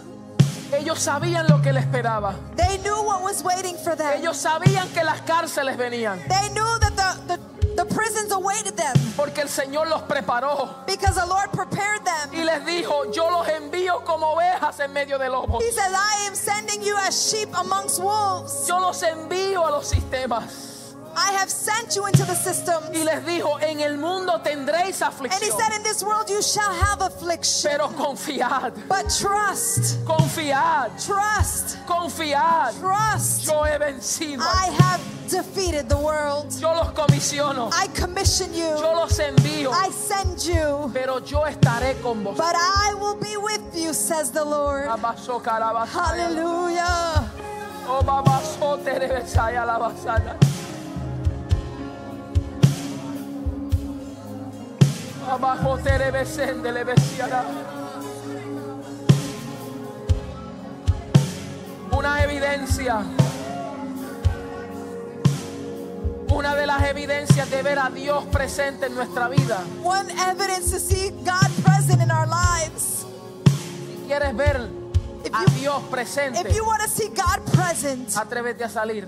[SPEAKER 1] Ellos sabían lo que les esperaba.
[SPEAKER 2] They knew what was waiting for them.
[SPEAKER 1] Ellos sabían que las cárceles venían
[SPEAKER 2] They knew that the, the, the prisons awaited them
[SPEAKER 1] porque el Señor los preparó
[SPEAKER 2] because the Lord prepared them.
[SPEAKER 1] y les dijo, yo los envío como ovejas en medio de lobos.
[SPEAKER 2] He says, I am sending you as sheep amongst wolves.
[SPEAKER 1] Yo los envío a los sistemas.
[SPEAKER 2] I have sent you into the system.
[SPEAKER 1] Y les dijo, en el mundo tendréis
[SPEAKER 2] And he
[SPEAKER 1] aflicción,
[SPEAKER 2] said, In this world you shall have affliction.
[SPEAKER 1] pero confiad,
[SPEAKER 2] But trust,
[SPEAKER 1] confiad,
[SPEAKER 2] trust,
[SPEAKER 1] confiad.
[SPEAKER 2] trust.
[SPEAKER 1] Yo he vencido.
[SPEAKER 2] I have defeated the world.
[SPEAKER 1] Yo los comisiono,
[SPEAKER 2] I commission you.
[SPEAKER 1] yo los envío,
[SPEAKER 2] I send you.
[SPEAKER 1] pero yo estaré con vosotros.
[SPEAKER 2] But I will be with you, says the Lord.
[SPEAKER 1] Abaso, carabasaya.
[SPEAKER 2] Hallelujah.
[SPEAKER 1] Oh, babaso, terebesaya, alabasana. Abajo, terebesende, lebesiara. Una evidencia. Una de las evidencias de ver a Dios presente en nuestra vida.
[SPEAKER 2] One evidence to see God present in our lives.
[SPEAKER 1] Si quieres ver
[SPEAKER 2] If
[SPEAKER 1] a
[SPEAKER 2] you-
[SPEAKER 1] Dios presente,
[SPEAKER 2] If you want to see God present,
[SPEAKER 1] atrévete a salir.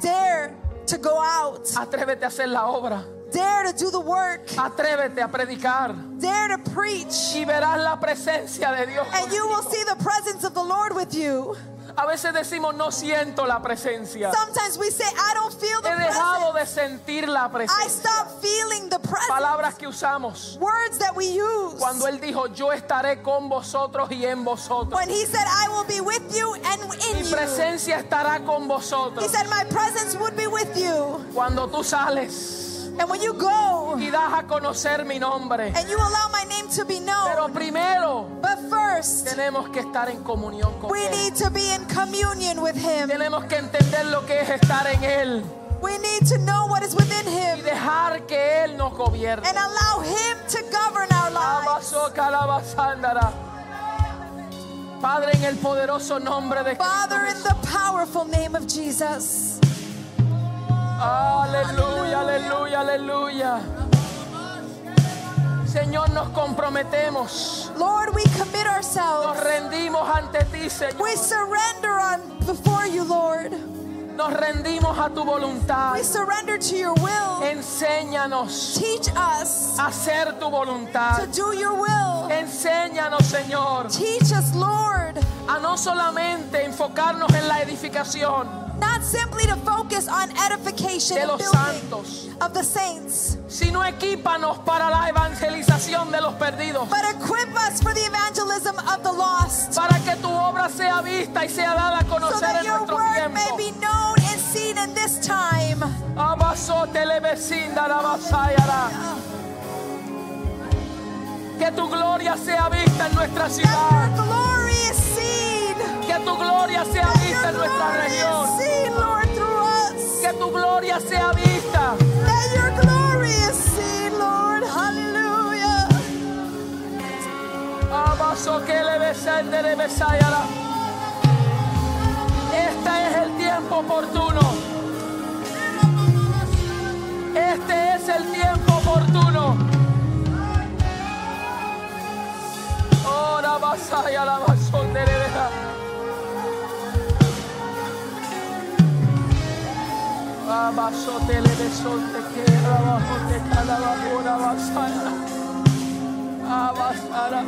[SPEAKER 2] dare to go out,
[SPEAKER 1] Atrévete a hacer la obra.
[SPEAKER 2] dare to do the work,
[SPEAKER 1] Atrévete a predicar.
[SPEAKER 2] dare to preach,
[SPEAKER 1] y verás la presencia de Dios.
[SPEAKER 2] and you will see the presence of the Lord with you.
[SPEAKER 1] A veces decimos no siento la presencia.
[SPEAKER 2] Sometimes we say, I don't feel the
[SPEAKER 1] He dejado de
[SPEAKER 2] presence.
[SPEAKER 1] sentir la
[SPEAKER 2] I
[SPEAKER 1] presencia.
[SPEAKER 2] stop feeling the presence.
[SPEAKER 1] Palabras que usamos.
[SPEAKER 2] Words that we use.
[SPEAKER 1] Cuando él dijo, "Yo estaré con vosotros y en vosotros."
[SPEAKER 2] When he said, I will be with you and
[SPEAKER 1] Mi
[SPEAKER 2] in you.
[SPEAKER 1] presencia estará con
[SPEAKER 2] He
[SPEAKER 1] vosotros.
[SPEAKER 2] said, My presence would be with you.
[SPEAKER 1] Cuando tú sales
[SPEAKER 2] And when you go
[SPEAKER 1] y das a conocer mi nombre.
[SPEAKER 2] and you allow my name to be known,
[SPEAKER 1] Pero primero
[SPEAKER 2] but first,
[SPEAKER 1] tenemos que estar en comunión con
[SPEAKER 2] we
[SPEAKER 1] él.
[SPEAKER 2] need to be in communion with him.
[SPEAKER 1] Tenemos que entender lo que es estar en él
[SPEAKER 2] We need to know what is within
[SPEAKER 1] y
[SPEAKER 2] him
[SPEAKER 1] dejar que él nos gobierne.
[SPEAKER 2] and allow him to govern our lives.
[SPEAKER 1] Abaso, calabazándara. Padre, en el poderoso nombre de
[SPEAKER 2] Father, in
[SPEAKER 1] Cristo.
[SPEAKER 2] the powerful name of Jesus.
[SPEAKER 1] Aleluya, aleluya, aleluya. Señor, nos comprometemos.
[SPEAKER 2] Lord, we commit
[SPEAKER 1] Nos
[SPEAKER 2] ourselves.
[SPEAKER 1] rendimos ante ti, Señor.
[SPEAKER 2] We surrender on before you, Lord.
[SPEAKER 1] Nos rendimos a tu voluntad.
[SPEAKER 2] We surrender to your will.
[SPEAKER 1] Enséñanos
[SPEAKER 2] Teach us
[SPEAKER 1] a hacer tu voluntad.
[SPEAKER 2] to do your will.
[SPEAKER 1] Enséñanos, Señor,
[SPEAKER 2] Teach us, Lord,
[SPEAKER 1] a no solamente enfocarnos en la edificación
[SPEAKER 2] not simply to focus on edification
[SPEAKER 1] de
[SPEAKER 2] and
[SPEAKER 1] los
[SPEAKER 2] building
[SPEAKER 1] santos.
[SPEAKER 2] of the saints,
[SPEAKER 1] sino equípanos para la evangelización de los perdidos,
[SPEAKER 2] but equip us for the evangelism of the lost,
[SPEAKER 1] para que tu obra sea vista y sea dada a
[SPEAKER 2] so
[SPEAKER 1] conocer
[SPEAKER 2] that
[SPEAKER 1] en
[SPEAKER 2] your
[SPEAKER 1] nuestro
[SPEAKER 2] word may
[SPEAKER 1] tiempo.
[SPEAKER 2] be known and seen in this time.
[SPEAKER 1] Abasote le vecinda la vasayara. Que tu gloria sea vista en nuestra
[SPEAKER 2] That
[SPEAKER 1] ciudad,
[SPEAKER 2] your glory is seen.
[SPEAKER 1] que tu gloria sea
[SPEAKER 2] That
[SPEAKER 1] vista
[SPEAKER 2] your
[SPEAKER 1] en nuestra
[SPEAKER 2] glory
[SPEAKER 1] región,
[SPEAKER 2] is seen, Lord, through us.
[SPEAKER 1] que tu gloria sea vista.
[SPEAKER 2] That your glory is seen, Lord. Hallelujah.
[SPEAKER 1] Abaso que le vecinda le vesayara. Este es el tiempo oportuno. Este es el tiempo oportuno. Oh, la vasalla, la basonderera. La basote, le besonte, que la bajote, la bajona, vasalla. La vasalla.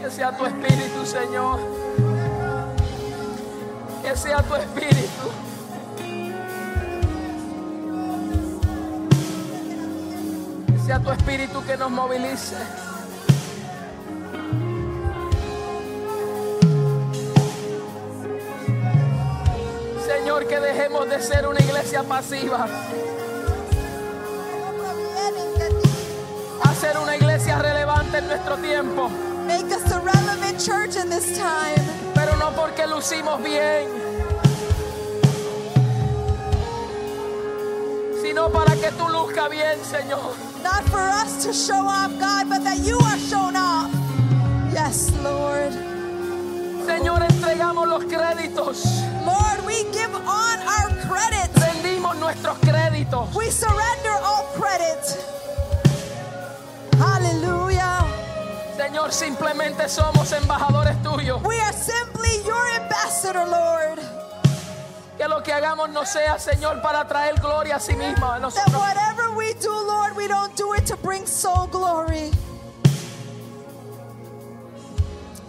[SPEAKER 1] Que sea tu espíritu, Señor. Que sea tu espíritu. Que sea tu espíritu que nos movilice. Señor, que dejemos de ser una iglesia pasiva a ser una iglesia relevante en nuestro tiempo.
[SPEAKER 2] Make us a relevant church in this time.
[SPEAKER 1] Pero no porque lucimos bien, sino para que tú luzca bien, Señor.
[SPEAKER 2] Not for us to show off, God, but that you are shown off. Yes, Lord.
[SPEAKER 1] Señor, entregamos los créditos,
[SPEAKER 2] Lord, we give on our credit.
[SPEAKER 1] rendimos nuestros créditos.
[SPEAKER 2] We surrender all credit. Hallelujah.
[SPEAKER 1] Señor, simplemente somos embajadores tuyos.
[SPEAKER 2] We are simply your ambassador, Lord.
[SPEAKER 1] Que lo que hagamos no sea, Señor, para traer gloria a sí misma a
[SPEAKER 2] That
[SPEAKER 1] nosotros.
[SPEAKER 2] whatever we do, Lord, we don't do it to bring soul glory.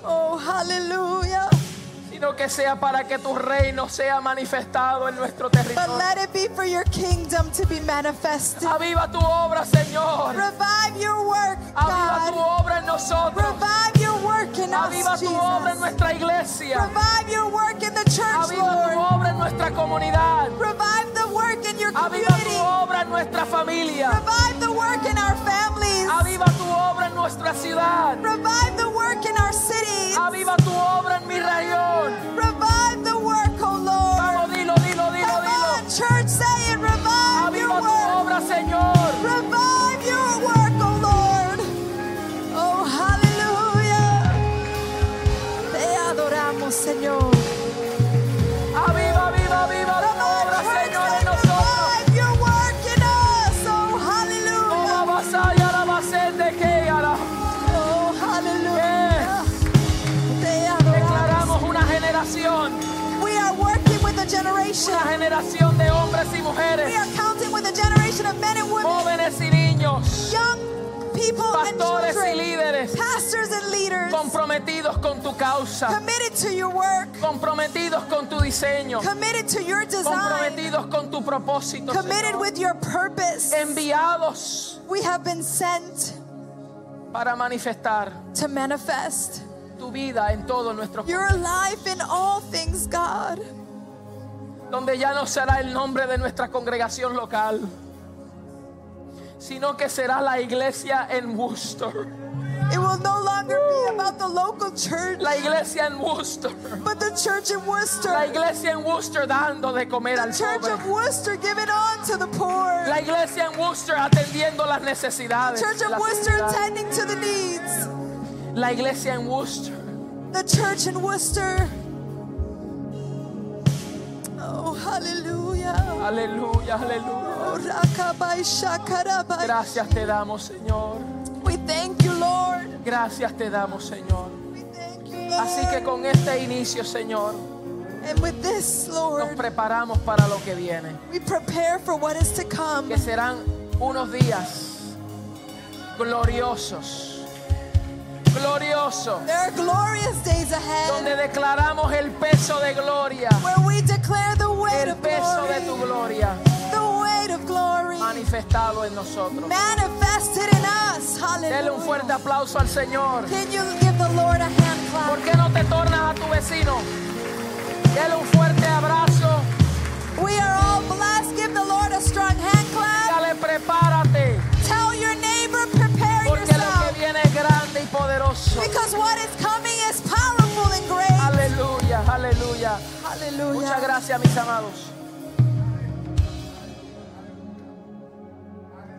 [SPEAKER 2] Oh, hallelujah.
[SPEAKER 1] Si sino que sea para que tu reino sea manifestado en nuestro
[SPEAKER 2] but
[SPEAKER 1] territorio.
[SPEAKER 2] let it be for your kingdom to be manifested.
[SPEAKER 1] Aviva tu obra, Señor.
[SPEAKER 2] Revive your work,
[SPEAKER 1] Aviva tu
[SPEAKER 2] God.
[SPEAKER 1] obra en nosotros.
[SPEAKER 2] Revive your work in
[SPEAKER 1] Aviva
[SPEAKER 2] us,
[SPEAKER 1] tu obra en
[SPEAKER 2] Jesus.
[SPEAKER 1] nuestra iglesia.
[SPEAKER 2] Revive your work in the church,
[SPEAKER 1] Aviva tu
[SPEAKER 2] Lord.
[SPEAKER 1] obra en nuestra comunidad.
[SPEAKER 2] Revive the work in your
[SPEAKER 1] Aviva tu
[SPEAKER 2] community.
[SPEAKER 1] obra en nuestra familia.
[SPEAKER 2] Revive the work in our families.
[SPEAKER 1] Aviva tu obra en nuestra ciudad.
[SPEAKER 2] Revive the work in our cities.
[SPEAKER 1] Aviva tu obra en mi región.
[SPEAKER 2] Revive the work, oh Lord.
[SPEAKER 1] Vamos, dilo, dilo, dilo,
[SPEAKER 2] Come on,
[SPEAKER 1] dilo.
[SPEAKER 2] church, say it. Revive your
[SPEAKER 1] Aviva tu
[SPEAKER 2] work.
[SPEAKER 1] obra, Señor.
[SPEAKER 2] Revive your work, oh Lord. Oh, hallelujah. Te adoramos, Señor.
[SPEAKER 1] Aviva, aviva, aviva tu
[SPEAKER 2] Come on,
[SPEAKER 1] obra,
[SPEAKER 2] church,
[SPEAKER 1] Señor,
[SPEAKER 2] say
[SPEAKER 1] en nosotros.
[SPEAKER 2] revive your work in us. Oh,
[SPEAKER 1] Toma
[SPEAKER 2] hallelujah.
[SPEAKER 1] vasalla la basete que hará.
[SPEAKER 2] Oh, hallelujah. Te adoramos.
[SPEAKER 1] Declaramos una generación,
[SPEAKER 2] We are working with a generation.
[SPEAKER 1] una generación de hombres y
[SPEAKER 2] We
[SPEAKER 1] mujeres,
[SPEAKER 2] are counting with a generation of men and women,
[SPEAKER 1] jóvenes y niños,
[SPEAKER 2] young people and
[SPEAKER 1] pastores y
[SPEAKER 2] children,
[SPEAKER 1] líderes,
[SPEAKER 2] pastors and leaders,
[SPEAKER 1] comprometidos con tu causa,
[SPEAKER 2] committed to your work,
[SPEAKER 1] comprometidos con tu diseño,
[SPEAKER 2] committed to your design.
[SPEAKER 1] comprometidos con tu propósito,
[SPEAKER 2] committed
[SPEAKER 1] Señor.
[SPEAKER 2] with your purpose.
[SPEAKER 1] enviados
[SPEAKER 2] We have been sent
[SPEAKER 1] para manifestar
[SPEAKER 2] to manifest
[SPEAKER 1] tu vida en todo nuestro
[SPEAKER 2] your life in all things, God.
[SPEAKER 1] donde ya no será el nombre de nuestra congregación local, sino que será la iglesia en Worcester,
[SPEAKER 2] It will no longer be about the local church,
[SPEAKER 1] la iglesia en Worcester,
[SPEAKER 2] but the church in
[SPEAKER 1] la
[SPEAKER 2] Worcester.
[SPEAKER 1] iglesia en Worcester dando de comer
[SPEAKER 2] The
[SPEAKER 1] al
[SPEAKER 2] church of
[SPEAKER 1] pobre,
[SPEAKER 2] Worcester giving on to the poor.
[SPEAKER 1] la iglesia en Worcester atendiendo las necesidades,
[SPEAKER 2] Church
[SPEAKER 1] de
[SPEAKER 2] of
[SPEAKER 1] la
[SPEAKER 2] Worcester
[SPEAKER 1] comunidad.
[SPEAKER 2] attending to the needs.
[SPEAKER 1] la iglesia en Worcester.
[SPEAKER 2] The church in Worcester. Oh, hallelujah.
[SPEAKER 1] Aleluya, aleluya.
[SPEAKER 2] Oh, rakabai shakarabai.
[SPEAKER 1] Gracias te damos, Señor.
[SPEAKER 2] We thank you, Lord.
[SPEAKER 1] Gracias te damos, Señor.
[SPEAKER 2] We thank you,
[SPEAKER 1] Así
[SPEAKER 2] Lord.
[SPEAKER 1] que con este inicio, Señor,
[SPEAKER 2] And with this,
[SPEAKER 1] nos
[SPEAKER 2] Lord,
[SPEAKER 1] preparamos para lo que viene.
[SPEAKER 2] we prepare for what is to come.
[SPEAKER 1] que serán unos días gloriosos, gloriosos,
[SPEAKER 2] There are glorious days
[SPEAKER 1] donde
[SPEAKER 2] ahead
[SPEAKER 1] declaramos el peso de gloria,
[SPEAKER 2] where we declare the weight
[SPEAKER 1] el
[SPEAKER 2] of
[SPEAKER 1] peso de tu
[SPEAKER 2] glory,
[SPEAKER 1] gloria
[SPEAKER 2] the weight of glory
[SPEAKER 1] manifestado en nosotros.
[SPEAKER 2] manifested in us.
[SPEAKER 1] Dele un
[SPEAKER 2] Hallelujah.
[SPEAKER 1] fuerte aplauso al Señor.
[SPEAKER 2] Can you give the Lord a hand
[SPEAKER 1] ¿Por
[SPEAKER 2] clap?
[SPEAKER 1] qué no te tornas a tu vecino? Dele un fuerte abrazo.
[SPEAKER 2] We are all blessed. Give the Lord a strong hand clap.
[SPEAKER 1] Dale, prepárate,
[SPEAKER 2] Tell your neighbor, prepare
[SPEAKER 1] porque lo que
[SPEAKER 2] yourself.
[SPEAKER 1] viene es grande y poderoso.
[SPEAKER 2] Because what is coming is powerful and great.
[SPEAKER 1] Aleluya, aleluya. Muchas
[SPEAKER 2] Hallelujah.
[SPEAKER 1] gracias, mis amados.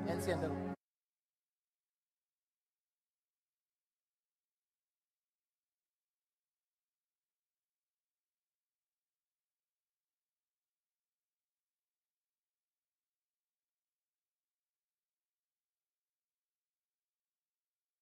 [SPEAKER 1] Enciéndelo.